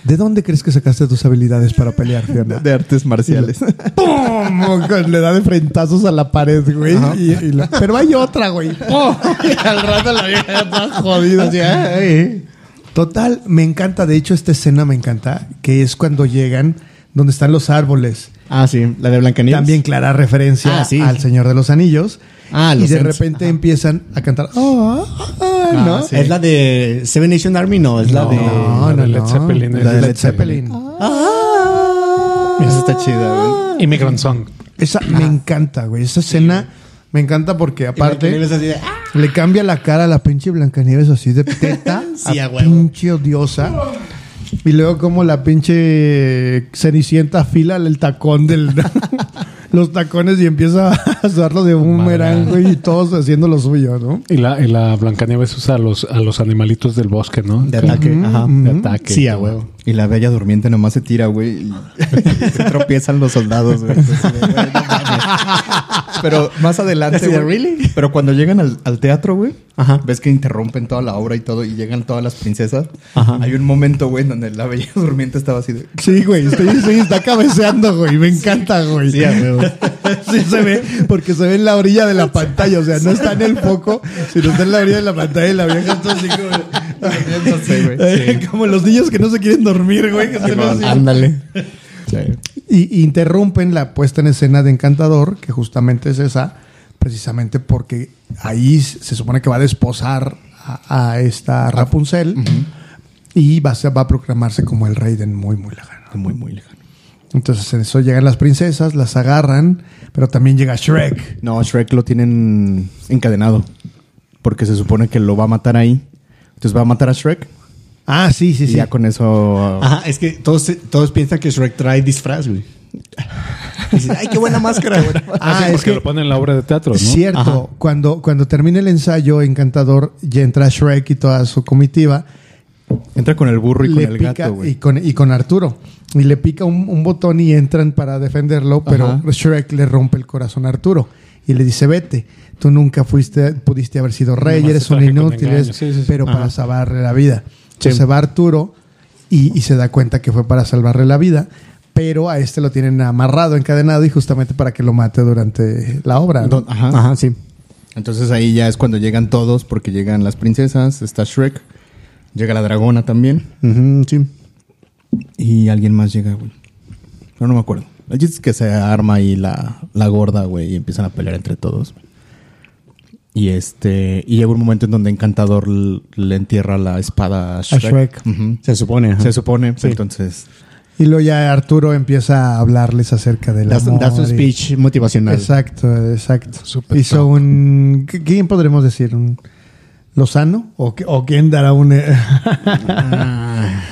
Speaker 1: ¿de dónde crees que sacaste tus habilidades para pelear, Fiona?
Speaker 3: De artes marciales.
Speaker 1: ¡Pum! Con- Le da de frentazos a la pared, güey. Y- y la- Pero hay otra, güey. ¡Pum! Y al rato la vieja ya toda jodida. así, ¡ay! Total, me encanta. De hecho, esta escena me encanta, que es cuando llegan donde están los árboles.
Speaker 4: Ah, sí. La de Blancanieves.
Speaker 1: También clara referencia
Speaker 4: Ah, sí.
Speaker 1: al Señor de los Anillos.
Speaker 4: Ah,
Speaker 1: y
Speaker 4: los
Speaker 1: de
Speaker 4: Ents.
Speaker 1: repente empiezan a cantar. "Ah, ah, ah",
Speaker 4: Ah,
Speaker 1: ¿no?
Speaker 4: Es la de Seven Nation Army, no. Es la de.
Speaker 1: No, no,
Speaker 5: la de Led
Speaker 1: no.
Speaker 5: Zeppelin,
Speaker 1: La
Speaker 5: es
Speaker 1: de
Speaker 5: Led
Speaker 1: Led Zeppelin.
Speaker 3: Esa está chida, güey.
Speaker 5: Immigrant Song.
Speaker 1: Esa me encanta, güey. Esa escena me encanta porque aparte
Speaker 4: Blancanieves así de, "Ah".
Speaker 1: le cambia la cara a la pinche Blancanieves así de teta
Speaker 4: Sí,
Speaker 1: a
Speaker 4: a huevo.
Speaker 1: pinche odiosa. Y luego como la pinche Cenicienta afila el tacón del los tacones y empieza a hacerlo de boomerang, güey, y todos haciendo lo suyo, ¿no?
Speaker 5: Y la, y la Blancanieves usa a los, a los animalitos del bosque, ¿no?
Speaker 4: De ataque. Ajá.
Speaker 5: De ataque.
Speaker 4: Sí, a huevo.
Speaker 3: Y la bella durmiente nomás se tira, güey. Y se tropiezan los soldados, güey. Entonces, güey, güey, no mames. Pero más adelante,
Speaker 4: Así de,
Speaker 3: güey.
Speaker 4: "Really?"
Speaker 3: Pero cuando llegan al, al teatro, güey,
Speaker 4: Ajá.
Speaker 3: ves que interrumpen toda la obra y todo, y llegan todas las princesas.
Speaker 4: Ajá.
Speaker 3: Hay un momento, güey, en donde la bella durmiente estaba así de.
Speaker 2: Sí, güey, estoy, estoy- está cabeceando, güey. Me encanta, güey. Sí, se ve, porque se ve en la orilla de la pantalla. O sea, no está en el foco, sino está en la orilla de la pantalla y la vieja está así como.
Speaker 3: No sé, güey.
Speaker 2: Eh, Como los niños que no se quieren dormir, güey. que están así.
Speaker 4: Ándale.
Speaker 1: Y y interrumpen la puesta en escena de Encantador, que justamente es esa, precisamente porque ahí s- se supone que va a desposar a, a esta
Speaker 3: Ah.
Speaker 1: Rapunzel y va a, ser- va a proclamarse como el rey de muy, muy lejano.
Speaker 3: Muy, muy lejano.
Speaker 1: Entonces, en eso llegan las princesas, las agarran, pero también llega Shrek.
Speaker 3: No, Shrek lo tienen encadenado. Porque se supone que lo va a matar ahí. Entonces va a matar a Shrek.
Speaker 1: Ah, sí, sí,
Speaker 3: Y
Speaker 1: sí.
Speaker 3: ya con eso.
Speaker 4: Ajá, es que todos, todos piensan que Shrek trae disfraz, güey. Y Dices, ay, qué buena máscara.
Speaker 1: Ah,
Speaker 5: porque
Speaker 1: es que
Speaker 5: lo ponen en la obra de teatro, ¿no?
Speaker 1: Cierto, cuando, cuando termina el ensayo encantador, ya entra Shrek y toda su comitiva.
Speaker 3: Entra con el burro y con
Speaker 1: le
Speaker 3: el
Speaker 1: pica-
Speaker 3: gato,
Speaker 1: y
Speaker 3: güey.
Speaker 1: con, y con Arturo. Y le pica un, un botón y entran para defenderlo, pero
Speaker 3: Ajá.
Speaker 1: Shrek le rompe el corazón a Arturo y le dice, vete, tú nunca fuiste, pudiste haber sido rey,
Speaker 5: Nomás
Speaker 1: eres
Speaker 5: te
Speaker 1: un
Speaker 5: traje con
Speaker 1: inútil,
Speaker 5: engaño.
Speaker 1: eres-
Speaker 5: Sí, sí, sí.
Speaker 1: pero
Speaker 5: Ajá.
Speaker 1: para salvarle la vida. Entonces se va Arturo y, y se da cuenta que fue para salvarle la vida, pero a este lo tienen amarrado, encadenado y justamente para que lo mate durante la obra. ¿no?
Speaker 3: Don- Ajá.
Speaker 4: Ajá, sí.
Speaker 3: Entonces ahí ya es cuando llegan todos, porque llegan las princesas, está Shrek, llega la dragona también,
Speaker 4: Ujú, sí.
Speaker 3: y alguien más llega, güey. Pero no me acuerdo. El chiste es que se arma ahí la, la gorda, güey, y empiezan a pelear entre todos. Y este. Y llega un momento en donde Encantador l- le entierra la espada a Shrek.
Speaker 1: Shrek.
Speaker 3: Ujú.
Speaker 4: Se supone. ajá.
Speaker 3: Se supone. Entonces.
Speaker 1: Y luego ya Arturo empieza a hablarles acerca del
Speaker 4: Das,
Speaker 1: amor.
Speaker 4: das un
Speaker 1: y-
Speaker 4: speech motivacional.
Speaker 1: Exacto, exacto.
Speaker 5: Súper
Speaker 1: Hizo
Speaker 5: top.
Speaker 1: un... ¿qu- ¿Quién podremos decir? ¿Un ¿Lozano? ¿O, qué- o quién dará un... eh,
Speaker 4: Ah.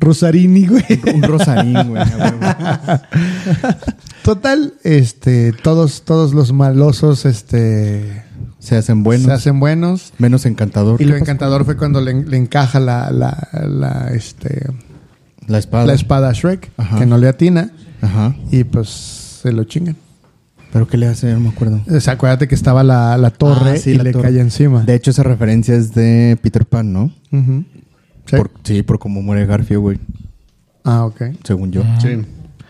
Speaker 1: Rosarini, güey.
Speaker 3: Un rosarín, güey. a huevo.
Speaker 1: Total, este, todos, todos los malosos, este,
Speaker 3: Se hacen buenos.
Speaker 1: se hacen buenos.
Speaker 3: Menos encantador.
Speaker 1: Y lo encantador fue cuando le, en- le encaja la, la, la, este,
Speaker 3: La espada.
Speaker 1: la espada a Shrek,
Speaker 3: Ajá.
Speaker 1: que no le atina,
Speaker 3: Ajá.
Speaker 1: y pues se lo chingan.
Speaker 3: ¿Pero qué le hace? No me acuerdo.
Speaker 1: O sea, acuérdate que estaba la, la torre
Speaker 3: Ah, sí,
Speaker 1: y
Speaker 3: la
Speaker 1: le
Speaker 3: torre.
Speaker 1: cae encima.
Speaker 3: De hecho, esa referencia es de Peter Pan, ¿no?
Speaker 1: Ujú. Sí.
Speaker 3: Por, sí, por cómo muere Garfio, güey.
Speaker 1: Ah, ok.
Speaker 3: Según yo.
Speaker 4: Sí.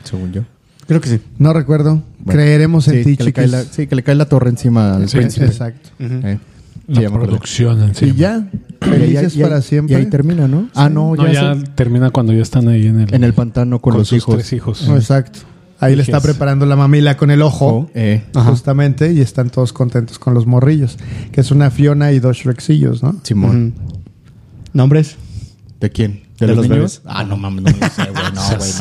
Speaker 3: Según yo.
Speaker 4: Creo que sí.
Speaker 1: No recuerdo.
Speaker 3: Bueno.
Speaker 1: Creeremos Pues en
Speaker 3: Sí,
Speaker 1: ti,
Speaker 3: que le cae
Speaker 1: chiquis.
Speaker 3: la, sí, que le cae la torre encima al
Speaker 5: Sí,
Speaker 3: príncipe.
Speaker 1: Exacto.
Speaker 3: Eh. Sí,
Speaker 5: La
Speaker 3: ya me acuerdo.
Speaker 5: producción en sí.
Speaker 1: Y ya,
Speaker 3: Y ahí-
Speaker 1: felices
Speaker 3: y ahí-
Speaker 1: para siempre.
Speaker 3: Y ahí termina, ¿no? Ah, no, ya,
Speaker 5: No, ya
Speaker 3: es
Speaker 5: termina cuando ya están ahí en el,
Speaker 3: en el pantano con,
Speaker 5: con
Speaker 3: los
Speaker 5: sus
Speaker 3: hijos.
Speaker 5: tres hijos.
Speaker 1: No, Oh, Exacto. Ahí le está
Speaker 5: Felices.
Speaker 1: preparando la mamila con el ojo,
Speaker 3: Eh.
Speaker 1: justamente, y están todos contentos con los morrillos, que es una Fiona y dos Shrekcillos, ¿no?
Speaker 3: Simón.
Speaker 4: ¿Nombres?
Speaker 3: ¿De quién?
Speaker 4: ¿De los bebés?
Speaker 3: Ah, no mames, no lo sé, güey.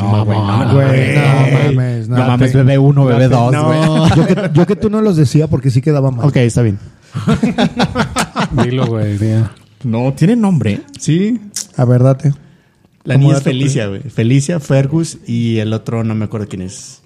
Speaker 3: No, güey, no, güey. No,
Speaker 5: Ah, mamón,
Speaker 3: no,
Speaker 1: Güey,
Speaker 2: Ah,
Speaker 1: no
Speaker 3: güey.
Speaker 1: mames, no.
Speaker 3: No mames, bebé uno, bebé dos, güey.
Speaker 1: Yo, que, yo que tú no los decía porque sí quedaba mal.
Speaker 4: Ok, está bien.
Speaker 5: Dilo, güey. ya.
Speaker 3: No, tiene nombre.
Speaker 4: Sí.
Speaker 1: A ver, date.
Speaker 4: La
Speaker 1: Como
Speaker 4: niña es
Speaker 1: dato,
Speaker 4: Felicia, güey. Felicia, Fergus y el otro no me acuerdo quién es.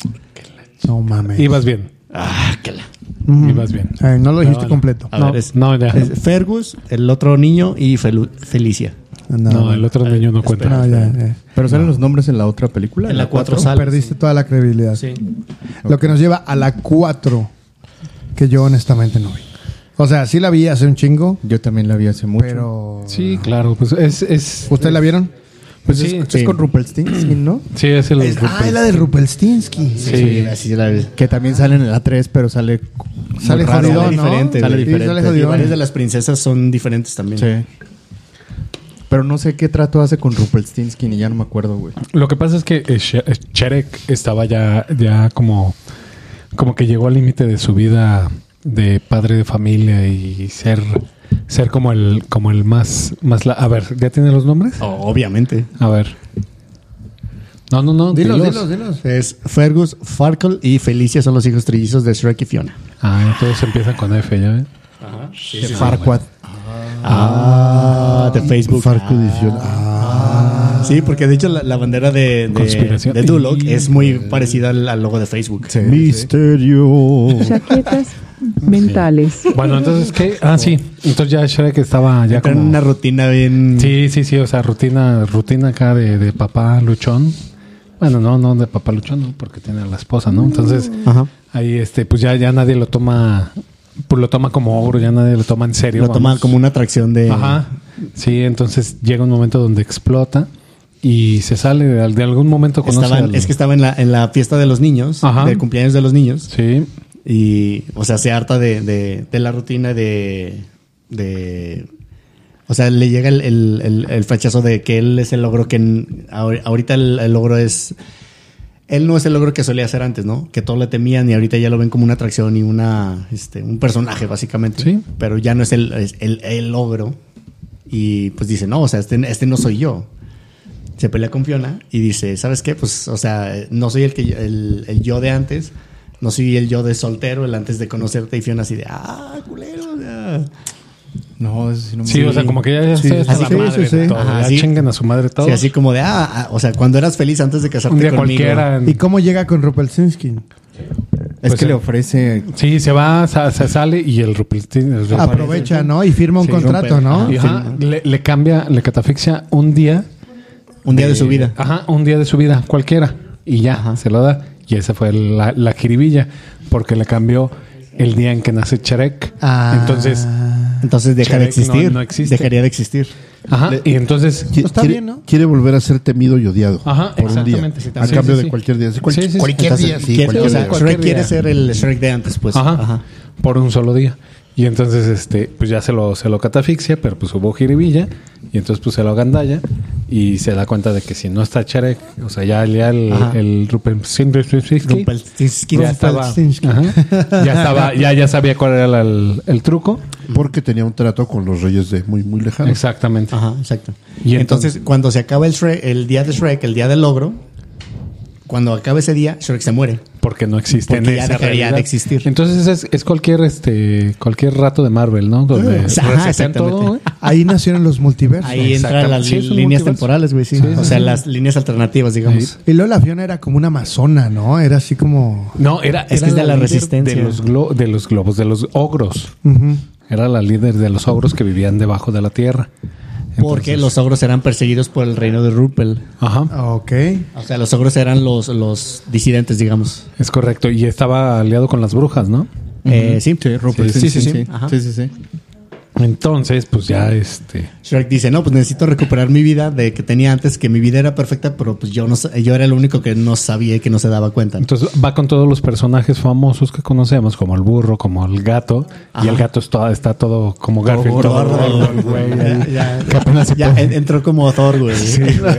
Speaker 1: No mames.
Speaker 5: Ibas bien.
Speaker 4: Ah, que la.
Speaker 1: Mm.
Speaker 5: Ibas bien.
Speaker 1: Ay, no lo dijiste
Speaker 5: No, Ah, no.
Speaker 1: completo.
Speaker 4: A
Speaker 5: No,
Speaker 4: ver, es-
Speaker 5: no, ya.
Speaker 4: es Fergus, el otro niño y Felu- Felicia.
Speaker 1: No,
Speaker 5: No, el otro niño no cuenta.
Speaker 1: no, ya, ya.
Speaker 3: Pero salen los nombres en la otra película.
Speaker 4: En la cuatro
Speaker 3: cuatro?
Speaker 4: sale.
Speaker 1: Perdiste toda la credibilidad.
Speaker 4: Sí.
Speaker 1: Lo que nos lleva a la 4, que yo honestamente no vi. O sea, sí la vi hace un chingo,
Speaker 3: Yo también la vi hace mucho.
Speaker 1: pero...
Speaker 5: Sí, claro. Pues es. es
Speaker 1: ¿Ustedes la vieron?
Speaker 3: Pues
Speaker 5: Sí,
Speaker 3: es,
Speaker 5: sí.
Speaker 3: es con Rumpelstiltskin, ¿no?
Speaker 5: sí, es el.
Speaker 1: ah, es la de Rupelstinsky.
Speaker 5: Sí.
Speaker 4: así la vi.
Speaker 3: Que también sale en el A3, pero sale. muy
Speaker 1: Sale
Speaker 3: raro.
Speaker 1: jodidón,
Speaker 4: sale
Speaker 1: ¿no?
Speaker 4: diferente,
Speaker 1: Sale
Speaker 4: güey.
Speaker 1: diferente.
Speaker 4: Y
Speaker 1: sale jodidón.
Speaker 4: varias de las princesas son diferentes también.
Speaker 3: Sí. Pero no sé qué trato hace con Rumpelstiltskin y ya no me acuerdo, güey.
Speaker 5: Lo que pasa es que eh, She- eh, Cherek estaba ya, ya como, como que llegó al límite de su vida de padre de familia y ser, ser como el, como el más, más la- a ver, ¿ya tiene los nombres?
Speaker 4: Oh, obviamente.
Speaker 5: A ver. No, no, no.
Speaker 1: Dilos, dilos,
Speaker 5: dilos.
Speaker 1: dilos.
Speaker 4: Es Fergus, Farkle y Felicia son los hijos trillizos de Shrek y Fiona.
Speaker 5: Ah, todos empiezan con F, ¿ya ven?
Speaker 3: Farquad.
Speaker 4: Ah, de Facebook. Ah.
Speaker 2: Farco edición.
Speaker 4: Sí, porque de hecho la, la bandera de, de,
Speaker 5: Conspiración.
Speaker 4: de Duloc es muy parecida al, al logo de Facebook.
Speaker 3: Sí.
Speaker 2: Misterio.
Speaker 8: Chaquetas mentales.
Speaker 5: Bueno, entonces, ¿qué? Ah, sí. Entonces ya Shrek estaba ya
Speaker 4: Con
Speaker 5: como...
Speaker 4: una rutina bien.
Speaker 5: Sí, sí, sí, o sea, rutina, rutina acá de, de papá luchón. Bueno, no, no de papá luchón, no, porque tiene a la esposa, ¿no? Entonces,
Speaker 4: Mm.
Speaker 5: ahí este, pues ya, ya nadie lo toma, pues lo toma como oro, ya nadie lo toma en serio.
Speaker 4: Lo toman
Speaker 5: vamos.
Speaker 4: como una atracción de.
Speaker 5: Ajá. Sí, entonces llega un momento donde explota y se sale de, de algún momento conoce
Speaker 4: Estaba en-
Speaker 5: al-
Speaker 4: es que estaba en la, en la fiesta de los niños,
Speaker 5: Ajá.
Speaker 4: del cumpleaños de los niños.
Speaker 5: Sí.
Speaker 4: Y, o sea, se harta de, de- de la rutina de, de- O sea, le llega el, el, el- el flechazo de que él es el logro que. en- ahor- ahorita el, el logro es. Él no es el logro que solía hacer antes, ¿no? Que todos le temían y ahorita ya lo ven como una atracción y una, este, un personaje, básicamente.
Speaker 5: Sí.
Speaker 4: Pero ya no es el, es el, el logro. Y pues dice, no, o sea, este, este no soy yo. Se pelea con Fiona y dice, ¿sabes qué? Pues, o sea, no soy el, que, el, el yo de antes. No soy el yo de soltero, el antes de conocerte. Y Fiona así de, ah, culero. o sea".
Speaker 3: No, eso sí no me
Speaker 5: Sí, o sea, como que ya, ya está hasta
Speaker 4: así-
Speaker 5: la
Speaker 4: sí,
Speaker 5: madre
Speaker 1: sí,
Speaker 5: de
Speaker 1: sí.
Speaker 5: todo,
Speaker 4: Ajá,
Speaker 5: ya
Speaker 4: sí.
Speaker 5: chinguen a su madre todo.
Speaker 4: Sí, así como de, ah, ah, o sea, cuando eras feliz antes de casarte
Speaker 5: un día
Speaker 4: conmigo.
Speaker 5: cualquiera. en-
Speaker 1: ¿Y cómo llega con Rupelsinski?
Speaker 3: Es
Speaker 5: Pues,
Speaker 3: que
Speaker 5: eh,
Speaker 3: le ofrece.
Speaker 5: Sí, se va, sa- se, sale y el Rupeltín... el
Speaker 4: Ah,
Speaker 5: Rupeltín-
Speaker 1: Aprovecha, ¿no? Y firma un
Speaker 5: Ah, Sí,
Speaker 1: contrato,
Speaker 4: rompe.
Speaker 1: ¿no?
Speaker 5: Y, ajá, le, le cambia, le catafixia un día.
Speaker 4: Un día de su vida.
Speaker 5: Ajá, un día de su vida, cualquiera. Y ya, se lo da. Y esa fue la, la jiribilla, porque le cambió el día en que nace Shrek.
Speaker 4: Ah.
Speaker 5: Entonces,
Speaker 4: Entonces deja
Speaker 5: Shrek
Speaker 4: de existir.
Speaker 5: no- no existe.
Speaker 4: Dejaría de existir.
Speaker 5: ajá, y entonces...
Speaker 2: Qui-
Speaker 1: Está
Speaker 2: quiere,
Speaker 1: bien, ¿no?
Speaker 2: quiere volver a ser temido y odiado.
Speaker 5: Ajá,
Speaker 2: por un día.
Speaker 5: exactamente, sí,
Speaker 2: a
Speaker 5: sí,
Speaker 2: cambio
Speaker 5: sí,
Speaker 2: de
Speaker 5: sí.
Speaker 2: cualquier día. Sí, cual-
Speaker 5: Sí, sí, sí.
Speaker 2: cualquier
Speaker 4: Entonces,
Speaker 2: día, sí.
Speaker 4: quiere-
Speaker 2: cualquier
Speaker 4: o sea,
Speaker 2: día.
Speaker 4: cualquier
Speaker 5: Cualquier
Speaker 4: quiere
Speaker 5: día.
Speaker 4: ser el Shrek de antes, pues.
Speaker 5: Ajá,
Speaker 4: Ajá.
Speaker 5: por un solo día. Y entonces, este, pues ya se lo, se lo catafixia, pero pues hubo jiribilla. Y entonces, pues se lo agandalla. Y se da cuenta de que si no está Shrek, o sea, ya, ya el,
Speaker 4: Ajá.
Speaker 5: el Rupelsinski...
Speaker 4: Rumpelstiltskin.
Speaker 5: ya estaba,
Speaker 1: Rumpelstiltskin.
Speaker 5: ajá, ya estaba, ya, ya sabía cuál era la- el, el truco.
Speaker 2: Porque tenía un trato con los reyes de muy, muy lejano.
Speaker 5: Exactamente.
Speaker 4: Ajá, exacto.
Speaker 5: Y
Speaker 4: Y entonces, cuando se acaba el, Shrek- el día de Shrek, el día del logro, cuando acaba ese día, Shrek se muere.
Speaker 5: Porque no existe
Speaker 4: Porque
Speaker 5: en
Speaker 4: ya
Speaker 5: esa
Speaker 4: dejaría
Speaker 5: realidad.
Speaker 4: de existir.
Speaker 5: Entonces es, es cualquier este cualquier rato de Marvel, ¿no? Donde
Speaker 4: Ajá,
Speaker 5: resetean
Speaker 4: Ah, exactamente.
Speaker 5: todo, ¿eh? güey.
Speaker 1: Ahí nacieron los multiversos.
Speaker 4: Ahí entran
Speaker 5: Exactamente.
Speaker 4: las
Speaker 5: Sí, es un
Speaker 4: líneas
Speaker 5: multiverso.
Speaker 4: temporales, güey, sí.
Speaker 5: Sí,
Speaker 4: O
Speaker 5: sí,
Speaker 4: sea,
Speaker 5: sí.
Speaker 4: las líneas alternativas, digamos.
Speaker 1: Y luego la Fiona era como una amazona, ¿no? Era así como...
Speaker 5: No, era,
Speaker 4: Es que
Speaker 5: era
Speaker 4: es de la
Speaker 5: líder
Speaker 4: resistencia.
Speaker 5: de los glo- de los globos, de los ogros.
Speaker 1: Ujú.
Speaker 5: Era la líder de los ogros que vivían debajo de la tierra.
Speaker 4: Porque
Speaker 5: Entonces-
Speaker 4: los ogros eran perseguidos por el reino de Rupel.
Speaker 5: Ajá,
Speaker 1: Ok.
Speaker 4: O sea, los ogros eran los, los disidentes, digamos.
Speaker 5: es correcto y estaba aliado con las brujas, ¿no?
Speaker 4: Eh, sí.
Speaker 3: Rupert,
Speaker 4: Sí, sí, sí. Ajá.
Speaker 3: Sí, sí, sí.
Speaker 5: Entonces, pues ya este
Speaker 4: Shrek dice, no, pues necesito recuperar mi vida de que tenía antes, que mi vida era perfecta, pero pues yo no sa- yo era el único que no sabía y que no se daba cuenta.
Speaker 5: Entonces va con todos los personajes famosos que conocemos, como el burro, como el gato, y el gato es todo- está todo como Garfield, todo gordo, güey,
Speaker 4: Oh, Ya,
Speaker 5: ahí.
Speaker 4: ya,
Speaker 5: Que apenas se
Speaker 4: ya
Speaker 5: puede.
Speaker 4: en- entró como Thor, güey.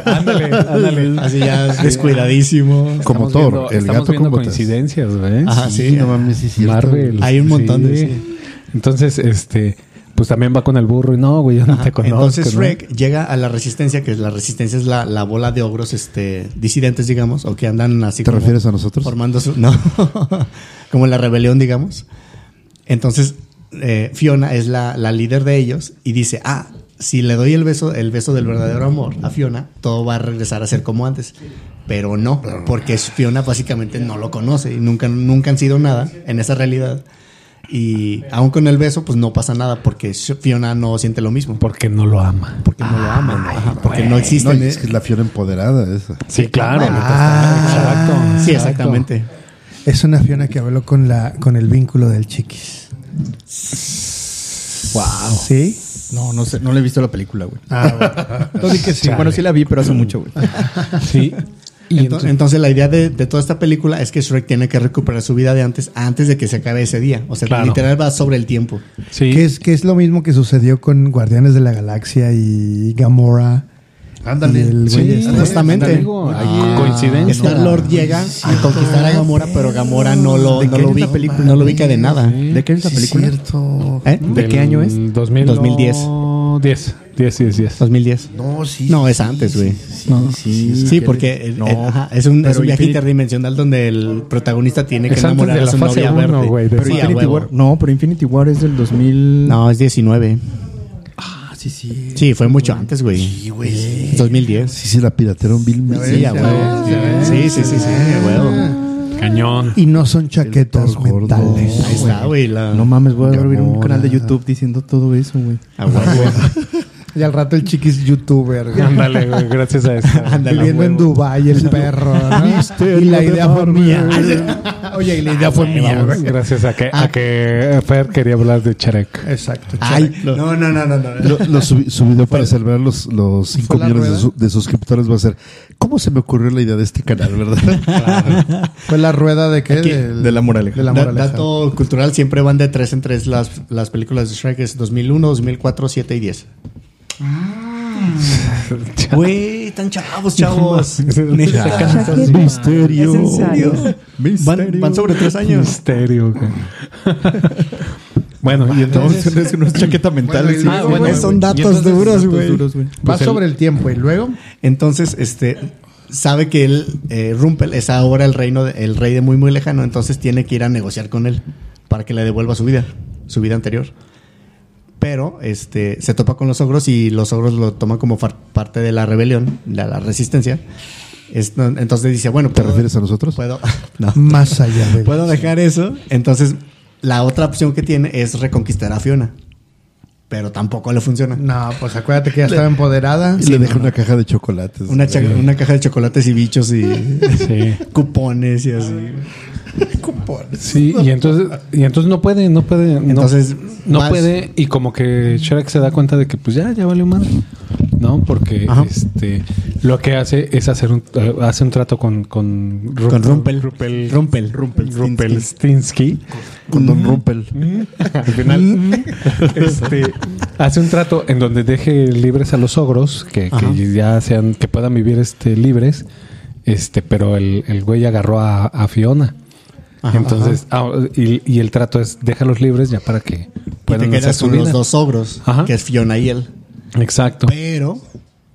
Speaker 5: ándale, ándale.
Speaker 4: Así ya descuidadísimo.
Speaker 2: Como
Speaker 5: Estamos
Speaker 2: Thor,
Speaker 5: viendo-
Speaker 2: el
Speaker 5: estamos
Speaker 2: gato
Speaker 5: viendo
Speaker 2: con botas.
Speaker 5: coincidencias, güey.
Speaker 4: Ajá, sí.
Speaker 2: no mames, sí, es cierto.
Speaker 5: Marvel.
Speaker 4: Hay un montón de- sí.
Speaker 5: Entonces, este, pues también va con el burro y no, güey, yo no te conozco.
Speaker 4: Entonces
Speaker 5: ¿no?
Speaker 4: Shrek llega a la resistencia, que la resistencia es la, la bola de ogros este, disidentes, digamos, o que andan así.
Speaker 2: ¿Te refieres a nosotros?
Speaker 4: Formando su. No. como la rebelión, digamos. Entonces, eh, Fiona es la, la líder de ellos y dice: Ah, si le doy el beso, el beso del verdadero amor a Fiona, todo va a regresar a ser como antes. Pero no, porque Fiona básicamente no lo conoce y nunca, nunca han sido nada en esa realidad. Y aún con el beso, pues no pasa nada porque Fiona no siente lo mismo.
Speaker 5: Porque no lo ama.
Speaker 4: Porque no lo aman. ajá, porque no
Speaker 2: No, ¿eh?
Speaker 4: existen.
Speaker 2: y es que es la Fiora empoderada esa.
Speaker 5: Sí, claro.
Speaker 4: Exacto.
Speaker 5: Ah, exacto.
Speaker 4: Sí, exactamente.
Speaker 1: Es una Fiona que habló con, la, con el vínculo del chiquis.
Speaker 3: Wow.
Speaker 1: ¿Sí?
Speaker 3: No, no sé, no le he visto la película, güey.
Speaker 1: Ah, bueno. Entonces, que sí.
Speaker 3: Bueno, sí la vi, pero hace mucho, güey.
Speaker 5: Sí.
Speaker 4: Ento- entonces, la idea de, de toda esta película es que Shrek tiene que recuperar su vida de antes, antes de que se acabe ese día. O sea,
Speaker 5: Claro.
Speaker 4: literal va sobre el tiempo.
Speaker 5: Sí.
Speaker 1: Que es, que es lo mismo que sucedió con Guardianes de la Galaxia y Gamora.
Speaker 2: Ándale.
Speaker 1: Y el güey este.
Speaker 4: justamente.
Speaker 5: te digo, hay coincidencia.
Speaker 4: Star Lord llega a conquistar a Gamora, pero Gamora no lo,
Speaker 1: ¿De
Speaker 4: no
Speaker 1: qué
Speaker 4: lo
Speaker 1: es
Speaker 4: vi-
Speaker 1: la película?
Speaker 4: no lo ubica de nada.
Speaker 3: ¿De qué es la
Speaker 1: Sí,
Speaker 3: película?
Speaker 1: cierto.
Speaker 4: ¿Eh?
Speaker 3: ¿De qué año es?
Speaker 5: 2000
Speaker 4: 2010.
Speaker 5: 10, 10, 10, 10.
Speaker 4: 2010.
Speaker 2: No, sí.
Speaker 4: No, es antes, güey.
Speaker 3: No, sí.
Speaker 4: Sí, porque el- el- ajá, es un, es un viaje interdimensional donde el protagonista tiene que
Speaker 5: Es antes
Speaker 4: enamorar
Speaker 5: de
Speaker 4: a
Speaker 5: la
Speaker 4: su
Speaker 5: fase
Speaker 4: novia
Speaker 5: uno,
Speaker 4: verde.
Speaker 5: güey, de
Speaker 4: Pero
Speaker 5: Star
Speaker 4: sí, a
Speaker 3: Infinity
Speaker 4: huevo.
Speaker 3: War. No, pero Infinity War es del 2000.
Speaker 4: No, es 19.
Speaker 3: Ah, sí, sí.
Speaker 4: Sí, fue mucho antes, güey. Sí, güey. 2010.
Speaker 2: Sí, sí, la piratearon vil.
Speaker 4: Sí, a huevo. Sí, sí, sí, sí, a huevo.
Speaker 5: Cañón.
Speaker 1: Y no son chaquetas
Speaker 2: El gordo.
Speaker 1: mentales.
Speaker 4: Ahí está, güey. La...
Speaker 3: No mames, voy a abrir un
Speaker 2: Gamora.
Speaker 3: canal de YouTube diciendo todo eso, güey.
Speaker 4: Ah, güey, güey.
Speaker 1: Y al rato el chiquis youtuber. güey.
Speaker 5: Ándale, güey, gracias a esto.
Speaker 1: Viviendo en Dubai el perro. ¿no? Y la idea fue mía. Oye, y la idea fue mía. güey.
Speaker 5: Gracias a que, a que Fer quería hablar de Charek.
Speaker 1: Exacto.
Speaker 4: Ay,
Speaker 1: chale.
Speaker 4: no, no, no, no. no.
Speaker 2: Lo, lo subi- su video para celebrar los, los 5
Speaker 1: la
Speaker 2: millones de,
Speaker 1: rueda?
Speaker 2: su- de suscriptores va a ser ¿Cómo se me ocurrió la idea de este canal, verdad?
Speaker 1: Fue la rueda de qué? Del-
Speaker 3: De la moraleja.
Speaker 1: De la
Speaker 4: Da-
Speaker 1: moraleja.
Speaker 4: dato cultural, siempre van de tres en tres las, las películas de Shrek. Es 2001, 2004, 7 y 10. Ah. Güey, tan chavos, chavos. Neta.
Speaker 8: Chaquetas.
Speaker 2: Misterio.
Speaker 8: Ah, Es en serio.
Speaker 4: Van, van sobre tres años.
Speaker 5: Misterio, güey. Bueno, y entonces.
Speaker 3: es una chaqueta mental.
Speaker 1: Bueno, y
Speaker 3: sí.
Speaker 1: luego,
Speaker 5: Ah, bueno,
Speaker 1: güey,
Speaker 4: Güey, son
Speaker 3: Y
Speaker 4: datos
Speaker 3: entonces,
Speaker 4: duros,
Speaker 3: datos
Speaker 4: güey.
Speaker 3: duros, güey.
Speaker 1: Va sobre el tiempo y luego.
Speaker 4: Entonces, este sabe que él, eh, Rumpel es ahora el reino, de- el rey de muy muy lejano, entonces tiene que ir a negociar con él para que le devuelva su vida, su vida anterior. Pero este se topa con los ogros y los ogros lo toman como far- parte de la rebelión, de la resistencia. Es- no, entonces dice, bueno, pues,
Speaker 2: ¿Te refieres a nosotros?
Speaker 4: Puedo, no,
Speaker 1: Más allá de.
Speaker 4: puedo dejar eso. Entonces, la otra opción que tiene es reconquistar a Fiona, pero tampoco le funciona.
Speaker 1: No, pues acuérdate que ya estaba empoderada.
Speaker 2: Y le dejé una caja de chocolates.
Speaker 4: Una, cha- una caja de chocolates y bichos y
Speaker 5: Sí.
Speaker 4: cupones y así.
Speaker 5: Sí, y entonces, y entonces no puede, no puede. no-
Speaker 4: Entonces,
Speaker 5: no,
Speaker 4: vas-
Speaker 5: puede. Y como que Shrek se da cuenta de que pues ya, ya valió madre. ¿No? Porque
Speaker 4: Ajá.
Speaker 5: este lo que hace es hacer un, eh, hace un trato con, con, Ru-
Speaker 4: Con Rumpel.
Speaker 5: Rumpel.
Speaker 4: Rumpel.
Speaker 5: Rumpelstinsky.
Speaker 2: con Don Rumpel.
Speaker 5: Al final, este, hace un trato en donde deje libres a los ogros, que, que
Speaker 4: Ajá.
Speaker 5: ya sean, que puedan vivir este libres. Este, pero el, el güey agarró a, a Fiona.
Speaker 4: Ajá,
Speaker 5: Entonces, ah, y, y el trato es déjalos libres ya para que
Speaker 4: Y te
Speaker 5: puedan hacer
Speaker 4: quedas
Speaker 5: su
Speaker 4: con los
Speaker 5: vida.
Speaker 4: dos ogros,
Speaker 5: Ajá.
Speaker 4: que es Fiona y él.
Speaker 5: Exacto.
Speaker 4: Pero,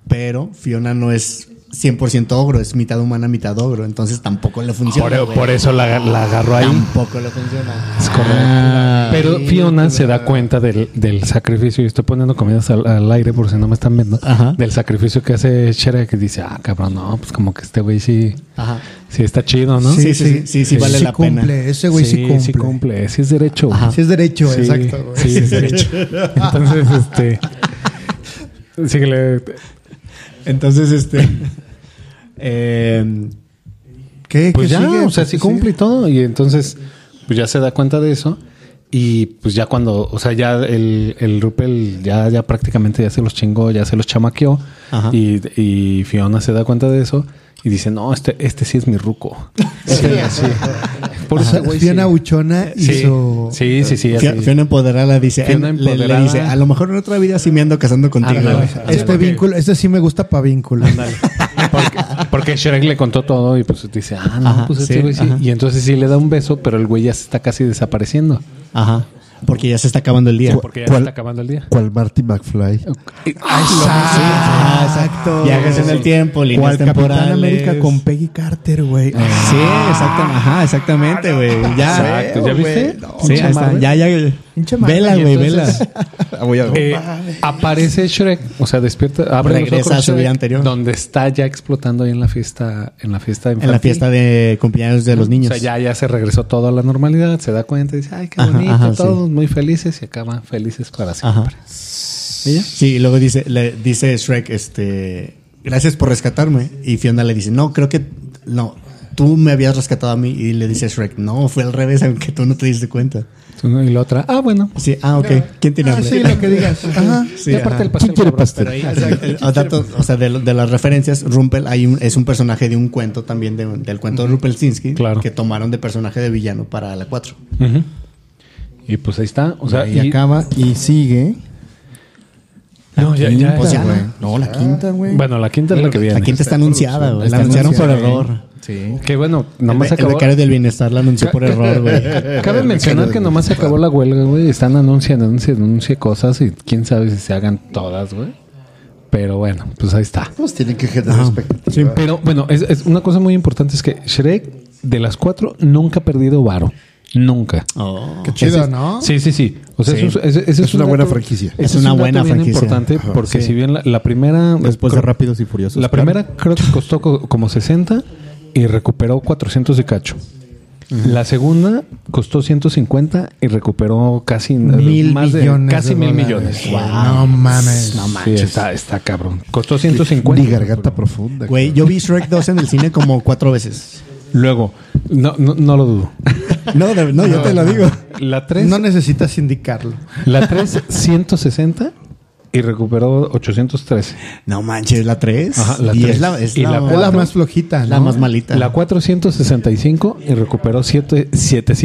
Speaker 4: pero Fiona no es 100% ogro, es mitad humana, mitad ogro. Entonces tampoco le funciona.
Speaker 5: Por, e-
Speaker 4: güey.
Speaker 5: por eso la, la agarró ahí.
Speaker 4: Tampoco le funciona.
Speaker 5: Es correcto. Ah, Pero Fiona se da cuenta del, del sacrificio, y estoy poniendo comidas al, al aire por si no me están viendo,
Speaker 4: Ajá.
Speaker 5: del sacrificio que hace Shrek que dice, ah, cabrón, no, pues como que este güey sí,
Speaker 4: Ajá.
Speaker 5: sí está chido, ¿no?
Speaker 4: Sí, sí, sí, sí, sí, vale la pena.
Speaker 1: cumple, Ese güey sí, cumple.
Speaker 5: Sí, cumple, sí es derecho. güey.
Speaker 1: Sí es derecho,
Speaker 5: Sí,
Speaker 1: exacto. güey.
Speaker 5: Sí, es derecho. Entonces, este... síguele.
Speaker 4: Entonces, este.
Speaker 5: em,
Speaker 4: eh,
Speaker 1: ¿Qué?
Speaker 5: Pues
Speaker 1: ¿Qué
Speaker 5: ya,
Speaker 1: sigue?
Speaker 5: o sea, sí
Speaker 1: ¿Qué
Speaker 5: cumple y
Speaker 1: sigue?
Speaker 5: todo. Y entonces, pues ya se da cuenta de eso. Y pues ya cuando, o sea, ya el, el Rupel ya, ya prácticamente ya se los chingó, ya se los chamaqueó.
Speaker 4: Ajá.
Speaker 5: Y, y Fiona se da cuenta de eso y dice, no, este, este sí es mi ruco. Sí, sí. Por
Speaker 1: O sea,
Speaker 5: ese güey sí.
Speaker 1: Fiona Buchona
Speaker 5: Sí,
Speaker 1: hizo.
Speaker 5: sí, sí, sí, así.
Speaker 4: Fio- Fiona empoderada dice,
Speaker 5: Fiona
Speaker 4: en- le- Le,
Speaker 5: empoderada.
Speaker 4: dice, a lo mejor en otra vida sí me ando casando contigo.
Speaker 5: Ándale.
Speaker 4: güey".
Speaker 1: Este
Speaker 5: Ándale.
Speaker 1: vínculo, este sí me gusta para vínculo.
Speaker 5: Porque, porque Shrek le contó todo y pues dice, ah, no,
Speaker 4: Ajá,
Speaker 5: pues este
Speaker 4: sí,
Speaker 5: güey sí.
Speaker 4: ajá.
Speaker 5: Y entonces sí le da un beso, pero el güey ya se está casi desapareciendo.
Speaker 4: Ajá. Porque ya se está acabando el día.
Speaker 5: Porque ya se
Speaker 2: ¿Cuál?
Speaker 5: está acabando el día.
Speaker 2: Cual Marty McFly.
Speaker 4: Ah, exacto. Viajes en el tiempo, líneas
Speaker 3: Cual Capitán
Speaker 4: temporales. Ah,
Speaker 3: América con Peggy Carter, güey.
Speaker 4: Sí, exactamente. Ajá, exactamente, güey. Ah, Ya.
Speaker 5: Exacto, ¿ya viste?
Speaker 4: Sí, ahí está. Ya, ya. Vela, güey, vela.
Speaker 5: Eh, aparece Shrek, o sea, despierta, abre los
Speaker 4: Regresa
Speaker 5: ojos
Speaker 4: a su
Speaker 5: Shrek,
Speaker 4: vida anterior.
Speaker 5: donde está ya explotando ahí en la fiesta, en la fiesta
Speaker 4: En la fiesta de cumpleaños de los niños.
Speaker 5: O sea, ya, ya se regresó todo a la normalidad, se da cuenta y dice, ay, qué
Speaker 4: Ajá,
Speaker 5: bonito,
Speaker 4: ajá,
Speaker 5: todos muy felices y acaban felices para siempre.
Speaker 4: Ajá. Sí, y luego dice, le dice Shrek, este, gracias por rescatarme. Y Fiona le dice, no, creo que, no, tú me habías rescatado a mí. Y le dice Shrek, no, fue al revés, aunque tú no te diste cuenta.
Speaker 5: Tú no, Y la otra, ah, bueno.
Speaker 4: Sí, ah, ok. ¿Quién tiene
Speaker 1: Ah,
Speaker 4: hambre?
Speaker 1: sí, lo que digas. Ajá.
Speaker 4: Sí,
Speaker 5: y aparte
Speaker 4: ajá.
Speaker 5: el pastel.
Speaker 2: ¿Quién quiere
Speaker 5: cabrón,
Speaker 2: pastel?
Speaker 5: pero ahí-
Speaker 4: Exacto. O, dato- o sea, de, lo- de las referencias, Rumpel hay un- es un personaje de un cuento también, de un- del cuento de Rumpelstinsky,
Speaker 5: Claro.
Speaker 4: que tomaron de personaje de villano para la 4.
Speaker 1: Pues
Speaker 5: Ujú. Y pues ahí está, o sea,
Speaker 3: y, acaba y sigue.
Speaker 5: No, ya, ya,
Speaker 4: Pues
Speaker 5: ya,
Speaker 4: ya,
Speaker 5: güey.
Speaker 4: ¿no?
Speaker 3: No, la quinta, güey.
Speaker 5: Bueno, la quinta es la que viene.
Speaker 4: La quinta está anunciada, güey. La
Speaker 3: Está
Speaker 4: anunciaron por
Speaker 3: anunciada,
Speaker 4: error.
Speaker 3: güey. Sí.
Speaker 5: Que bueno,
Speaker 4: El,
Speaker 5: nomás
Speaker 4: el
Speaker 5: acabó.
Speaker 4: becario del bienestar la anunció por error, güey.
Speaker 5: Cabe mencionar que nomás se acabó la huelga, güey. Están anunciando, anunciando, anunciando cosas y quién sabe si se hagan todas, güey. Pero bueno, pues ahí está.
Speaker 2: Pues tienen que generar expectativas.
Speaker 5: Sí, pero bueno, es, es una cosa muy importante es que Shrek de las cuatro nunca ha perdido varo. Nunca.
Speaker 4: Oh.
Speaker 1: Qué chido, ¿no?
Speaker 5: Sí, sí, sí. O sea, eso es, ese- ese
Speaker 2: Es
Speaker 5: un
Speaker 2: una buena franquicia.
Speaker 5: ese
Speaker 4: Es una
Speaker 5: un dato
Speaker 4: buena
Speaker 5: bien
Speaker 4: franquicia.
Speaker 5: importante porque si bien la, la primera...
Speaker 3: Después de
Speaker 5: creo-
Speaker 3: Rápidos y Furiosos.
Speaker 5: La primera creo que costó co- como 60 y recuperó 400 y cacho. La segunda costó 150 y recuperó casi
Speaker 1: Mil
Speaker 5: más de-
Speaker 1: millones.
Speaker 5: casi
Speaker 1: de
Speaker 5: mil
Speaker 1: dólares.
Speaker 5: millones.
Speaker 1: No mames.
Speaker 4: No
Speaker 5: Sí,
Speaker 4: manches.
Speaker 5: está, está cabrón. Costó 150.
Speaker 2: Ni garganta profunda.
Speaker 4: Güey, yo vi Shrek 2 en el cine como cuatro veces.
Speaker 5: Luego, no, no, no lo dudo.
Speaker 4: No, no, no, yo te lo digo.
Speaker 5: La 3,
Speaker 1: No necesitas indicarlo.
Speaker 5: la 3 160 y recuperó 813.
Speaker 4: No manches, la 3.
Speaker 5: Ajá, la
Speaker 4: y
Speaker 5: tres.
Speaker 4: es la, es
Speaker 5: Y
Speaker 4: la,
Speaker 5: la
Speaker 1: Es la
Speaker 5: cuatro.
Speaker 1: más flojita, ¿no?
Speaker 4: la más malita.
Speaker 5: La 465 y recuperó siete-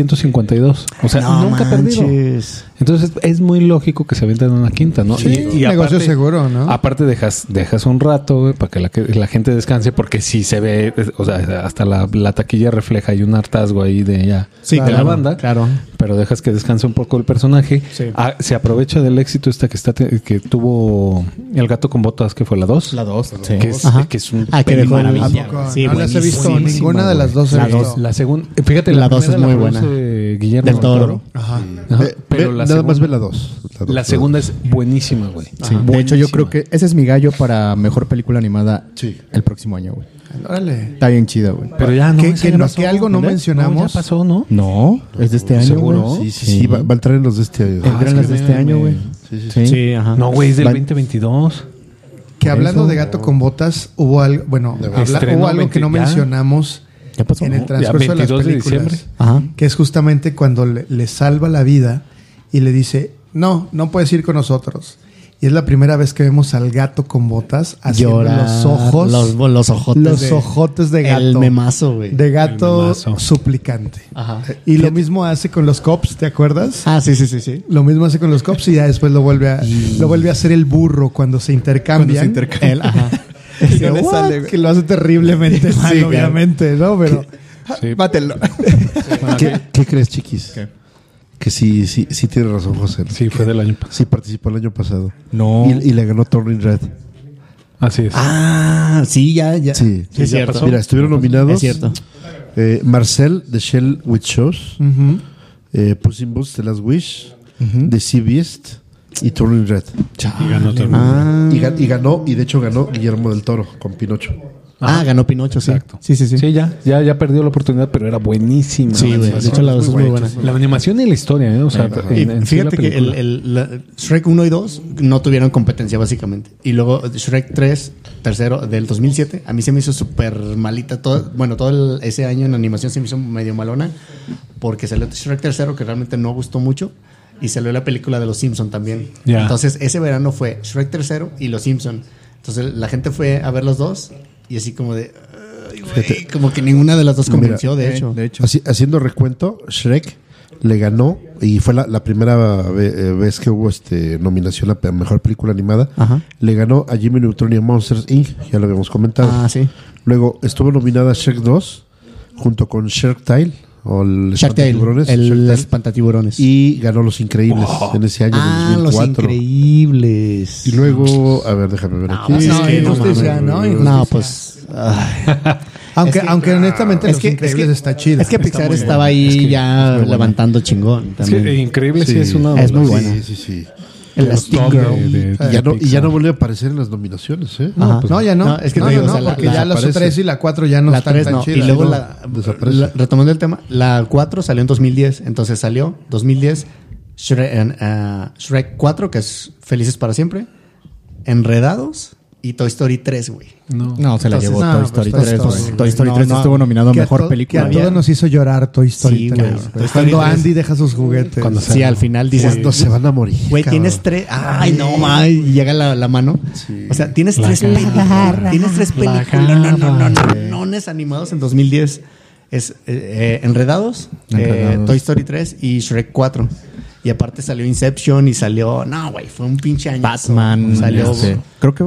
Speaker 5: 752. O sea,
Speaker 4: No
Speaker 5: nunca ha perdido.
Speaker 4: manches.
Speaker 5: Entonces es muy lógico que se avienten una quinta, ¿no?
Speaker 1: Sí, negocio seguro, ¿no?
Speaker 5: Aparte dejas, dejas un rato güey, para que la, que la gente descanse porque sí se ve, es- o sea, hasta la, la taquilla refleja hay un hartazgo ahí de ya
Speaker 4: Sí,
Speaker 5: de la
Speaker 4: claro,
Speaker 5: banda.
Speaker 4: claro.
Speaker 5: Pero dejas que descanse un poco el personaje. Ah, se aprovecha del éxito esta que está te- que tuvo el gato con botas que fue la 2.
Speaker 3: La 2.
Speaker 5: que, es,
Speaker 4: Ajá.
Speaker 5: que es un
Speaker 4: Ah, que
Speaker 5: peli
Speaker 4: dejó
Speaker 5: maravilla.
Speaker 1: ¿A
Speaker 4: maravilla.
Speaker 1: poco?
Speaker 4: Sí,
Speaker 1: no las he visto.
Speaker 4: buenísima,
Speaker 1: Ninguna de
Speaker 4: güey.
Speaker 1: las dos he
Speaker 4: La
Speaker 1: visto.
Speaker 4: dos,
Speaker 5: La segunda, fíjate, la,
Speaker 4: La dos es
Speaker 5: primera la
Speaker 4: muy
Speaker 5: produce Guillermo
Speaker 4: Del
Speaker 5: del
Speaker 4: Toro.
Speaker 5: Toro.
Speaker 1: Ajá.
Speaker 5: Ajá.
Speaker 2: Ve-
Speaker 5: pero
Speaker 2: ve-
Speaker 5: la
Speaker 2: nada más ve la
Speaker 5: segunda,
Speaker 2: dos.
Speaker 5: la segunda es buenísima, güey.
Speaker 3: De hecho, yo creo que ese es mi gallo para mejor película animada
Speaker 2: Sí.
Speaker 3: el próximo año, güey.
Speaker 1: Órale.
Speaker 3: Está bien chida, güey.
Speaker 5: Pero ya no,
Speaker 1: Que-
Speaker 5: esa
Speaker 1: que
Speaker 5: ya
Speaker 1: no-
Speaker 5: pasó,
Speaker 1: que algo no mencionamos.
Speaker 5: ya pasó, ¿no?
Speaker 3: No, es de
Speaker 2: Ah,
Speaker 3: este año,
Speaker 5: ¿Seguro?
Speaker 3: güey.
Speaker 2: Sí, sí, sí. va- Van a traer los de este año.
Speaker 3: Vendrán las de este año, güey.
Speaker 2: Sí, sí,
Speaker 4: Sí, ajá.
Speaker 5: No, güey, es del
Speaker 3: Va-
Speaker 5: 2022.
Speaker 1: Que hablando de gato con botas, hubo algo, bueno, habla-
Speaker 5: Estreno
Speaker 1: hubo algo que no
Speaker 5: 20, ya.
Speaker 1: mencionamos
Speaker 3: Ya pasó,
Speaker 1: en el
Speaker 3: ¿no?
Speaker 1: transcurso de las
Speaker 5: 22 de
Speaker 1: películas.
Speaker 5: diciembre.
Speaker 4: Ajá.
Speaker 1: que es justamente cuando le, le salva la vida y le dice, no, no puedes ir con nosotros. Y es la primera vez que vemos al gato con botas haciendo
Speaker 4: Llora.
Speaker 1: los ojos,
Speaker 4: Los, los ojotes.
Speaker 1: los
Speaker 4: de-
Speaker 1: ojotes de gato.
Speaker 4: El memazo, güey.
Speaker 1: de gato
Speaker 5: El memazo.
Speaker 1: suplicante.
Speaker 4: Ajá.
Speaker 1: Y lo mismo hace con los cops, ¿te acuerdas?
Speaker 4: Ah, sí, sí, sí, sí.
Speaker 1: Lo mismo hace con los cops y ya después lo vuelve a, lo vuelve a hacer el burro cuando se intercambian.
Speaker 4: Él, ajá.
Speaker 1: Y yo, "What?", que lo hace terriblemente mal,
Speaker 4: claro.
Speaker 1: obviamente, ¿no? Pero
Speaker 5: Sí.
Speaker 1: mátelo.
Speaker 2: ¿Qué, qué crees, chiquis? Que sí, sí, sí tiene razón, José. Sí,
Speaker 5: Sí, fue del año pasado.
Speaker 2: participó el año pasado.
Speaker 3: No.
Speaker 2: Y, y le ganó Turning Red.
Speaker 5: Así es.
Speaker 4: Ah, sí, ya, ya.
Speaker 2: Sí,
Speaker 4: Sí, es
Speaker 5: ya
Speaker 4: cierto.
Speaker 5: pasó.
Speaker 2: Mira, estuvieron nominados.
Speaker 4: Es cierto.
Speaker 2: eh, Marcel de Shell with Shows, eh, Puss in Boots The Last Wish, The Sea Beast y Turning Red. Ah.
Speaker 5: Y ganó también.
Speaker 2: Y, ga- y ganó, y de hecho ganó Guillermo del Toro con Pinocho.
Speaker 4: Ah, ganó Pinocho, sí.
Speaker 5: Exacto.
Speaker 4: Sí, sí, sí.
Speaker 5: Sí, ya, ya, ya perdió la oportunidad, pero era buenísima.
Speaker 4: Sí, güey. De hecho, la dos es muy buena.
Speaker 5: La animación y la historia, ¿eh? O sea,
Speaker 4: Y
Speaker 5: en- en sí
Speaker 4: fíjate
Speaker 5: la
Speaker 4: que el,
Speaker 5: película.
Speaker 4: el- la- Shrek 1 y 2 no tuvieron competencia, básicamente. Y luego Shrek 3, tercero, del 2007, a mí se me hizo súper malita. Todo, bueno, todo el- ese año en animación se me hizo medio malona. Porque salió Shrek tercero, que realmente no gustó mucho. Y salió la película de Los Simpson también.
Speaker 5: Ya.
Speaker 4: Entonces, ese verano fue Shrek tercero y Los Simpson. Entonces, la gente fue a ver los dos. Y así como de. "Ay, güey", como que ninguna de las dos convenció, eh, de hecho.
Speaker 3: De hecho.
Speaker 2: Así- haciendo recuento, Shrek le ganó y fue la, la primera ve- eh, vez que hubo este nominación a pe- mejor película animada.
Speaker 4: Ajá.
Speaker 2: Le ganó a Jimmy Neutron y a Monsters Inc. Ya lo habíamos comentado.
Speaker 4: Ah, sí.
Speaker 2: Luego estuvo nominada Shrek 2 junto con Shark Tale o el
Speaker 4: Shark Tale,
Speaker 2: Espantatiburones,
Speaker 4: el
Speaker 2: Shark Tale,
Speaker 4: espantatiburones.
Speaker 2: y ganó Los Increíbles en ese año
Speaker 4: Ah,
Speaker 2: de
Speaker 4: los
Speaker 2: 2004.
Speaker 4: increíbles.
Speaker 2: y luego, a ver, déjame ver
Speaker 4: No,
Speaker 2: aquí.
Speaker 4: pues es
Speaker 1: No,
Speaker 4: que no
Speaker 1: injusticia,
Speaker 4: mames,
Speaker 1: ¿no?
Speaker 4: güey.
Speaker 1: Injusticia.
Speaker 4: No, pues. ay.
Speaker 1: Aunque,
Speaker 4: Es que-
Speaker 1: aunque honestamente Los Increíbles está chida.
Speaker 4: Es que Pixar estaba ahí ya levantando chingón
Speaker 5: Es que,
Speaker 4: también.
Speaker 5: eh, increíble, sí,
Speaker 2: Sí.
Speaker 5: es una. de
Speaker 4: Es muy
Speaker 5: las-
Speaker 4: buena.
Speaker 2: Sí, sí, sí.
Speaker 4: el
Speaker 5: los
Speaker 4: Sting
Speaker 5: top de-
Speaker 4: Girl.
Speaker 5: de-
Speaker 2: Y
Speaker 5: de
Speaker 2: Ah, ya, no, y ya
Speaker 5: Pixar.
Speaker 2: no volvió a aparecer en las nominaciones, ¿eh?
Speaker 4: Ajá.
Speaker 1: No, ya no.
Speaker 4: pues, No, es que
Speaker 1: no,
Speaker 4: te digo,
Speaker 1: no, no,
Speaker 4: o sea, la-
Speaker 1: porque
Speaker 4: la
Speaker 1: ya las
Speaker 2: desaparece.
Speaker 1: 3 y la 4 ya no
Speaker 4: la
Speaker 1: están
Speaker 4: 3
Speaker 1: tan
Speaker 4: no.
Speaker 1: chidas.
Speaker 4: y luego
Speaker 1: ¿no?
Speaker 4: la,
Speaker 2: desaparece.
Speaker 4: la- Retomando el tema, la 4 salió en 2010. Entonces salió 2010 Shrek, en, ah, Shrek 4, que es Felices para Siempre. Enredados y Toy Story 3, güey.
Speaker 3: No, se la
Speaker 4: Entonces,
Speaker 3: llevó
Speaker 1: no,
Speaker 3: Toy
Speaker 1: pues,
Speaker 3: Story
Speaker 1: Toy
Speaker 3: 3.
Speaker 1: Story,
Speaker 3: güey.
Speaker 1: güey.
Speaker 3: Toy Story
Speaker 4: No,
Speaker 3: 3
Speaker 4: no,
Speaker 3: estuvo nominado a
Speaker 1: que a
Speaker 3: mejor
Speaker 1: to-
Speaker 3: película.
Speaker 1: Que a todos nos hizo llorar Toy Story
Speaker 4: Sí,
Speaker 1: 3.
Speaker 4: cabrón. Toy Story
Speaker 1: Cuando
Speaker 4: 3.
Speaker 1: Andy deja sus juguetes.
Speaker 5: Cuando
Speaker 4: Sí, al final dices.
Speaker 2: Cuando se van a morir.
Speaker 4: Güey,
Speaker 2: cabrón.
Speaker 4: tienes tres. Ay, no, ma, y llega la, la mano. O sea, tienes tres películas. Tienes tres películas. No, no, no, no, no, nones animados en 2010. Es eh, eh, Enredados, eh,
Speaker 3: Enredados.
Speaker 4: Toy Story 3 y Shrek 4. Y aparte salió Inception y salió. No, güey, fue un pinche año.
Speaker 3: Batman.
Speaker 4: Salió
Speaker 3: este, creo que.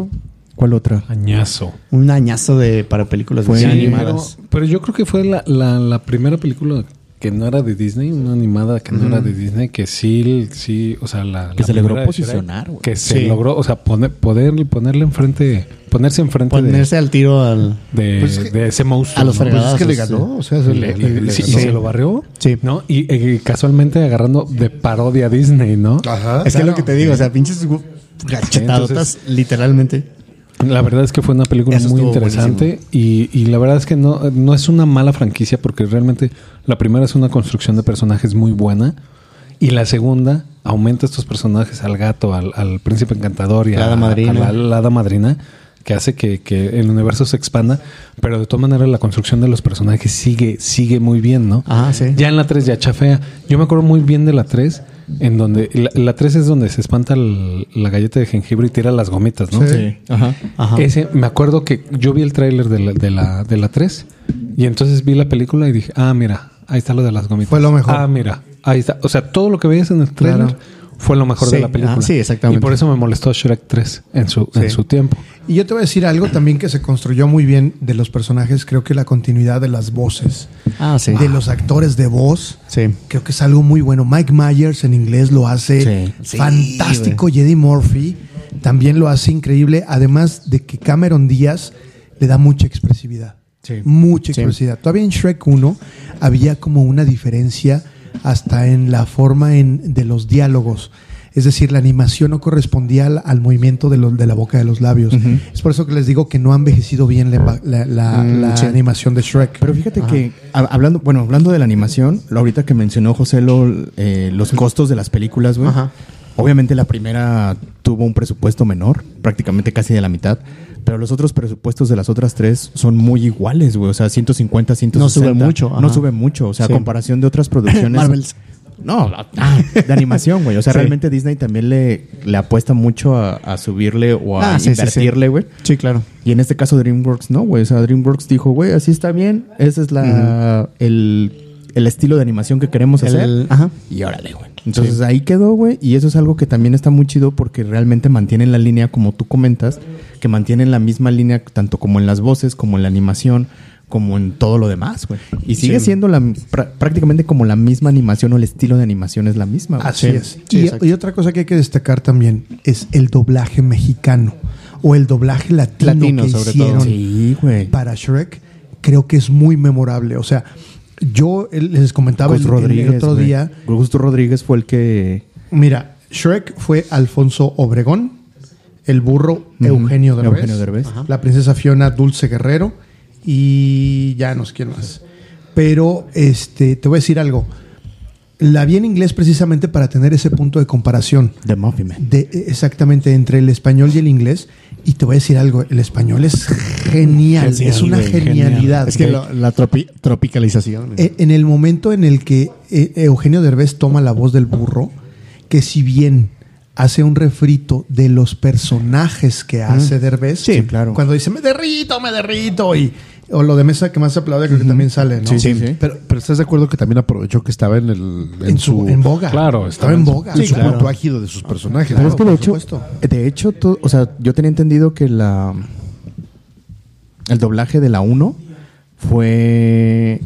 Speaker 3: ¿Cuál otra?
Speaker 5: Añazo.
Speaker 4: un añazo de para películas
Speaker 3: Fue-
Speaker 4: bien
Speaker 5: Sí,
Speaker 4: animadas.
Speaker 5: Pero, pero yo creo que fue la, la- la primera película que no era de Disney, una animada que no era de Disney, que sí, sí, o sea, la.
Speaker 3: Que
Speaker 5: la
Speaker 3: se logró
Speaker 5: primera de Shrek,
Speaker 3: posicionar, güey.
Speaker 5: Que se
Speaker 4: Sí.
Speaker 5: logró, o sea, poner, poder, ponerle enfrente, ponerse enfrente de-
Speaker 4: Ponerse al tiro al.
Speaker 5: de,
Speaker 2: Pues es que-
Speaker 5: de ese monstruo.
Speaker 4: a los
Speaker 5: ¿no?
Speaker 2: Pues es que le
Speaker 4: fregadazos,
Speaker 2: ganó, o sea, se le,
Speaker 5: Le- le-
Speaker 2: le- le
Speaker 5: sí, y
Speaker 2: ganó.
Speaker 5: se lo barrió.
Speaker 4: Sí.
Speaker 5: ¿No? Y eh, casualmente agarrando de parodia Disney, ¿no?
Speaker 2: Ajá.
Speaker 4: es que es lo que te digo, o sea, pinches gu- gachetadotas, literalmente.
Speaker 5: La verdad es que fue una película
Speaker 4: Eso
Speaker 5: muy
Speaker 4: estuvo
Speaker 5: interesante y, y la verdad es que no, no es una mala franquicia porque realmente la primera es una construcción de personajes muy buena y la segunda aumenta estos personajes al gato, al, al príncipe encantador y
Speaker 4: La
Speaker 5: a,
Speaker 4: hada madrina.
Speaker 5: a la, la hada madrina que hace que, que el universo se expanda, pero de todas maneras la construcción de los personajes sigue, sigue muy bien, ¿no?
Speaker 4: Ajá, Ah, sí.
Speaker 5: Ya en la 3 ya chafea. Yo me acuerdo muy bien de la 3, en donde la, la 3 es donde se espanta el- la galleta de jengibre y tira las gomitas, ¿no?
Speaker 3: Sí. Ajá.
Speaker 4: Ajá.
Speaker 5: Ese, me acuerdo que yo vi el tráiler de la, de, la, de la 3 y entonces vi la película y dije, ah, mira, ahí está lo de las gomitas.
Speaker 1: Fue lo mejor.
Speaker 5: Ah, mira, ahí está. O sea, todo lo que veías en el tráiler
Speaker 4: Claro.
Speaker 5: fue lo mejor
Speaker 4: Sí,
Speaker 5: de la película.
Speaker 4: ah, sí, exactamente.
Speaker 5: Y por eso me molestó Shrek 3 en su, en su tiempo.
Speaker 1: Y yo te voy a decir algo también que se construyó muy bien de los personajes, creo que la continuidad de las voces,
Speaker 4: Ah, sí.
Speaker 1: de los actores de voz.
Speaker 4: Sí.
Speaker 1: Creo que es algo muy bueno. Mike Myers en inglés lo hace
Speaker 4: Sí.
Speaker 1: fantástico. y Eddie Murphy también lo hace increíble. Además de que Cameron Díaz le da mucha expresividad. Mucha expresividad. Todavía en Shrek 1 había como una diferencia hasta en la forma en, de los diálogos. Es decir, la animación no correspondía al, al movimiento de, los- de la boca de los labios. Es por eso que les digo que no ha envejecido bien la, emba- la- la- la animación de Shrek.
Speaker 3: Pero fíjate que ha- hablando, bueno, hablando de la animación, lo ahorita que mencionó José lo, eh, los costos de las películas, güey.
Speaker 1: Ajá.
Speaker 3: Obviamente la primera tuvo un presupuesto menor, prácticamente casi de la mitad, pero los otros presupuestos de las otras tres son muy iguales, güey, o sea, 150, 160.
Speaker 4: No sube mucho,
Speaker 3: No
Speaker 4: ajá.
Speaker 3: sube mucho, o sea,
Speaker 4: Sí.
Speaker 3: a comparación de otras producciones.
Speaker 4: Marvels.
Speaker 3: No, la- ah, de animación, güey. O sea,
Speaker 4: Sí.
Speaker 3: realmente Disney también le, le apuesta mucho a, a subirle o a
Speaker 4: Ah, sí, sí, sí.
Speaker 3: invertirle, güey.
Speaker 4: Sí, claro.
Speaker 3: Y en este caso DreamWorks no, güey. O sea, DreamWorks dijo, güey, así está bien. Ese es la, el, el estilo de animación que queremos
Speaker 4: El-
Speaker 3: hacer.
Speaker 4: ajá.
Speaker 3: Y órale, güey. Entonces ahí quedó, güey. Y eso es algo que también está muy chido porque realmente mantienen la línea, como tú comentas, que mantienen la misma línea tanto como en las voces, como en la animación, como en todo lo demás, güey. Y sigue siendo la, prá- prácticamente como la misma animación o el estilo de animación es la misma, güey.
Speaker 1: Así
Speaker 4: Sí,
Speaker 1: es.
Speaker 4: sí,
Speaker 1: Y-
Speaker 4: exacto.
Speaker 1: y, otra cosa que hay que destacar también es el doblaje mexicano o el doblaje latino,
Speaker 4: Latino,
Speaker 1: que
Speaker 4: sobre todo.
Speaker 1: hicieron
Speaker 3: Sí, güey.
Speaker 1: para Shrek. Creo que es muy memorable. O sea, yo eh, les comentaba el,
Speaker 3: Gus
Speaker 1: el
Speaker 3: Rodríguez,
Speaker 1: otro
Speaker 3: güey.
Speaker 1: día.
Speaker 3: Gusto Rodríguez fue el que
Speaker 1: Mira, Shrek fue Alfonso Obregón, el burro
Speaker 3: Ujú,
Speaker 1: Eugenio Derbez,
Speaker 3: Eugenio Derbez.
Speaker 1: Ajá. la princesa Fiona Dulce Guerrero y ya no sé quién más. Pero este, te voy a decir algo. La vi en inglés precisamente para tener ese punto de comparación.
Speaker 3: de Muffin Man.
Speaker 1: de- exactamente entre el español y el inglés. Y te voy a decir algo, el español es genial,
Speaker 4: Genial,
Speaker 1: es una
Speaker 4: güey,
Speaker 1: genialidad.
Speaker 4: Es que
Speaker 1: güey.
Speaker 4: lo- la tropi- tropicalización.
Speaker 1: Eh, en el momento en el que eh, Eugenio Derbez toma la voz del burro, que si bien hace un refrito de los personajes que hace Derbez,
Speaker 3: Sí, claro.
Speaker 1: cuando dice me derrito, me derrito, y, o lo de mesa que más aplaude creo que también sale, ¿no?
Speaker 3: Sí, sí.
Speaker 2: Pero, pero estás de acuerdo que también aprovechó que estaba en el en,
Speaker 1: En, su, en boga.
Speaker 5: Claro,
Speaker 1: estaba en boga.
Speaker 2: en su
Speaker 1: claro.
Speaker 2: punto ágido de sus personajes.
Speaker 1: Claro,
Speaker 2: ¿no?
Speaker 3: Pero es que de
Speaker 1: por
Speaker 3: hecho,
Speaker 1: supuesto.
Speaker 3: de hecho, to- o sea, yo tenía entendido que la el doblaje de la 1 fue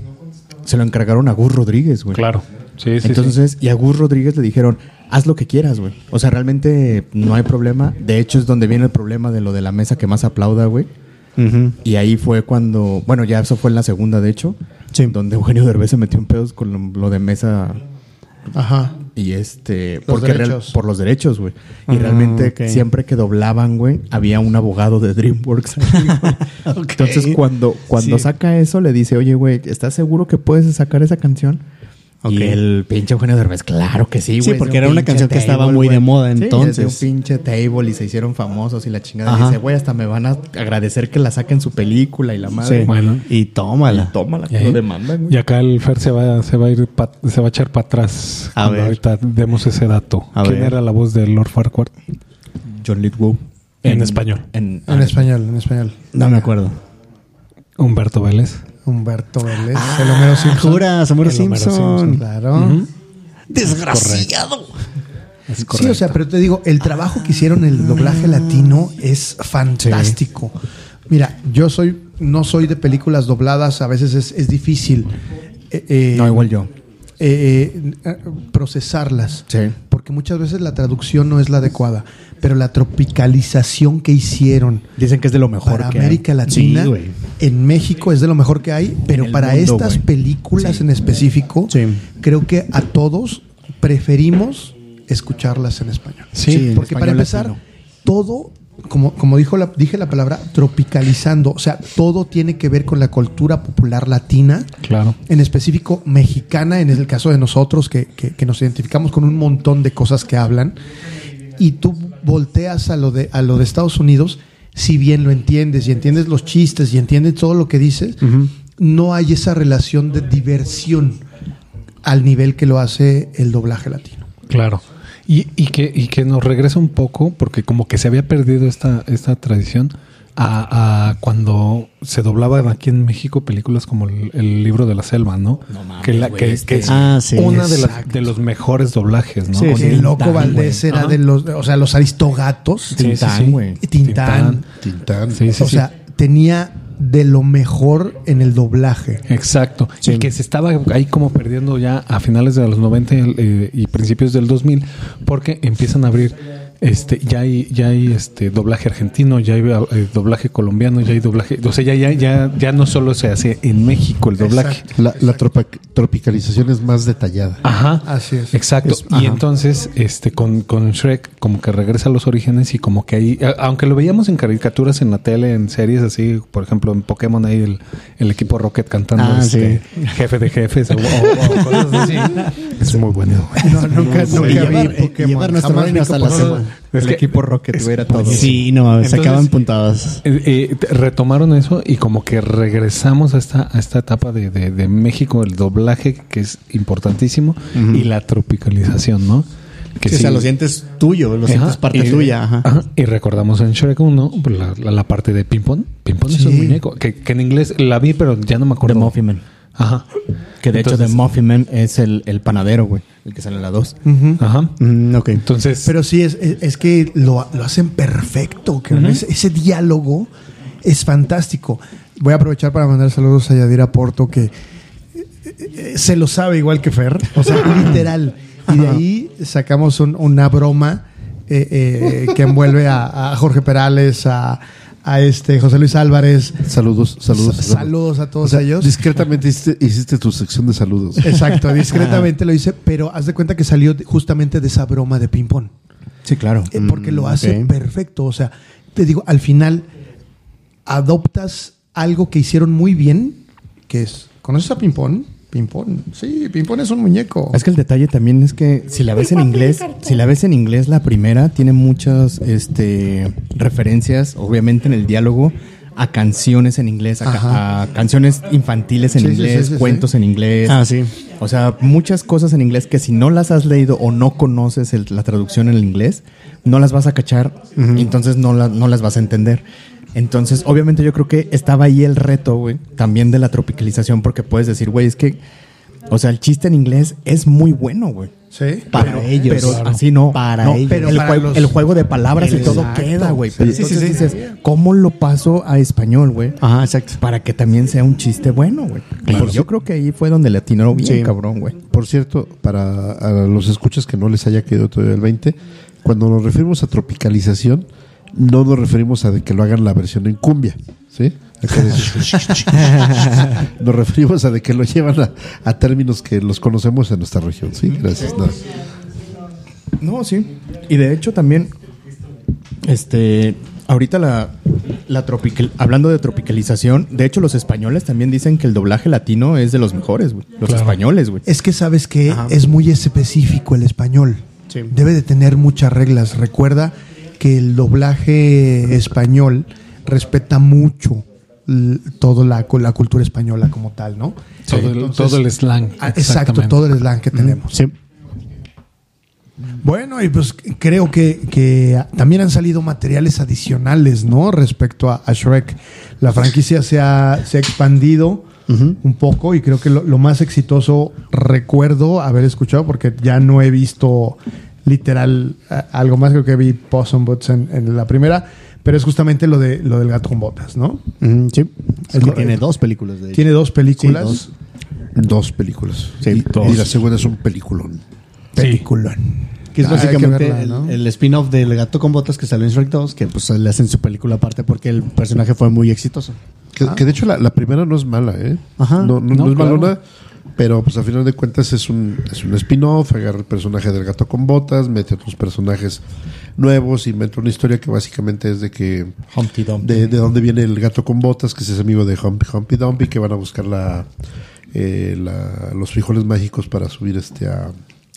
Speaker 3: se lo encargaron a Gus Rodríguez, güey.
Speaker 5: Claro. Sí, sí, sí.
Speaker 3: Entonces, y a Gus Rodríguez le dijeron, haz lo que quieras, güey. O sea, realmente no hay problema. De hecho, es donde viene el problema de lo de la mesa que más aplauda, güey. Y ahí fue cuando, bueno, ya eso fue en la segunda, de hecho,
Speaker 4: Sí.
Speaker 3: donde Eugenio Derbez se metió en pedos con lo- lo de mesa
Speaker 1: Ajá.
Speaker 3: y este, porque real-
Speaker 1: derechos.
Speaker 3: por los derechos, güey. Y
Speaker 4: Ah,
Speaker 3: realmente
Speaker 4: ok.
Speaker 3: siempre que doblaban, güey, había un abogado de DreamWorks. ahí, güey.
Speaker 4: Ok.
Speaker 3: Entonces cuando cuando
Speaker 4: Sí.
Speaker 3: saca eso le dice, "Oye, güey, ¿estás seguro que puedes sacar esa canción?"
Speaker 4: Ok.
Speaker 3: Y el pinche Eugenio Derbez, claro que sí,
Speaker 4: Sí,
Speaker 3: güey. es
Speaker 4: porque
Speaker 3: de un
Speaker 4: era una
Speaker 3: pinche
Speaker 4: canción que estaba muy
Speaker 3: güey.
Speaker 4: de moda
Speaker 3: Sí, es
Speaker 4: entonces.
Speaker 3: de un pinche table y se hicieron famosos y la chingada.
Speaker 4: Ajá.
Speaker 3: Y dice, güey, hasta me van a agradecer que la saquen su película y la madre.
Speaker 4: Sí.
Speaker 5: Bueno.
Speaker 4: Y tómala.
Speaker 3: Tómala,
Speaker 5: Y ahí-
Speaker 3: lo demandan, güey.
Speaker 5: Y acá el Fer se va, se va a ir pa- se va a echar para atrás.
Speaker 4: A
Speaker 5: cuando
Speaker 4: ver.
Speaker 5: Ahorita demos ese dato.
Speaker 4: A
Speaker 5: ¿Quién
Speaker 4: ver.
Speaker 5: era la voz de Lord Farquaad?
Speaker 3: John Lithgow.
Speaker 5: En español.
Speaker 3: En,
Speaker 1: En español, en español.
Speaker 4: No me acuerdo.
Speaker 5: Humberto Vélez.
Speaker 1: Humberto Vélez, el Homero Simpson.
Speaker 4: Juras, Homero
Speaker 5: El Homero
Speaker 4: Simpson.
Speaker 5: Simpson.
Speaker 1: Claro.
Speaker 4: Desgraciado.
Speaker 5: Es
Speaker 1: Sí, o sea, pero te digo, el trabajo que hicieron el doblaje latino es fantástico. Mira, yo soy, no soy de películas dobladas, a veces es, es difícil. eh, eh,
Speaker 3: No, igual yo.
Speaker 1: eh, eh, procesarlas.
Speaker 3: Sí.
Speaker 1: Porque muchas veces la traducción no es la adecuada. Pero la tropicalización que hicieron
Speaker 3: Dicen que es de lo mejor
Speaker 1: para
Speaker 3: que hay.
Speaker 1: América Latina,
Speaker 4: Sí, güey.
Speaker 1: en México es de lo mejor que hay, pero
Speaker 3: el
Speaker 1: para
Speaker 3: mundo,
Speaker 1: estas
Speaker 3: güey.
Speaker 1: películas en específico,
Speaker 4: Sí.
Speaker 1: creo que a todos preferimos escucharlas en español.
Speaker 4: Sí, en
Speaker 1: porque para
Speaker 4: español
Speaker 1: empezar,
Speaker 4: latino.
Speaker 1: todo como, como dijo la, dije la palabra, tropicalizando. O sea, todo tiene que ver con la cultura popular latina,
Speaker 5: Claro.
Speaker 1: en específico mexicana, en el caso de nosotros, que, que- que nos identificamos con un montón de cosas que hablan. Y tú volteas a lo, de, a lo de Estados Unidos, si bien lo entiendes y entiendes los chistes y entiendes todo lo que dices, no hay esa relación de diversión al nivel que lo hace el doblaje latino.
Speaker 5: Claro. Y, y que, y que nos regresa un poco, porque como que se había perdido esta, esta tradición, a, a cuando se doblaban aquí en México películas como el, el libro de la selva, ¿no?
Speaker 3: mames,
Speaker 5: que la-
Speaker 3: güey,
Speaker 5: que,
Speaker 3: este-
Speaker 5: que es
Speaker 4: Ah, sí,
Speaker 5: una de, las-
Speaker 1: exacto.
Speaker 5: de los mejores doblajes, ¿no?
Speaker 4: Sí,
Speaker 5: Con
Speaker 4: sí.
Speaker 1: el
Speaker 5: el-
Speaker 1: loco
Speaker 3: Tintán,
Speaker 1: Valdés
Speaker 3: güey.
Speaker 1: era
Speaker 3: Ajá.
Speaker 1: de los, o sea, los aristogatos,
Speaker 5: Sí, sí, sí.
Speaker 3: Tintán, güey.
Speaker 1: Tintán.
Speaker 2: Tintán.
Speaker 5: Sí, sí,
Speaker 1: o
Speaker 5: sí.
Speaker 1: sea, tenía de lo mejor en el doblaje.
Speaker 5: Exacto. Y que se estaba ahí como perdiendo ya a finales de los 90 y, eh, y principios del 2000 porque empiezan a abrir este ya hay ya hay este doblaje argentino, ya hay eh, doblaje colombiano, ya hay doblaje, o sea, ya ya ya, ya no solo se hace en México el doblaje.
Speaker 2: La, la tropa- tropicalización es más detallada.
Speaker 5: Ajá.
Speaker 1: Así es.
Speaker 5: Exacto.
Speaker 2: Es-
Speaker 5: y
Speaker 2: ajá.
Speaker 5: entonces, este, con, con Shrek, como que regresa a los orígenes y como que ahí, a- aunque lo veíamos en caricaturas en la tele, en series así, por ejemplo, en Pokémon ahí el, el equipo Rocket cantando
Speaker 4: Ah,
Speaker 5: este, jefe de jefes o, o- o cosas así. Es muy bueno.
Speaker 1: No, nunca, nunca
Speaker 4: Y
Speaker 1: vi
Speaker 4: llevar,
Speaker 1: Pokémon.
Speaker 4: y llevar nuestro
Speaker 1: Jamás
Speaker 4: reino
Speaker 1: vi
Speaker 4: hasta la
Speaker 1: Pokémon.
Speaker 4: cima.
Speaker 5: Es
Speaker 3: el
Speaker 5: que-
Speaker 3: equipo Rocket hubiera todo.
Speaker 4: Sí, no, mames, se
Speaker 5: Entonces-
Speaker 4: acaban puntadas.
Speaker 5: Eh, eh, te- retomaron eso y como que regresamos a esta, a esta etapa de, de- de México, el doblaje que es importantísimo y la tropicalización, ¿no? Que
Speaker 4: Sí, O sea,
Speaker 5: sí.
Speaker 4: lo sientes tuyo,
Speaker 3: Eh, Pues
Speaker 4: lo
Speaker 5: Ajá,
Speaker 4: sientes parte
Speaker 5: y-
Speaker 4: tuya. Ajá.
Speaker 5: ajá, Y recordamos en Shrek 1 pues, la, la- la parte de ping-pong. Ping-pong es
Speaker 1: Sí.
Speaker 5: un muñeco. Que, que en inglés la vi, pero ya no me
Speaker 3: The
Speaker 5: acuerdo.
Speaker 3: Muffin Man.
Speaker 5: Ajá.
Speaker 3: Que de hecho,
Speaker 5: Entonces-
Speaker 3: The Muffin Man es el, el panadero, güey. El que sale en la 2.
Speaker 1: Ujú.
Speaker 5: Ajá.
Speaker 4: Mm, ok.
Speaker 5: Entonces,
Speaker 1: Pero sí, es, es, es que lo, lo hacen perfecto. que ese, ese diálogo es fantástico. Voy a aprovechar para mandar saludos a Yadira Porto, que eh, eh, se lo sabe igual que Fer. O sea, literal. Y de ahí sacamos un- una broma eh, eh, que envuelve a, a Jorge Perales, a, a este José Luis Álvarez.
Speaker 2: Saludos, saludos.
Speaker 1: Sa- saludos a todos
Speaker 2: O sea,
Speaker 1: ellos.
Speaker 2: Discretamente hiciste, hiciste tu sección de saludos.
Speaker 1: Exacto, discretamente lo hice, pero haz de cuenta que salió de- justamente de esa broma de ping-pong.
Speaker 3: Sí, claro. Mm,
Speaker 1: Eh, porque
Speaker 5: Mm,
Speaker 1: lo hace
Speaker 4: ok.
Speaker 1: perfecto. O sea, te digo, al final adoptas algo que hicieron muy bien, que es, ¿conoces a Pimpón? Pimpón, sí, Pimpón es un muñeco.
Speaker 3: Es que el detalle también es que si la ves en inglés, si la ves en inglés la primera tiene muchas este referencias, obviamente en el diálogo a canciones en inglés, a, ca-
Speaker 1: Ajá.
Speaker 3: a canciones infantiles en
Speaker 1: Sí, sí,
Speaker 3: inglés,
Speaker 1: sí, sí, sí.
Speaker 3: cuentos en inglés.
Speaker 4: Ah, sí.
Speaker 3: O sea, muchas cosas en inglés que si no las has leído o no conoces el- la traducción en el inglés, no las vas a cachar y entonces no, la- no las vas a entender. Entonces, obviamente yo creo que estaba ahí el reto, güey, también de la tropicalización, porque puedes decir, güey, es que, o sea, el chiste en inglés es muy bueno, güey.
Speaker 1: Sí.
Speaker 4: Para ellos.
Speaker 3: Pero así no.
Speaker 4: Para
Speaker 3: no,
Speaker 4: ellos.
Speaker 3: Pero el,
Speaker 1: Para
Speaker 3: juego,
Speaker 1: los-
Speaker 3: el juego de palabras y todo
Speaker 1: Exacto.
Speaker 3: queda, güey.
Speaker 1: Sí,
Speaker 3: Pero
Speaker 1: sí,
Speaker 3: entonces
Speaker 1: sí, sí.
Speaker 3: dices, ¿cómo lo paso a español, güey?
Speaker 4: Ajá, exacto.
Speaker 3: Para que también sea un chiste bueno, güey. Porque Yo creo que ahí fue donde le atinó bien,
Speaker 4: Sí.
Speaker 3: cabrón, güey.
Speaker 2: Por cierto, para a los escuchas que no les haya quedado todavía el 20, cuando nos referimos a tropicalización, no nos referimos a de que lo hagan la versión en cumbia, ¿sí? Acá de- nos referimos a de que lo llevan a, a términos que los conocemos en nuestra región, ¿sí? Gracias. nada.
Speaker 3: No, sí. Y de hecho también, este, ahorita la, la tropical, hablando de tropicalización, de hecho los españoles también dicen que el doblaje latino es de los mejores, güey. Los españoles, güey.
Speaker 1: Es que sabes que es muy específico el español. Debe de tener muchas reglas. Recuerda que el doblaje español respeta mucho l- toda la, la cultura española como tal, ¿no?
Speaker 5: todo, el,
Speaker 1: Entonces-
Speaker 5: todo el slang. Mm.
Speaker 1: Ah, Exacto, todo el slang que tenemos.
Speaker 4: Sí.
Speaker 1: Bueno, y pues creo que, que también han salido materiales adicionales, ¿no? Respecto a, a Shrek. La franquicia se ha, se ha expandido un poco y creo que lo, lo más exitoso recuerdo haber escuchado, porque ya no he visto literal a- algo más, creo que vi Possum Boots en, en la primera, pero es justamente lo, de, lo del gato con botas, ¿no?
Speaker 4: Ujú, Mm, sí. Es que
Speaker 1: correcto.
Speaker 4: tiene dos películas de
Speaker 1: Tiene dos películas.
Speaker 4: Sí,
Speaker 2: Dos películas.
Speaker 4: Sí,
Speaker 2: y,
Speaker 4: dos.
Speaker 2: y la segunda es un peliculón.
Speaker 1: Película.
Speaker 4: Que es
Speaker 1: Ah, hay que
Speaker 4: básicamente
Speaker 1: verla,
Speaker 4: el-
Speaker 1: ¿no?
Speaker 4: el, spin-off del gato con botas que salió en Shrek 2, que pues le hacen su película aparte porque el personaje fue muy exitoso.
Speaker 2: Que, que de hecho la, la primera no es mala, ¿eh?
Speaker 4: Ajá.
Speaker 2: No, no,
Speaker 5: Ah. No,
Speaker 2: no es
Speaker 5: claro.
Speaker 2: malona, pero pues al final de cuentas es un, es un spin-off, agarra el personaje del gato con botas, mete otros personajes nuevos, inventó una historia que básicamente es de que
Speaker 3: Humpty Dumpty.
Speaker 2: de, de dónde viene el gato con botas, que es ese amigo de Humpty, Humpty Dumpty, que van a buscar la, eh, la- los frijoles mágicos para subir este a-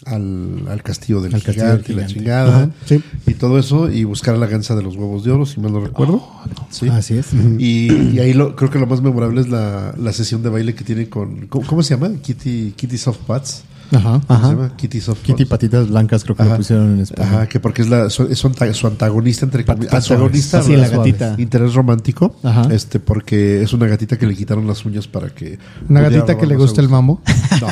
Speaker 2: al, al castillo del
Speaker 3: Al
Speaker 2: gigante,
Speaker 3: castillo
Speaker 2: y
Speaker 3: del
Speaker 2: la
Speaker 3: gigante.
Speaker 2: chingada,
Speaker 3: Ajá, sí.
Speaker 2: y todo eso, y buscar la ganza de los huevos de oro, si mal no recuerdo. Sí.
Speaker 3: Oh, Así es.
Speaker 2: Y, y ahí lo, creo que lo más memorable es la, la sesión de baile que tiene con. ¿Cómo, cómo se llama? Kitty, Kitty Soft Pats.
Speaker 3: Ajá,
Speaker 2: ¿Cómo
Speaker 3: ajá.
Speaker 2: se llama? Kitty Soft
Speaker 3: Kitty
Speaker 2: Pats.
Speaker 3: Patitas Blancas creo que lo
Speaker 2: Ajá.
Speaker 3: pusieron en español.
Speaker 2: Ajá, que porque es, la, su, es su anta- su antagonista, entre comillas.
Speaker 3: Patitas
Speaker 2: Antagonista,
Speaker 3: suaves. Sí, la
Speaker 2: ¿verdad?
Speaker 3: gatita.
Speaker 2: Interés romántico.
Speaker 3: Ajá.
Speaker 2: Este, porque es una gatita que le quitaron las uñas para que.
Speaker 9: Una
Speaker 2: pudiera
Speaker 9: gatita que le
Speaker 2: robarlas
Speaker 9: gusta
Speaker 2: a
Speaker 9: el mambo.
Speaker 2: No,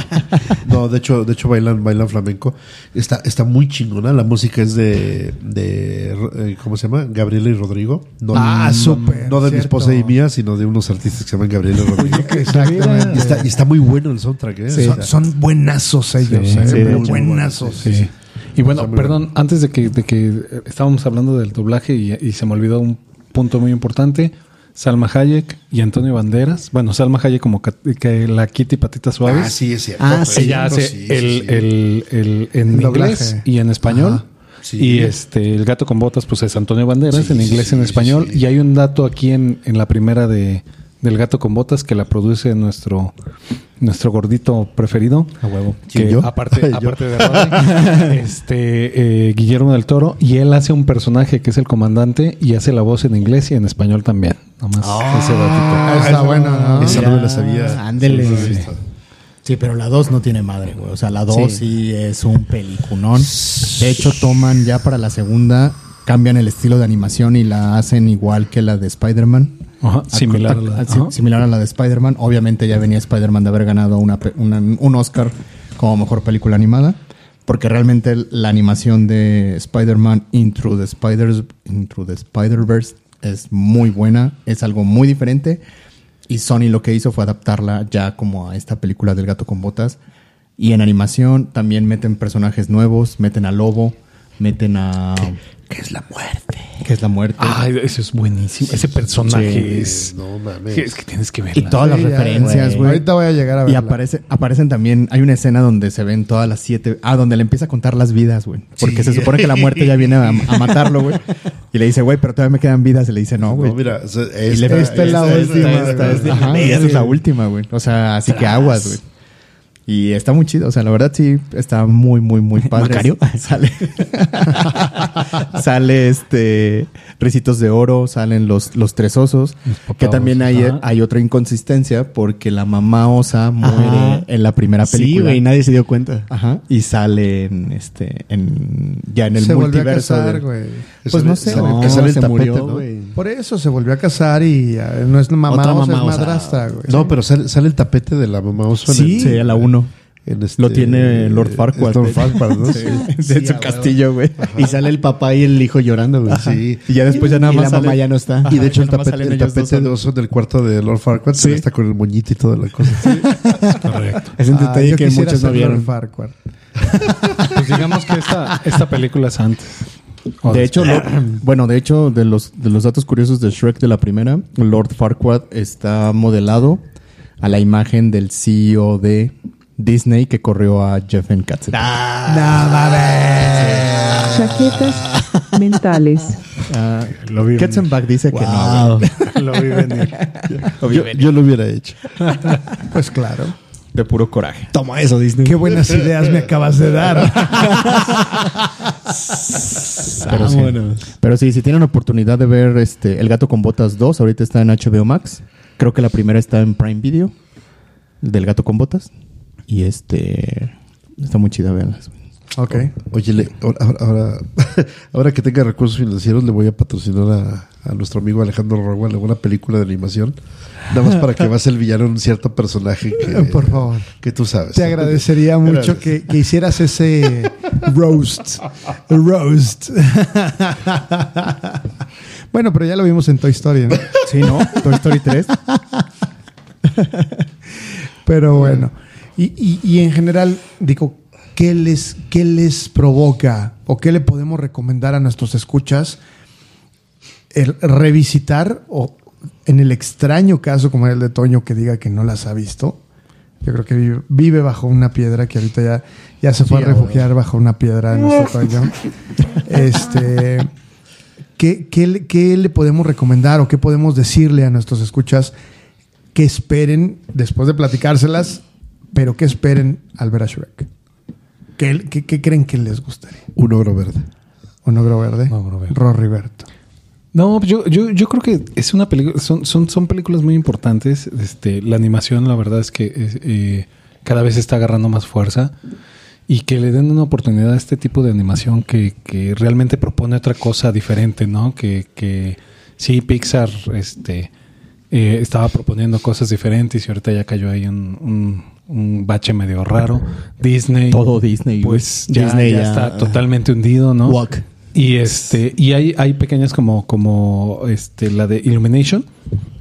Speaker 2: no, de hecho, de hecho bailan, bailan flamenco. Está, está muy chingona. La música es de, de eh, ¿cómo se llama? Gabriela y Rodrigo. No,
Speaker 9: Ah,
Speaker 2: no-
Speaker 9: súper,
Speaker 2: No de mi
Speaker 9: cierto.
Speaker 2: esposa y mía, sino de unos artistas que se llaman Gabriela y Rodrigo.
Speaker 9: Exactamente.
Speaker 2: Y está, y está muy bueno el soundtrack, ¿eh? O
Speaker 9: Son,
Speaker 2: sea,
Speaker 9: son buenazos ellos,
Speaker 5: Sí,
Speaker 9: eh,
Speaker 5: sí, de
Speaker 9: pero
Speaker 5: hecho.
Speaker 9: buenazos.
Speaker 5: Sí. Y bueno,
Speaker 2: Está muy
Speaker 5: perdón, antes de que, de que eh, estábamos hablando del doblaje y, y se me olvidó un punto muy importante. Salma Hayek y Antonio Banderas. Bueno, Salma Hayek como cat- que la Kitty Patita Suaves.
Speaker 2: Ah, sí, es cierto.
Speaker 4: Ah,
Speaker 2: Pues,
Speaker 4: sí,
Speaker 5: Ella hace
Speaker 2: sí, sí,
Speaker 5: el,
Speaker 2: sí.
Speaker 5: el- el- en
Speaker 9: El
Speaker 5: inglés
Speaker 9: doblaje.
Speaker 5: y en español.
Speaker 2: Ajá. Sí.
Speaker 5: Y este, el gato con botas, pues es Antonio Banderas
Speaker 2: Sí,
Speaker 5: en inglés y en
Speaker 2: sí,
Speaker 5: español.
Speaker 2: sí.
Speaker 5: Y hay un dato aquí en, en la primera de, del gato con botas que la produce nuestro, nuestro gordito preferido.
Speaker 3: A huevo.
Speaker 5: Que
Speaker 2: ¿Quién, yo?
Speaker 5: aparte,
Speaker 2: Yo.
Speaker 5: aparte de Rodri, este, eh, Guillermo del Toro, y él hace un personaje que es el comandante y hace la voz en inglés y en español también. Nomás ese datito.
Speaker 9: Ah, está bueno, ¿no?
Speaker 2: Esa no me la
Speaker 3: Mira,
Speaker 2: sabía.
Speaker 3: Ah, ándele.
Speaker 2: Sí, no la he visto.
Speaker 3: Sí, pero la 2 no tiene madre, güey. O sea, la 2 sí. es un pelicunón. De hecho, toman ya para la segunda, cambian el estilo de animación y la hacen igual que la de Spider-Man.
Speaker 5: Ajá, similar a la-
Speaker 3: Ah, sí,
Speaker 5: ajá.
Speaker 3: similar a la de Spider-Man. Obviamente ya venía Spider-Man de haber ganado una pe- una- un Oscar como mejor película animada. Porque realmente la animación de Spider-Man Into the Spiders, Into the Spider-Verse es muy buena. Es algo muy diferente. Y Sony lo que hizo fue adaptarla ya como a esta película del gato con botas. Y en animación también meten personajes nuevos, meten a Lobo, meten a... Que es la muerte. Que es la muerte.
Speaker 5: Ay, eso es buenísimo. Ese personaje
Speaker 3: Sí.
Speaker 5: es.
Speaker 2: No mames.
Speaker 5: Es que tienes que verla.
Speaker 3: y todas las
Speaker 9: Sí, ya,
Speaker 3: referencias, güey.
Speaker 9: Ahorita voy a llegar a
Speaker 3: Y
Speaker 9: verla.
Speaker 3: aparece, aparecen también, hay una escena donde se ven todas las siete, ah, donde le empieza a contar las vidas, güey. Porque se supone que la muerte ya viene a, a matarle, güey. Y le dice, güey, pero todavía me quedan vidas. Y le dice, no, güey.
Speaker 2: No, mira, o sea,
Speaker 3: y le
Speaker 2: esta-
Speaker 9: esta es la
Speaker 2: esta-
Speaker 9: última,
Speaker 2: esta- esta- esta-
Speaker 3: Ajá, esa es la última, güey. O sea, así que aguas, güey. Y está muy chido, o sea, la verdad sí, está muy, muy, muy padre.
Speaker 4: ¿Macario?
Speaker 3: Sale. sale este. Ricitos de oro, salen los, los tres osos. Que también hay, hay otra inconsistencia porque la mamá osa muere
Speaker 4: Ajá.
Speaker 3: en la primera
Speaker 4: Sí,
Speaker 3: película.
Speaker 4: güey, nadie se dio cuenta.
Speaker 3: Ajá. Y sale en este. En, ya en el
Speaker 9: se volvió a
Speaker 3: multiverso.
Speaker 9: casar,
Speaker 3: de-
Speaker 9: güey.
Speaker 3: Pues no sé.
Speaker 2: Sale-
Speaker 3: No,
Speaker 2: que sale el
Speaker 3: se
Speaker 2: tapete,
Speaker 3: murió,
Speaker 2: ¿no?
Speaker 3: güey.
Speaker 9: Por eso se volvió a casar y eh, no es mamá,
Speaker 4: Otra
Speaker 9: o sea,
Speaker 4: mamá, o
Speaker 9: es
Speaker 4: sea,
Speaker 9: madrastra, güey.
Speaker 2: No, pero sale, sale el tapete de la mamá oso en
Speaker 3: Sí,
Speaker 2: el-
Speaker 3: a la uno.
Speaker 2: en este-
Speaker 3: Lo tiene Lord Farquaad.
Speaker 2: Es Lord Farquaad, ¿no?
Speaker 3: Sí,
Speaker 2: Sí.
Speaker 3: de
Speaker 4: Sí, a
Speaker 3: su
Speaker 4: huevo.
Speaker 3: castillo, güey.
Speaker 4: Y sale el papá y el hijo llorando, güey.
Speaker 2: Sí.
Speaker 3: Y ya después ya nada
Speaker 4: Y
Speaker 3: más
Speaker 4: la
Speaker 3: sale-
Speaker 4: mamá ya no está.
Speaker 2: Y de hecho
Speaker 3: ya
Speaker 2: el
Speaker 3: nomás
Speaker 2: tapete,
Speaker 3: salen
Speaker 2: el
Speaker 3: ellos dos
Speaker 2: tapete de oso del cuarto de Lord Farquaad se está con el moñito y toda la cosa.
Speaker 4: Es un
Speaker 9: Ah,
Speaker 4: detalle
Speaker 9: yo
Speaker 4: que
Speaker 9: quisiera
Speaker 4: muchos no
Speaker 9: ser Lord
Speaker 4: vieron.
Speaker 9: Farquaad.
Speaker 5: Pues digamos que esta, esta película es antes. O
Speaker 3: De hecho, lo- bueno, de hecho, de los, de los datos curiosos de Shrek de la primera, Lord Farquaad está modelado a la imagen del CEO de Disney que corrió a Jeff Katzenberg.
Speaker 8: Chaquetas mentales.
Speaker 4: Ah,
Speaker 3: lo Katzenbach dice que no.
Speaker 4: Wow.
Speaker 3: güey.
Speaker 5: Lo vi venir.
Speaker 2: Yo, yo lo hubiera hecho.
Speaker 9: Pues claro.
Speaker 3: De puro coraje.
Speaker 4: Toma eso, Disney.
Speaker 9: Qué buenas ideas me acabas de dar.
Speaker 3: Pero sí. Pero sí, si tienen oportunidad de ver este El Gato con Botas 2, ahorita está en HBO Max. Creo que la primera está en Prime Video, del Gato con Botas. Y este. Está muy chida, véanlas. güey.
Speaker 9: ok.
Speaker 2: Oye, le- ahora, ahora- ahora, ahora que tenga recursos financieros, le voy a patrocinar a, a nuestro amigo Alejandro Rogual una película de animación. Nada más para que vas el villano a un cierto personaje que,
Speaker 9: Por favor.
Speaker 2: que tú sabes.
Speaker 9: Te agradecería mucho
Speaker 2: Gracias.
Speaker 9: que, que hicieras ese roast. Roast. bueno, pero ya lo vimos en Toy Story, ¿no?
Speaker 3: Sí, ¿no? Toy Story 3.
Speaker 9: Pero bueno. Y, y- y en general, digo, ¿qué les, ¿qué les provoca o qué le podemos recomendar a nuestros escuchas el revisitar o en el extraño caso como era el de Toño que diga que no las ha visto?
Speaker 1: Yo creo que vive, vive bajo una piedra que ahorita ya, ya se fue a refugiar bajo una piedra en nuestro pabellón. Este, ¿qué, qué, le- qué le podemos recomendar o qué podemos decirle a nuestros escuchas que esperen después de platicárselas, pero que esperen al ver a Shrek? ¿Qué, qué- qué creen que les gustaría?
Speaker 2: Un ogro verde.
Speaker 1: ¿Un ogro verde?
Speaker 5: ogro verde.
Speaker 1: Rorriberto.
Speaker 5: No, pues yo, yo, yo creo que es una película, son, son, son películas muy importantes. Este, la animación, la verdad es que es, eh, cada vez está agarrando más fuerza. Y que le den una oportunidad a este tipo de animación que, que realmente propone otra cosa diferente, ¿no? Que, que sí, Pixar este, eh, estaba proponiendo cosas diferentes y ahorita ya cayó ahí un, un- un bache medio raro. Disney.
Speaker 3: Todo Disney. güey.
Speaker 5: Pues ya,
Speaker 4: Disney
Speaker 5: ya
Speaker 4: ya-
Speaker 5: está totalmente hundido, ¿no?
Speaker 4: Walk.
Speaker 5: Y este, y hay, hay pequeñas como, como este, la de Illumination,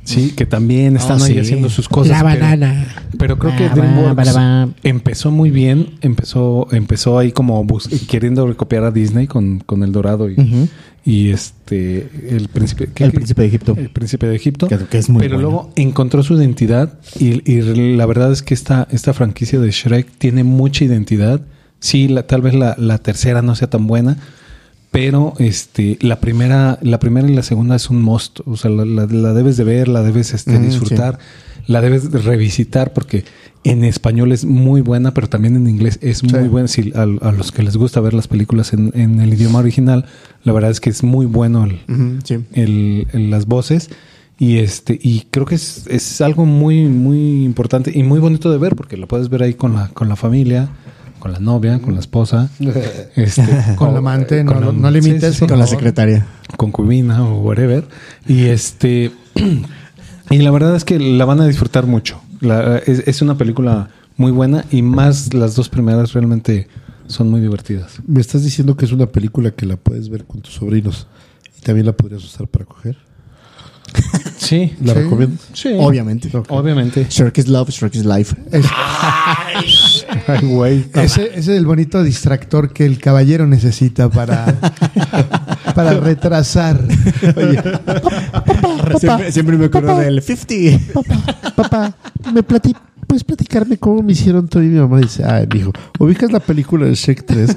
Speaker 5: sí, que también
Speaker 3: Ah,
Speaker 5: están ahí
Speaker 4: sí.
Speaker 5: haciendo sus cosas.
Speaker 10: La
Speaker 5: pero-
Speaker 10: banana.
Speaker 5: Pero, creo que
Speaker 10: Ba, ba,
Speaker 5: DreamWorks
Speaker 10: ba, ba.
Speaker 5: empezó muy bien, empezó, empezó ahí como bus- queriendo recopiar a Disney con, con El Dorado y,
Speaker 3: Ujú.
Speaker 5: y este el príncipe, ¿qué-
Speaker 3: El
Speaker 5: qué?
Speaker 3: Príncipe de Egipto.
Speaker 5: El príncipe de Egipto.
Speaker 3: Que- que es muy
Speaker 5: pero
Speaker 3: bueno.
Speaker 5: luego encontró su identidad y, y la verdad es que esta, esta franquicia de Shrek tiene mucha identidad. Sí, la- tal vez la, la tercera no sea tan buena, pero este, la primera, la primera y la segunda es un must. O sea, la, la- la debes de ver, la debes este, disfrutar, la debes de revisitar porque en español es muy buena, pero también en inglés es muy buena. Si a, a los que les gusta ver las películas en, en el idioma original, la verdad es que es muy bueno el, el- el- las voces. Y este, y creo que es, es algo muy, muy importante y muy bonito de ver, porque lo puedes ver ahí con la, con la familia, con la novia, con la esposa, este,
Speaker 1: Oh, eh, Con la amante, no,
Speaker 5: la-
Speaker 1: no, no limites.
Speaker 5: sí, sí,
Speaker 1: por
Speaker 4: Con la
Speaker 1: favor.
Speaker 4: secretaria.
Speaker 5: concubina o whatever. Y este y la verdad es que la van a disfrutar mucho. La- es, es una película muy buena y más las dos primeras realmente son muy divertidas.
Speaker 2: Me estás diciendo que es una película que la puedes ver con tus sobrinos y también la podrías usar para coger.
Speaker 5: Sí,
Speaker 2: ¿La recomiendas?
Speaker 5: sí.
Speaker 4: Obviamente.
Speaker 5: Obviamente.
Speaker 4: Shrek is love, Shrek is life.
Speaker 5: Ay, güey.
Speaker 1: Ese, ese es el bonito distractor que el caballero necesita para, para retrasar.
Speaker 4: Siempre, siempre me acuerdo del 50.
Speaker 2: Papá, ¿me plati- puedes platicarme cómo me hicieron todo? Y mi mamá dice, ay, mijo, ubicas la película de Shrek 3.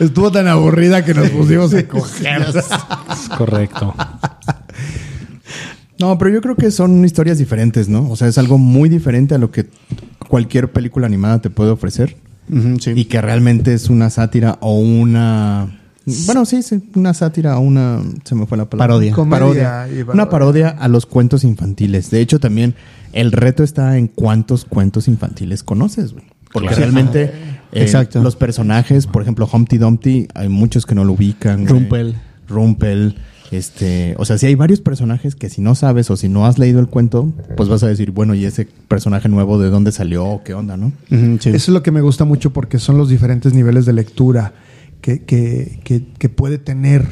Speaker 1: Estuvo tan aburrida que nos pusimos a coger.
Speaker 5: Es correcto.
Speaker 3: No, pero yo creo que son historias diferentes, ¿no? O sea, es algo muy diferente a lo que cualquier película animada te puede ofrecer. Y que realmente es una sátira o una. Bueno, sí, sí, una sátira o una. Se me fue la palabra.
Speaker 4: Parodia.
Speaker 1: Comedia
Speaker 3: Parodia.
Speaker 1: y parodia.
Speaker 3: Una parodia a los cuentos infantiles. De hecho, también el reto está en cuántos cuentos infantiles conoces, güey. Porque
Speaker 5: Claro.
Speaker 3: realmente eh,
Speaker 4: Exacto.
Speaker 3: los personajes, por ejemplo, Humpty Dumpty, hay muchos que no lo ubican. güey.
Speaker 4: Rumpel.
Speaker 3: Rumpel. Este, o sea, si hay varios personajes que si no sabes o si no has leído el cuento, pues vas a decir, bueno, ¿y ese personaje nuevo de dónde salió? o ¿Qué onda, no?
Speaker 1: Eso es lo que me gusta mucho porque son los diferentes niveles de lectura que, que- que- que puede tener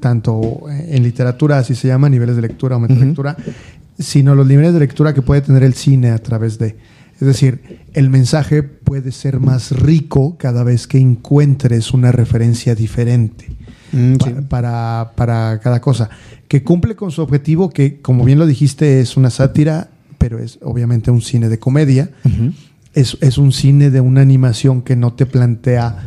Speaker 1: tanto en literatura, así se llama, niveles de lectura o metalectura, sino los niveles de lectura que puede tener el cine a través de. Es decir, el mensaje puede ser más rico cada vez que encuentres una referencia diferente pa- para, para cada cosa. Que cumple con su objetivo, que como bien lo dijiste, es una sátira, pero es obviamente un cine de comedia es, es un cine de una animación que no te plantea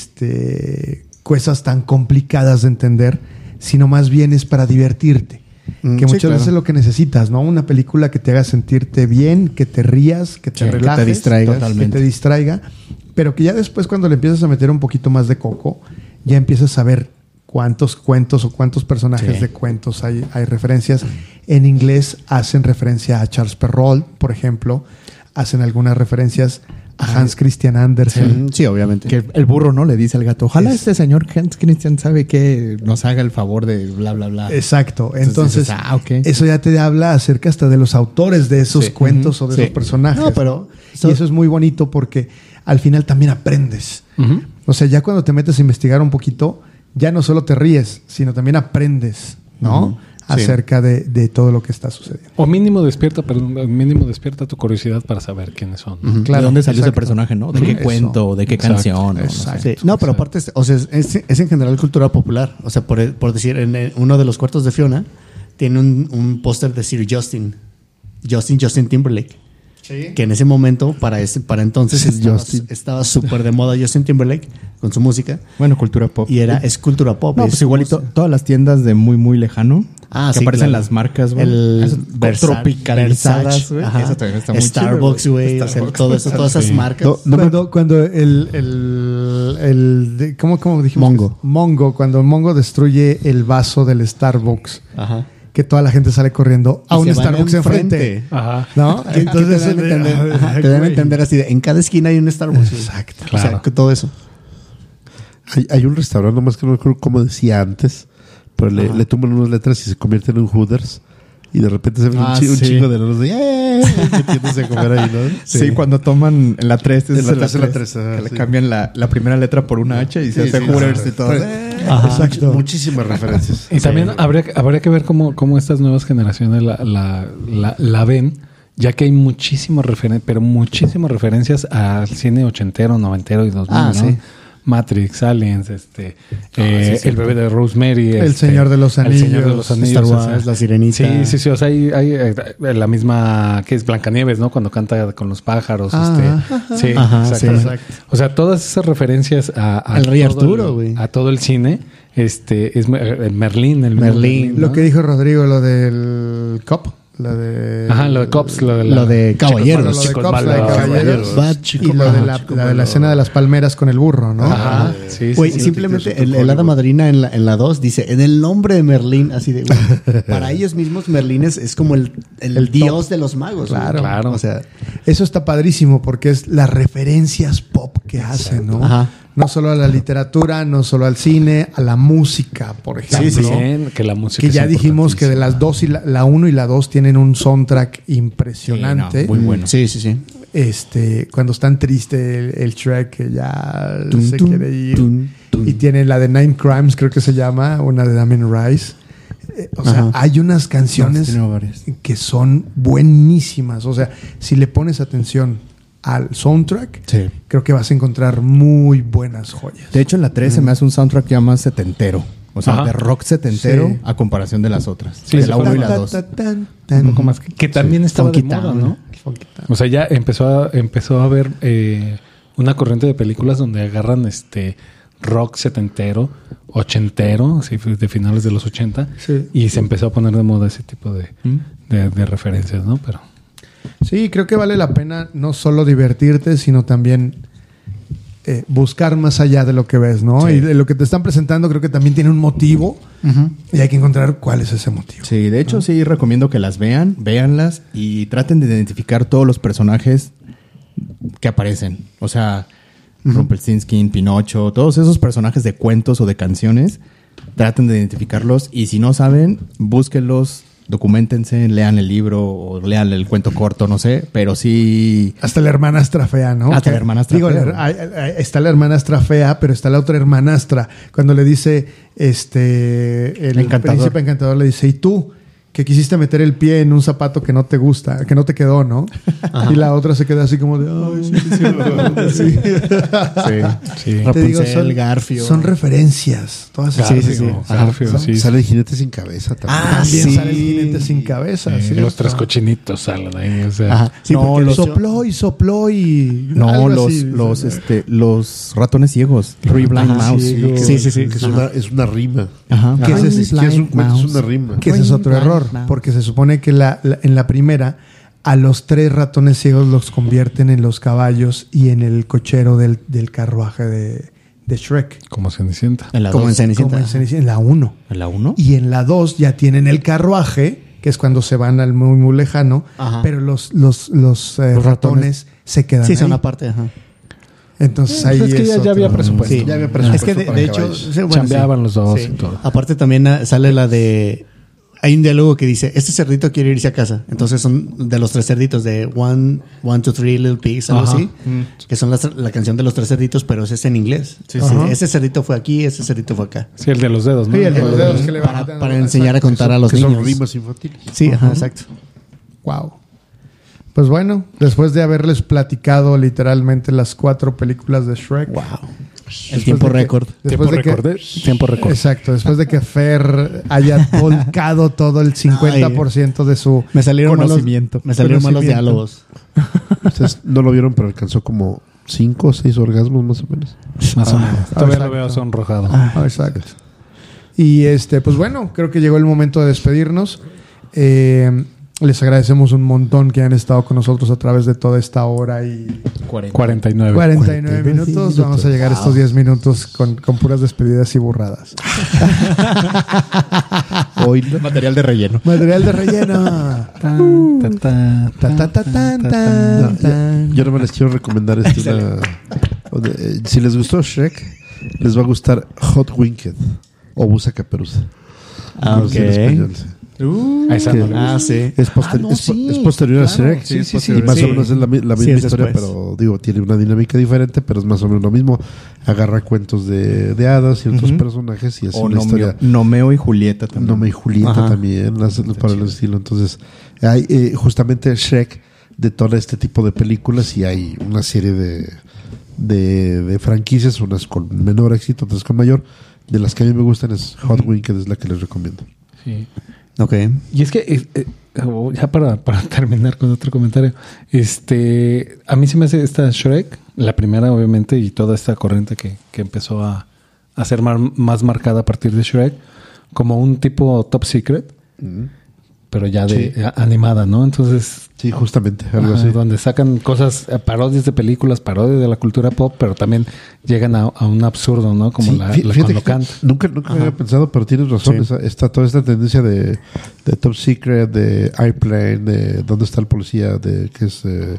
Speaker 1: este, cosas tan complicadas de entender, sino más bien es para divertirte.
Speaker 4: Mm,
Speaker 1: que
Speaker 4: sí,
Speaker 1: muchas
Speaker 4: claro.
Speaker 1: veces es lo que necesitas, ¿no? Una película que te haga sentirte bien, que te rías, que te
Speaker 3: Sí, que te
Speaker 1: relajes.
Speaker 3: distraiga.
Speaker 1: Que
Speaker 3: Totalmente.
Speaker 1: te distraiga. Pero que ya después, cuando le empiezas a meter un poquito más de coco, ya empiezas a ver cuántos cuentos o cuántos personajes
Speaker 3: Sí.
Speaker 1: de cuentos hay, hay referencias. En inglés hacen referencia a Charles Perrault, por ejemplo. Hacen algunas referencias a Hans Christian Andersen.
Speaker 4: Sí, obviamente.
Speaker 3: Que el burro, ¿no? Le dice al gato, ojalá
Speaker 1: Es-
Speaker 3: este señor Hans Christian sabe que nos haga el favor de bla, bla, bla.
Speaker 1: Exacto. Entonces,
Speaker 3: Ah. dices, ah, ok.
Speaker 1: eso ya te habla acerca hasta de los autores de esos cuentos o de
Speaker 3: Sí.
Speaker 1: esos personajes.
Speaker 4: No, pero-
Speaker 1: ¿no? Y eso es muy bonito porque al final también aprendes.
Speaker 5: Ujú.
Speaker 1: O sea, ya cuando te metes a investigar un poquito, ya no solo te ríes, sino también aprendes, ¿no? Acerca de, de todo lo que está sucediendo.
Speaker 5: O mínimo despierta, perdón, mínimo despierta tu curiosidad para saber quiénes son.
Speaker 1: Claro,
Speaker 3: ¿De dónde salió ese
Speaker 1: exacto.
Speaker 3: personaje, no? ¿De qué
Speaker 1: Eso.
Speaker 3: cuento? ¿De qué
Speaker 5: Exacto,
Speaker 3: canción? ¿no? No sé.
Speaker 4: Sí. No, pero aparte, es- o sea, es, es en general cultura popular. O sea, por, por decir, en eh, uno de los cuartos de Fiona tiene un, un póster de Sir Justin. Justin, Justin Timberlake. Que en ese momento, para ese, para entonces,
Speaker 2: Sí,
Speaker 4: estaba-
Speaker 2: Justin.
Speaker 4: estaba súper de moda Justin Timberlake con su música.
Speaker 3: Bueno, cultura pop.
Speaker 4: Y era, es cultura pop.
Speaker 3: No,
Speaker 4: es
Speaker 3: pues igualito, todas las tiendas de muy, muy lejano.
Speaker 4: Ah,
Speaker 3: que
Speaker 4: sí,
Speaker 3: aparecen
Speaker 4: claro.
Speaker 3: las marcas, güey.
Speaker 4: El
Speaker 3: Esas
Speaker 4: Versa-
Speaker 3: tropicalizadas,
Speaker 4: Versace,
Speaker 3: güey.
Speaker 4: ajá.
Speaker 3: Esa también está muy chida,
Speaker 4: Starbucks, güey. o sea,
Speaker 3: Starbucks.
Speaker 4: todo eso, todas esas marcas.
Speaker 2: No, no me-
Speaker 1: cuando, cuando el, el, el de- ¿cómo, cómo dijimos?
Speaker 4: Mongo.
Speaker 1: que es? Mongo, cuando Mongo destruye el vaso del Starbucks,
Speaker 4: Ajá.
Speaker 1: que toda la gente sale corriendo a
Speaker 4: Y
Speaker 1: un
Speaker 4: se van
Speaker 1: Starbucks enfrente.
Speaker 4: enfrente.
Speaker 5: Ajá.
Speaker 1: ¿No?
Speaker 4: Que- que
Speaker 1: Entonces eh,
Speaker 4: te dan, a
Speaker 1: el de-
Speaker 4: entender, ajá, te dan a
Speaker 1: güey.
Speaker 4: entender así de en cada esquina hay un Starbucks. güey.
Speaker 1: Exacto.
Speaker 4: O sea, que todo eso.
Speaker 2: Hay, hay un restaurante, nomás que no recuerdo cómo decía antes, pero le, le tumban unas letras y se convierten en Hooters. Y de repente se ven un,
Speaker 3: Ah,
Speaker 2: chi- un
Speaker 3: sí.
Speaker 2: chingo de loros de ¡eh! metiéndose a comer ahí, ¿no?
Speaker 3: Sí. cuando toman la 3,
Speaker 2: En la tres, en la tres, ajá,
Speaker 3: le
Speaker 2: sí.
Speaker 3: cambian la, la primera letra por una H y se
Speaker 2: Sí,
Speaker 3: hace
Speaker 2: sí,
Speaker 3: Hooters
Speaker 2: sí.
Speaker 3: y todo.
Speaker 2: "Eh", Exacto. Muchísimas referencias.
Speaker 5: Y también habría, habría que ver cómo, cómo estas nuevas generaciones la, la, la, la ven, ya que hay muchísimas referencias, pero muchísimas referencias al cine ochentero, noventero y dos mil,
Speaker 4: Ah,
Speaker 5: ¿no?
Speaker 4: sí. Ah,
Speaker 5: Matrix, Aliens, este, eh, el bebé de Rosemary,
Speaker 1: El
Speaker 5: este,
Speaker 1: Señor de los
Speaker 5: El Señor de los
Speaker 1: Anillos,
Speaker 5: Anillos,
Speaker 4: Star Wars, La Sirenita.
Speaker 5: Sí, sí, sí, o sea, hay, hay, eh, la misma que es Blancanieves, ¿no? Cuando canta con los pájaros, este, sí,
Speaker 4: Ah, Ajá, sí.
Speaker 5: exacto. O sea, todas esas referencias a, a
Speaker 4: Al Rey
Speaker 5: todo
Speaker 4: Arturo,
Speaker 5: el-
Speaker 4: güey.
Speaker 5: a todo el cine, este es Mer- eh, Merlín, el mismo
Speaker 4: Merlín.
Speaker 5: ¿no?
Speaker 1: Lo que dijo Rodrigo, lo del cop, lo de...
Speaker 5: Ajá, lo de Cops, lo de, la-
Speaker 4: Lo de
Speaker 5: Chicos
Speaker 4: Caballeros.
Speaker 5: malos,
Speaker 1: lo de
Speaker 5: chicos
Speaker 1: cops, lo de
Speaker 5: malos.
Speaker 1: caballeros.
Speaker 4: Bad chico
Speaker 1: y lo de
Speaker 4: malo.
Speaker 1: la, la de la escena de las palmeras con el burro, ¿no?
Speaker 5: Ajá, sí, sí,
Speaker 4: Güey,
Speaker 5: sí.
Speaker 4: simplemente el, el hada madrina en la, en la 2 dice, en el nombre de Merlín, así de, güey, para ellos mismos Merlín es, es como el, el, dios de los magos. güey.
Speaker 1: Claro.
Speaker 5: Claro.
Speaker 4: O sea,
Speaker 1: Eso está padrísimo porque es las referencias pop que hacen, ¿no?
Speaker 4: Ajá.
Speaker 1: No solo a la literatura, no solo al cine, a la música, por ejemplo.
Speaker 5: Sí, sí, sí, que la música
Speaker 1: Que
Speaker 5: es
Speaker 1: ya dijimos que de las dos y la, la uno y la dos tienen un soundtrack impresionante.
Speaker 3: Sí, no, muy bueno.
Speaker 4: sí, sí, sí.
Speaker 1: Este, cuando están triste el, el track que ya
Speaker 4: Tum,
Speaker 1: se
Speaker 4: tum,
Speaker 1: quiere ir.
Speaker 4: tum, tum.
Speaker 1: Y tiene la de Nine Crimes, creo que se llama, una de Damien Rice. Eh, o sea,
Speaker 4: Ajá.
Speaker 1: hay unas canciones
Speaker 3: Tiene varias.
Speaker 1: que son buenísimas. O sea, si le pones atención al soundtrack,
Speaker 4: Sí.
Speaker 1: creo que vas a encontrar muy buenas joyas.
Speaker 3: De hecho, en la 3 se me hace un soundtrack ya más setentero. O sea,
Speaker 5: Ajá.
Speaker 3: de rock setentero
Speaker 1: Sí.
Speaker 3: a comparación de las otras.
Speaker 5: Sí,
Speaker 3: de
Speaker 5: sí,
Speaker 3: la
Speaker 5: fue
Speaker 3: 1 y
Speaker 5: una-
Speaker 3: la 2.
Speaker 1: Ta, ta, tan, tan.
Speaker 5: Un poco más que, que también estaba de
Speaker 4: Funky
Speaker 5: moda,
Speaker 4: Town.
Speaker 5: ¿no?
Speaker 1: Funky town.
Speaker 5: O sea, ya empezó a, empezó a haber eh, una corriente de películas donde agarran este rock setentero, ochentero, así fue de finales de los ochenta,
Speaker 1: Sí.
Speaker 5: y se empezó a poner de moda ese tipo de, de- de referencias, ¿no? Pero
Speaker 1: Sí, creo que vale la pena no solo divertirte, sino también eh, buscar más allá de lo que ves, ¿no? Y de lo que te están presentando, creo que también tiene un motivo y hay que encontrar cuál es ese motivo.
Speaker 3: Sí, de hecho sí recomiendo que las vean, véanlas y traten de identificar todos los personajes que aparecen. O sea, Rumpelstiltskin, Pinocho, todos esos personajes de cuentos o de canciones, traten de identificarlos y si no saben, búsquenlos, documentense, lean el libro o lean el cuento corto, no sé, pero sí...
Speaker 1: Hasta la hermanastra fea, ¿no?
Speaker 3: Hasta la hermanastra
Speaker 1: Digo,
Speaker 3: fea.
Speaker 1: la- hay- hay- está la hermanastra fea, pero está la otra hermanastra. Cuando le dice, este, el
Speaker 3: Encantador.
Speaker 1: príncipe encantador le dice, ¿y tú? Que quisiste meter el pie en un zapato que no te gusta, que no te quedó, ¿no? Y la otra se queda así como de, ay, sí, sí, sí".
Speaker 5: sí.
Speaker 1: Te digo,
Speaker 4: Rapunzel,
Speaker 1: son,
Speaker 4: Garfio.
Speaker 1: son referencias. Todas esas
Speaker 5: Garfio,
Speaker 1: cosas.
Speaker 5: Garfio, sí.
Speaker 2: Sale el jinete sin cabeza también.
Speaker 4: Ah,
Speaker 1: También
Speaker 4: sí.
Speaker 1: sale el jinete sin cabeza.
Speaker 5: Eh,
Speaker 1: ¿sí?
Speaker 5: los tres cochinitos salen ahí, o sea,
Speaker 4: Ajá. Sí,
Speaker 3: No,
Speaker 4: porque
Speaker 3: los-
Speaker 1: Sopló y sopló y.
Speaker 3: No,
Speaker 1: algo
Speaker 3: los,
Speaker 1: así.
Speaker 3: los, este, los ratones ciegos, Three Blind
Speaker 4: Ajá,
Speaker 3: Mouse.
Speaker 4: sí,
Speaker 3: que-
Speaker 4: sí, sí, sí.
Speaker 2: Que es una, es una rima.
Speaker 3: Ajá.
Speaker 1: ¿Qué es
Speaker 2: Ni
Speaker 1: ese?
Speaker 2: siquiera es un cuento, es una rima.
Speaker 1: Que ese es otro error, porque se supone que la- la- en la primera a los tres ratones ciegos los convierten en los caballos y en el cochero del, del carruaje de, de Shrek.
Speaker 5: como Cenicienta.
Speaker 3: En la
Speaker 4: Como en
Speaker 3: dos.
Speaker 4: Cenicienta.
Speaker 1: Como en Cenicienta, en la 1.
Speaker 3: ¿En la 1?
Speaker 1: Y en la 2 ya tienen el carruaje, que es cuando se van al muy, muy lejano,
Speaker 4: Ajá.
Speaker 1: pero los, los, los, eh, ratones,
Speaker 4: Los ratones.
Speaker 1: se quedan
Speaker 4: Sí, son
Speaker 1: ahí.
Speaker 4: aparte, ajá.
Speaker 1: Entonces
Speaker 4: Pues
Speaker 1: ahí
Speaker 5: es que ya,
Speaker 1: es
Speaker 5: ya había
Speaker 1: otro-
Speaker 5: presupuesto.
Speaker 4: Sí,
Speaker 2: ya había
Speaker 4: Es
Speaker 2: presupuesto
Speaker 4: que de,
Speaker 2: para
Speaker 4: de hecho,
Speaker 2: caballos.
Speaker 4: sí, bueno,
Speaker 5: Chambeaban
Speaker 4: sí.
Speaker 5: los dos
Speaker 4: Sí.
Speaker 5: y todo.
Speaker 4: Aparte también ah, sale la de hay un diálogo que dice, este cerdito quiere irse a casa. Entonces son de los tres cerditos de One, One, Two, Three, Little Pigs, algo
Speaker 5: Ajá.
Speaker 4: así. Que son las- la canción de los tres cerditos, pero ese es en inglés. Ajá. Ese cerdito fue aquí, ese cerdito fue acá.
Speaker 5: Sí, el de los dedos, ¿no?
Speaker 1: Sí, el de los dedos que le van
Speaker 4: Para, para enseñar a contar a los
Speaker 2: que son
Speaker 4: niños.
Speaker 2: rimas infantiles.
Speaker 4: Sí, ajá, exacto.
Speaker 1: Wow. Pues bueno, después de haberles platicado literalmente las cuatro películas de Shrek,
Speaker 3: El tiempo récord.
Speaker 1: Después de que-
Speaker 5: recordé, tiempo récord.
Speaker 1: Exacto, después de que Fer haya volcado todo el 50% de su
Speaker 4: Me salieron malos,
Speaker 3: Conocimiento.
Speaker 4: me salieron malos
Speaker 1: Conocimiento.
Speaker 4: diálogos.
Speaker 2: Ustedes no lo vieron, pero alcanzó como cinco o seis orgasmos más o menos.
Speaker 5: Más o menos. Todavía lo veo
Speaker 1: Ah, exacto.
Speaker 5: sonrojado.
Speaker 1: Ah, exacto. Y este, pues bueno, creo que llegó el momento de despedirnos. Eh, les agradecemos un montón que han estado con nosotros a través de toda esta hora y
Speaker 5: 49.
Speaker 1: 49 minutos.
Speaker 2: minutos.
Speaker 1: Vamos a llegar a estos 10 minutos con, con puras despedidas y burradas.
Speaker 2: Hoy no.
Speaker 3: Material de relleno.
Speaker 1: Material de relleno. Tan, tan, tan, tan, tan, tan.
Speaker 2: Yo no les quiero recomendar este una- o de- eh, si les gustó Shrek, les va a gustar Hot Winked o Busa Caperuza.
Speaker 4: Ah,
Speaker 2: No sé en
Speaker 4: ok.
Speaker 2: español, sí.
Speaker 5: A esa no le gusta.
Speaker 4: Ah, sí.
Speaker 2: Es, posteri-
Speaker 4: Ah, no,
Speaker 2: es po-
Speaker 4: sí,
Speaker 2: es posterior a
Speaker 4: claro.
Speaker 2: Shrek,
Speaker 4: Sí,
Speaker 2: sí, sí,
Speaker 4: es
Speaker 2: sí,
Speaker 4: posterior.
Speaker 2: y más
Speaker 4: Sí.
Speaker 2: o menos es la, mi- la
Speaker 4: Sí,
Speaker 2: misma
Speaker 4: es
Speaker 2: historia,
Speaker 4: después.
Speaker 2: pero digo, tiene una dinámica diferente, pero es más o menos lo mismo. Agarra cuentos de, de hadas y otros personajes y hace
Speaker 3: O
Speaker 2: una
Speaker 3: Nomeo,
Speaker 2: historia.
Speaker 3: Nomeo y Julieta también.
Speaker 2: Nomeo y Julieta
Speaker 4: Ajá.
Speaker 2: también, las- para el estilo. Entonces, hay, eh, justamente Shrek detona este tipo de películas y hay una serie de, de, de franquicias, unas con menor éxito, otras con mayor. De las que a mí me gustan es Hot Wing, que es la que les recomiendo.
Speaker 5: Sí.
Speaker 4: Ok.
Speaker 5: Y es que, eh, eh, oh, ya para, para terminar con otro comentario, este, a mí se me hace esta Shrek, la primera obviamente, y toda esta corriente que, que empezó a, a ser mar- más marcada a partir de Shrek, como un tipo top secret, pero ya de a- animada, ¿no? Entonces,
Speaker 2: Sí, justamente, algo
Speaker 5: ajá,
Speaker 2: así.
Speaker 5: donde sacan cosas, eh, parodias de películas, parodias de la cultura pop, pero también llegan a, a un absurdo, ¿no? Como
Speaker 2: Sí,
Speaker 5: la,
Speaker 2: fí-
Speaker 5: la
Speaker 2: fíjate
Speaker 5: cuando
Speaker 2: que
Speaker 5: canta.
Speaker 2: Nunca, nunca había pensado, pero tienes razón. Esa- está toda esta tendencia de, de Top Secret, de Airplane, de ¿Dónde está el policía? de que es eh,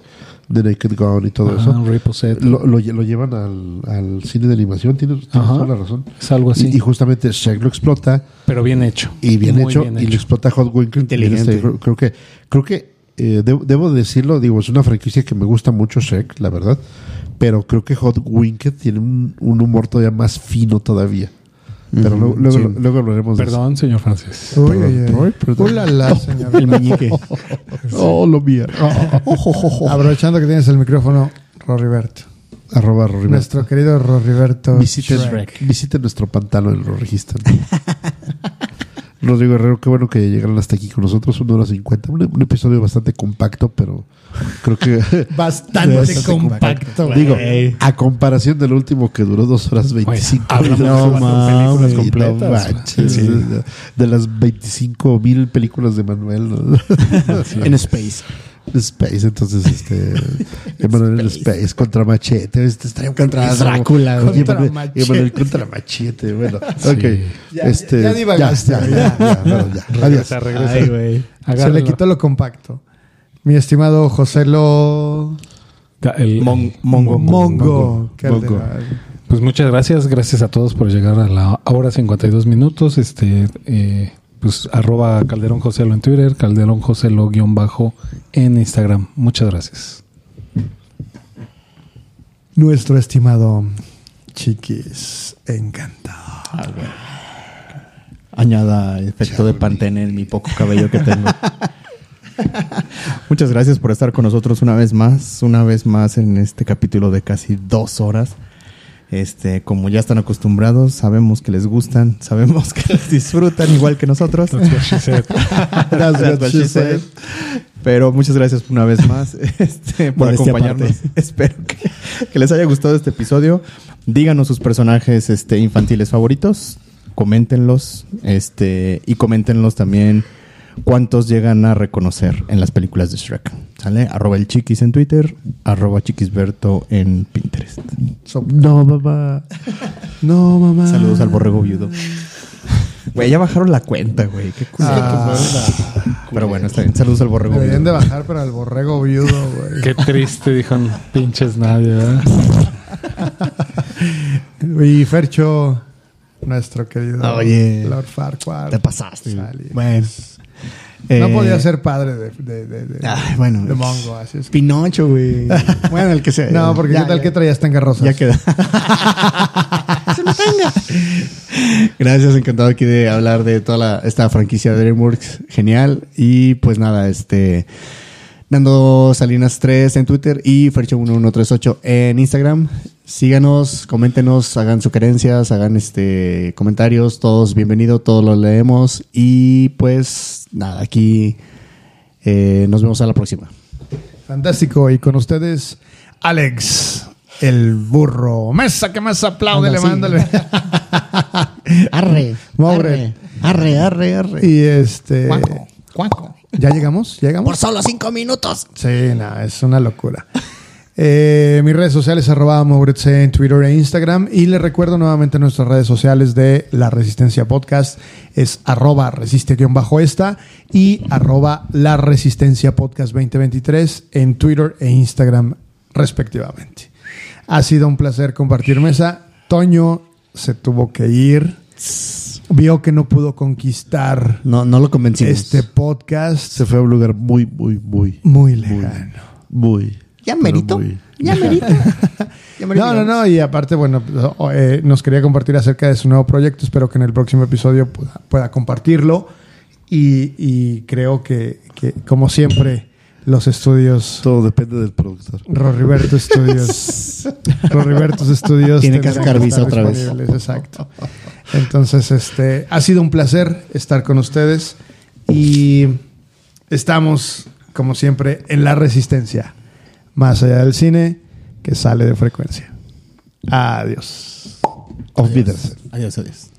Speaker 2: The Naked Gun y todo
Speaker 5: Ajá,
Speaker 2: eso.
Speaker 5: Reposet.
Speaker 2: Lo, lo lle- lo llevan al, al cine de animación, tienes, tienes
Speaker 5: Ajá.
Speaker 2: toda la razón.
Speaker 5: Es algo así.
Speaker 2: Y, y justamente Shrek lo explota
Speaker 5: pero bien hecho.
Speaker 2: y bien
Speaker 5: Muy
Speaker 2: hecho y lo explota Hot Wink.
Speaker 4: Inteligente.
Speaker 2: Este, creo, creo que, creo que eh, debo- debo decirlo, digo, es una franquicia que me gusta mucho Shrek, la verdad. Pero creo que Hot Winked tiene un, un humor todavía más fino todavía. Pero luego, luego, luego hablaremos
Speaker 5: Perdón, señor Francis.
Speaker 1: Uy,
Speaker 2: Perdón,
Speaker 1: oye.
Speaker 2: Troy, perdón.
Speaker 1: Ulala, señor.
Speaker 4: El meñique.
Speaker 2: de eso. Oh, lo mía.
Speaker 1: Aprovechando que tienes el micrófono, Roriberto.
Speaker 2: Arroba Rory
Speaker 1: Nuestro querido Roriberto.
Speaker 2: Visiten, visiten nuestro pantano en lo registran. Rodrigo Herrero, qué bueno que llegaron hasta aquí con nosotros, una hora cincuenta. Un, un episodio bastante compacto, pero creo que.
Speaker 1: Bastante compacto.
Speaker 2: digo, a comparación del último que duró dos horas veinticinco.
Speaker 5: hablamos de cuatro películas completas.
Speaker 2: De, de las veinticinco mil películas de Manuel. ¿no?
Speaker 4: En Space.
Speaker 2: Space, entonces, este. Emanuel en Space contra Machete. Este, estaría
Speaker 4: Contra
Speaker 2: buenísimo.
Speaker 4: Drácula, güey.
Speaker 2: Oye,
Speaker 1: Contra
Speaker 2: Emanuel-
Speaker 1: Machete.
Speaker 2: Emanuel contra Machete. Bueno, ok.
Speaker 1: Ya,
Speaker 2: este,
Speaker 1: ya divagaste,
Speaker 2: ya,
Speaker 1: ya.
Speaker 2: ya, ya, bueno, ya. Adiós.
Speaker 5: Regresa, regresa.
Speaker 4: Ay, güey.
Speaker 1: Se le quitó lo compacto. Mi estimado José Lo...
Speaker 5: El-
Speaker 1: Mongo. Mongo.
Speaker 5: Mongo.
Speaker 1: Calderón.
Speaker 5: Pues muchas gracias, gracias a todos por llegar a la hora 52 minutos. Este, eh, pues arroba Calderón Joselo en Twitter, Calderón Joselo guión bajo en Instagram. Muchas gracias.
Speaker 1: Nuestro estimado Chiquis encantado.
Speaker 3: Añada efecto de pantene en mi poco cabello que tengo. Muchas gracias por estar con nosotros una vez más, una vez más en este capítulo de casi dos horas. Este, como ya están acostumbrados, sabemos que les gustan, sabemos que les disfrutan igual que nosotros. That's what she said. Pero muchas gracias una vez más este, por
Speaker 4: Modestia
Speaker 3: acompañarnos.
Speaker 4: aparte.
Speaker 3: Espero que, que les haya gustado este episodio. Díganos sus personajes este, infantiles favoritos, coméntenlos este, y coméntenlos también cuántos llegan a reconocer en las películas de Shrek. ¿Sale? Arroba el chiquis en Twitter, arroba chiquisberto en Pinterest.
Speaker 2: No, mamá.
Speaker 1: No, mamá.
Speaker 3: Saludos al borrego viudo. Güey, ya bajaron la cuenta, güey. Qué culero. Ah, Pero bueno, está bien. Saludos al borrego
Speaker 1: Ah, Deberían de
Speaker 3: viudo.
Speaker 1: bajar para el borrego viudo, güey.
Speaker 5: Qué triste, dijeron pinches nadie, ¿verdad?
Speaker 1: Y Fercho, nuestro querido
Speaker 4: Oye.
Speaker 1: Lord Farquaad.
Speaker 4: Te pasaste.
Speaker 1: Sale.
Speaker 4: Bueno.
Speaker 1: No
Speaker 4: Eh,
Speaker 1: podía ser padre de, de, de, de-
Speaker 4: Ay, bueno.
Speaker 1: de Mongo, así es. que-
Speaker 4: Pinocho, güey. Bueno, el que sea.
Speaker 1: No, porque
Speaker 4: Ya,
Speaker 1: ¿qué tal
Speaker 4: ya.
Speaker 1: que traías tanga rosas?
Speaker 4: Ya queda. Gracias, encantado aquí de hablar de toda la- esta franquicia de DreamWorks. Genial. Y pues nada, este. Nando Salinas 3 en Twitter y Fercho1138 en Instagram. Síganos, coméntenos, hagan sugerencias, hagan este comentarios, todos bienvenidos, todos los leemos. Y pues nada, aquí eh, nos vemos a la próxima.
Speaker 1: Fantástico. Y con ustedes, Alex, el burro. Mesa que más aplaude, le mándale.
Speaker 4: Arre,
Speaker 1: Maure.
Speaker 4: arre, arre, arre.
Speaker 1: Y este. ¿Ya llegamos? ¿Ya llegamos?
Speaker 4: solo cinco minutos.
Speaker 1: Sí, no, es una locura. Eh, mis redes sociales arroba Maurice en Twitter e Instagram. Y les recuerdo nuevamente nuestras redes sociales de La Resistencia Podcast. Es arroba resiste-esta y arroba La Resistencia Podcast 2023 en Twitter e Instagram respectivamente. Ha sido un placer compartir mesa. Toño se tuvo que ir. Vio que no pudo conquistar
Speaker 4: No, no lo convencimos.
Speaker 1: este podcast
Speaker 2: Se fue a un lugar muy, muy, muy,
Speaker 1: muy lejano.
Speaker 2: muy.
Speaker 4: Ya
Speaker 2: pero
Speaker 4: merito.
Speaker 2: muy-
Speaker 4: Ya merito. Ya merito.
Speaker 1: No, no, no. Y aparte, bueno, pues, eh, nos quería compartir acerca de su nuevo proyecto. Espero que en el próximo episodio pueda, pueda compartirlo. Y, y creo que, que, como siempre, los estudios.
Speaker 2: Todo depende del productor.
Speaker 1: Roriberto Studios. Roriberto Studios.
Speaker 4: Tiene que
Speaker 1: tendrán
Speaker 4: sacar visa
Speaker 1: estar
Speaker 4: otra vez.
Speaker 1: disponibles, Exacto. Entonces, este, ha sido un placer estar con ustedes. Y estamos, como siempre, en la resistencia. Más allá del cine, que sale de frecuencia. Adiós.
Speaker 2: Auf Wiedersehen.
Speaker 3: Adiós, adiós.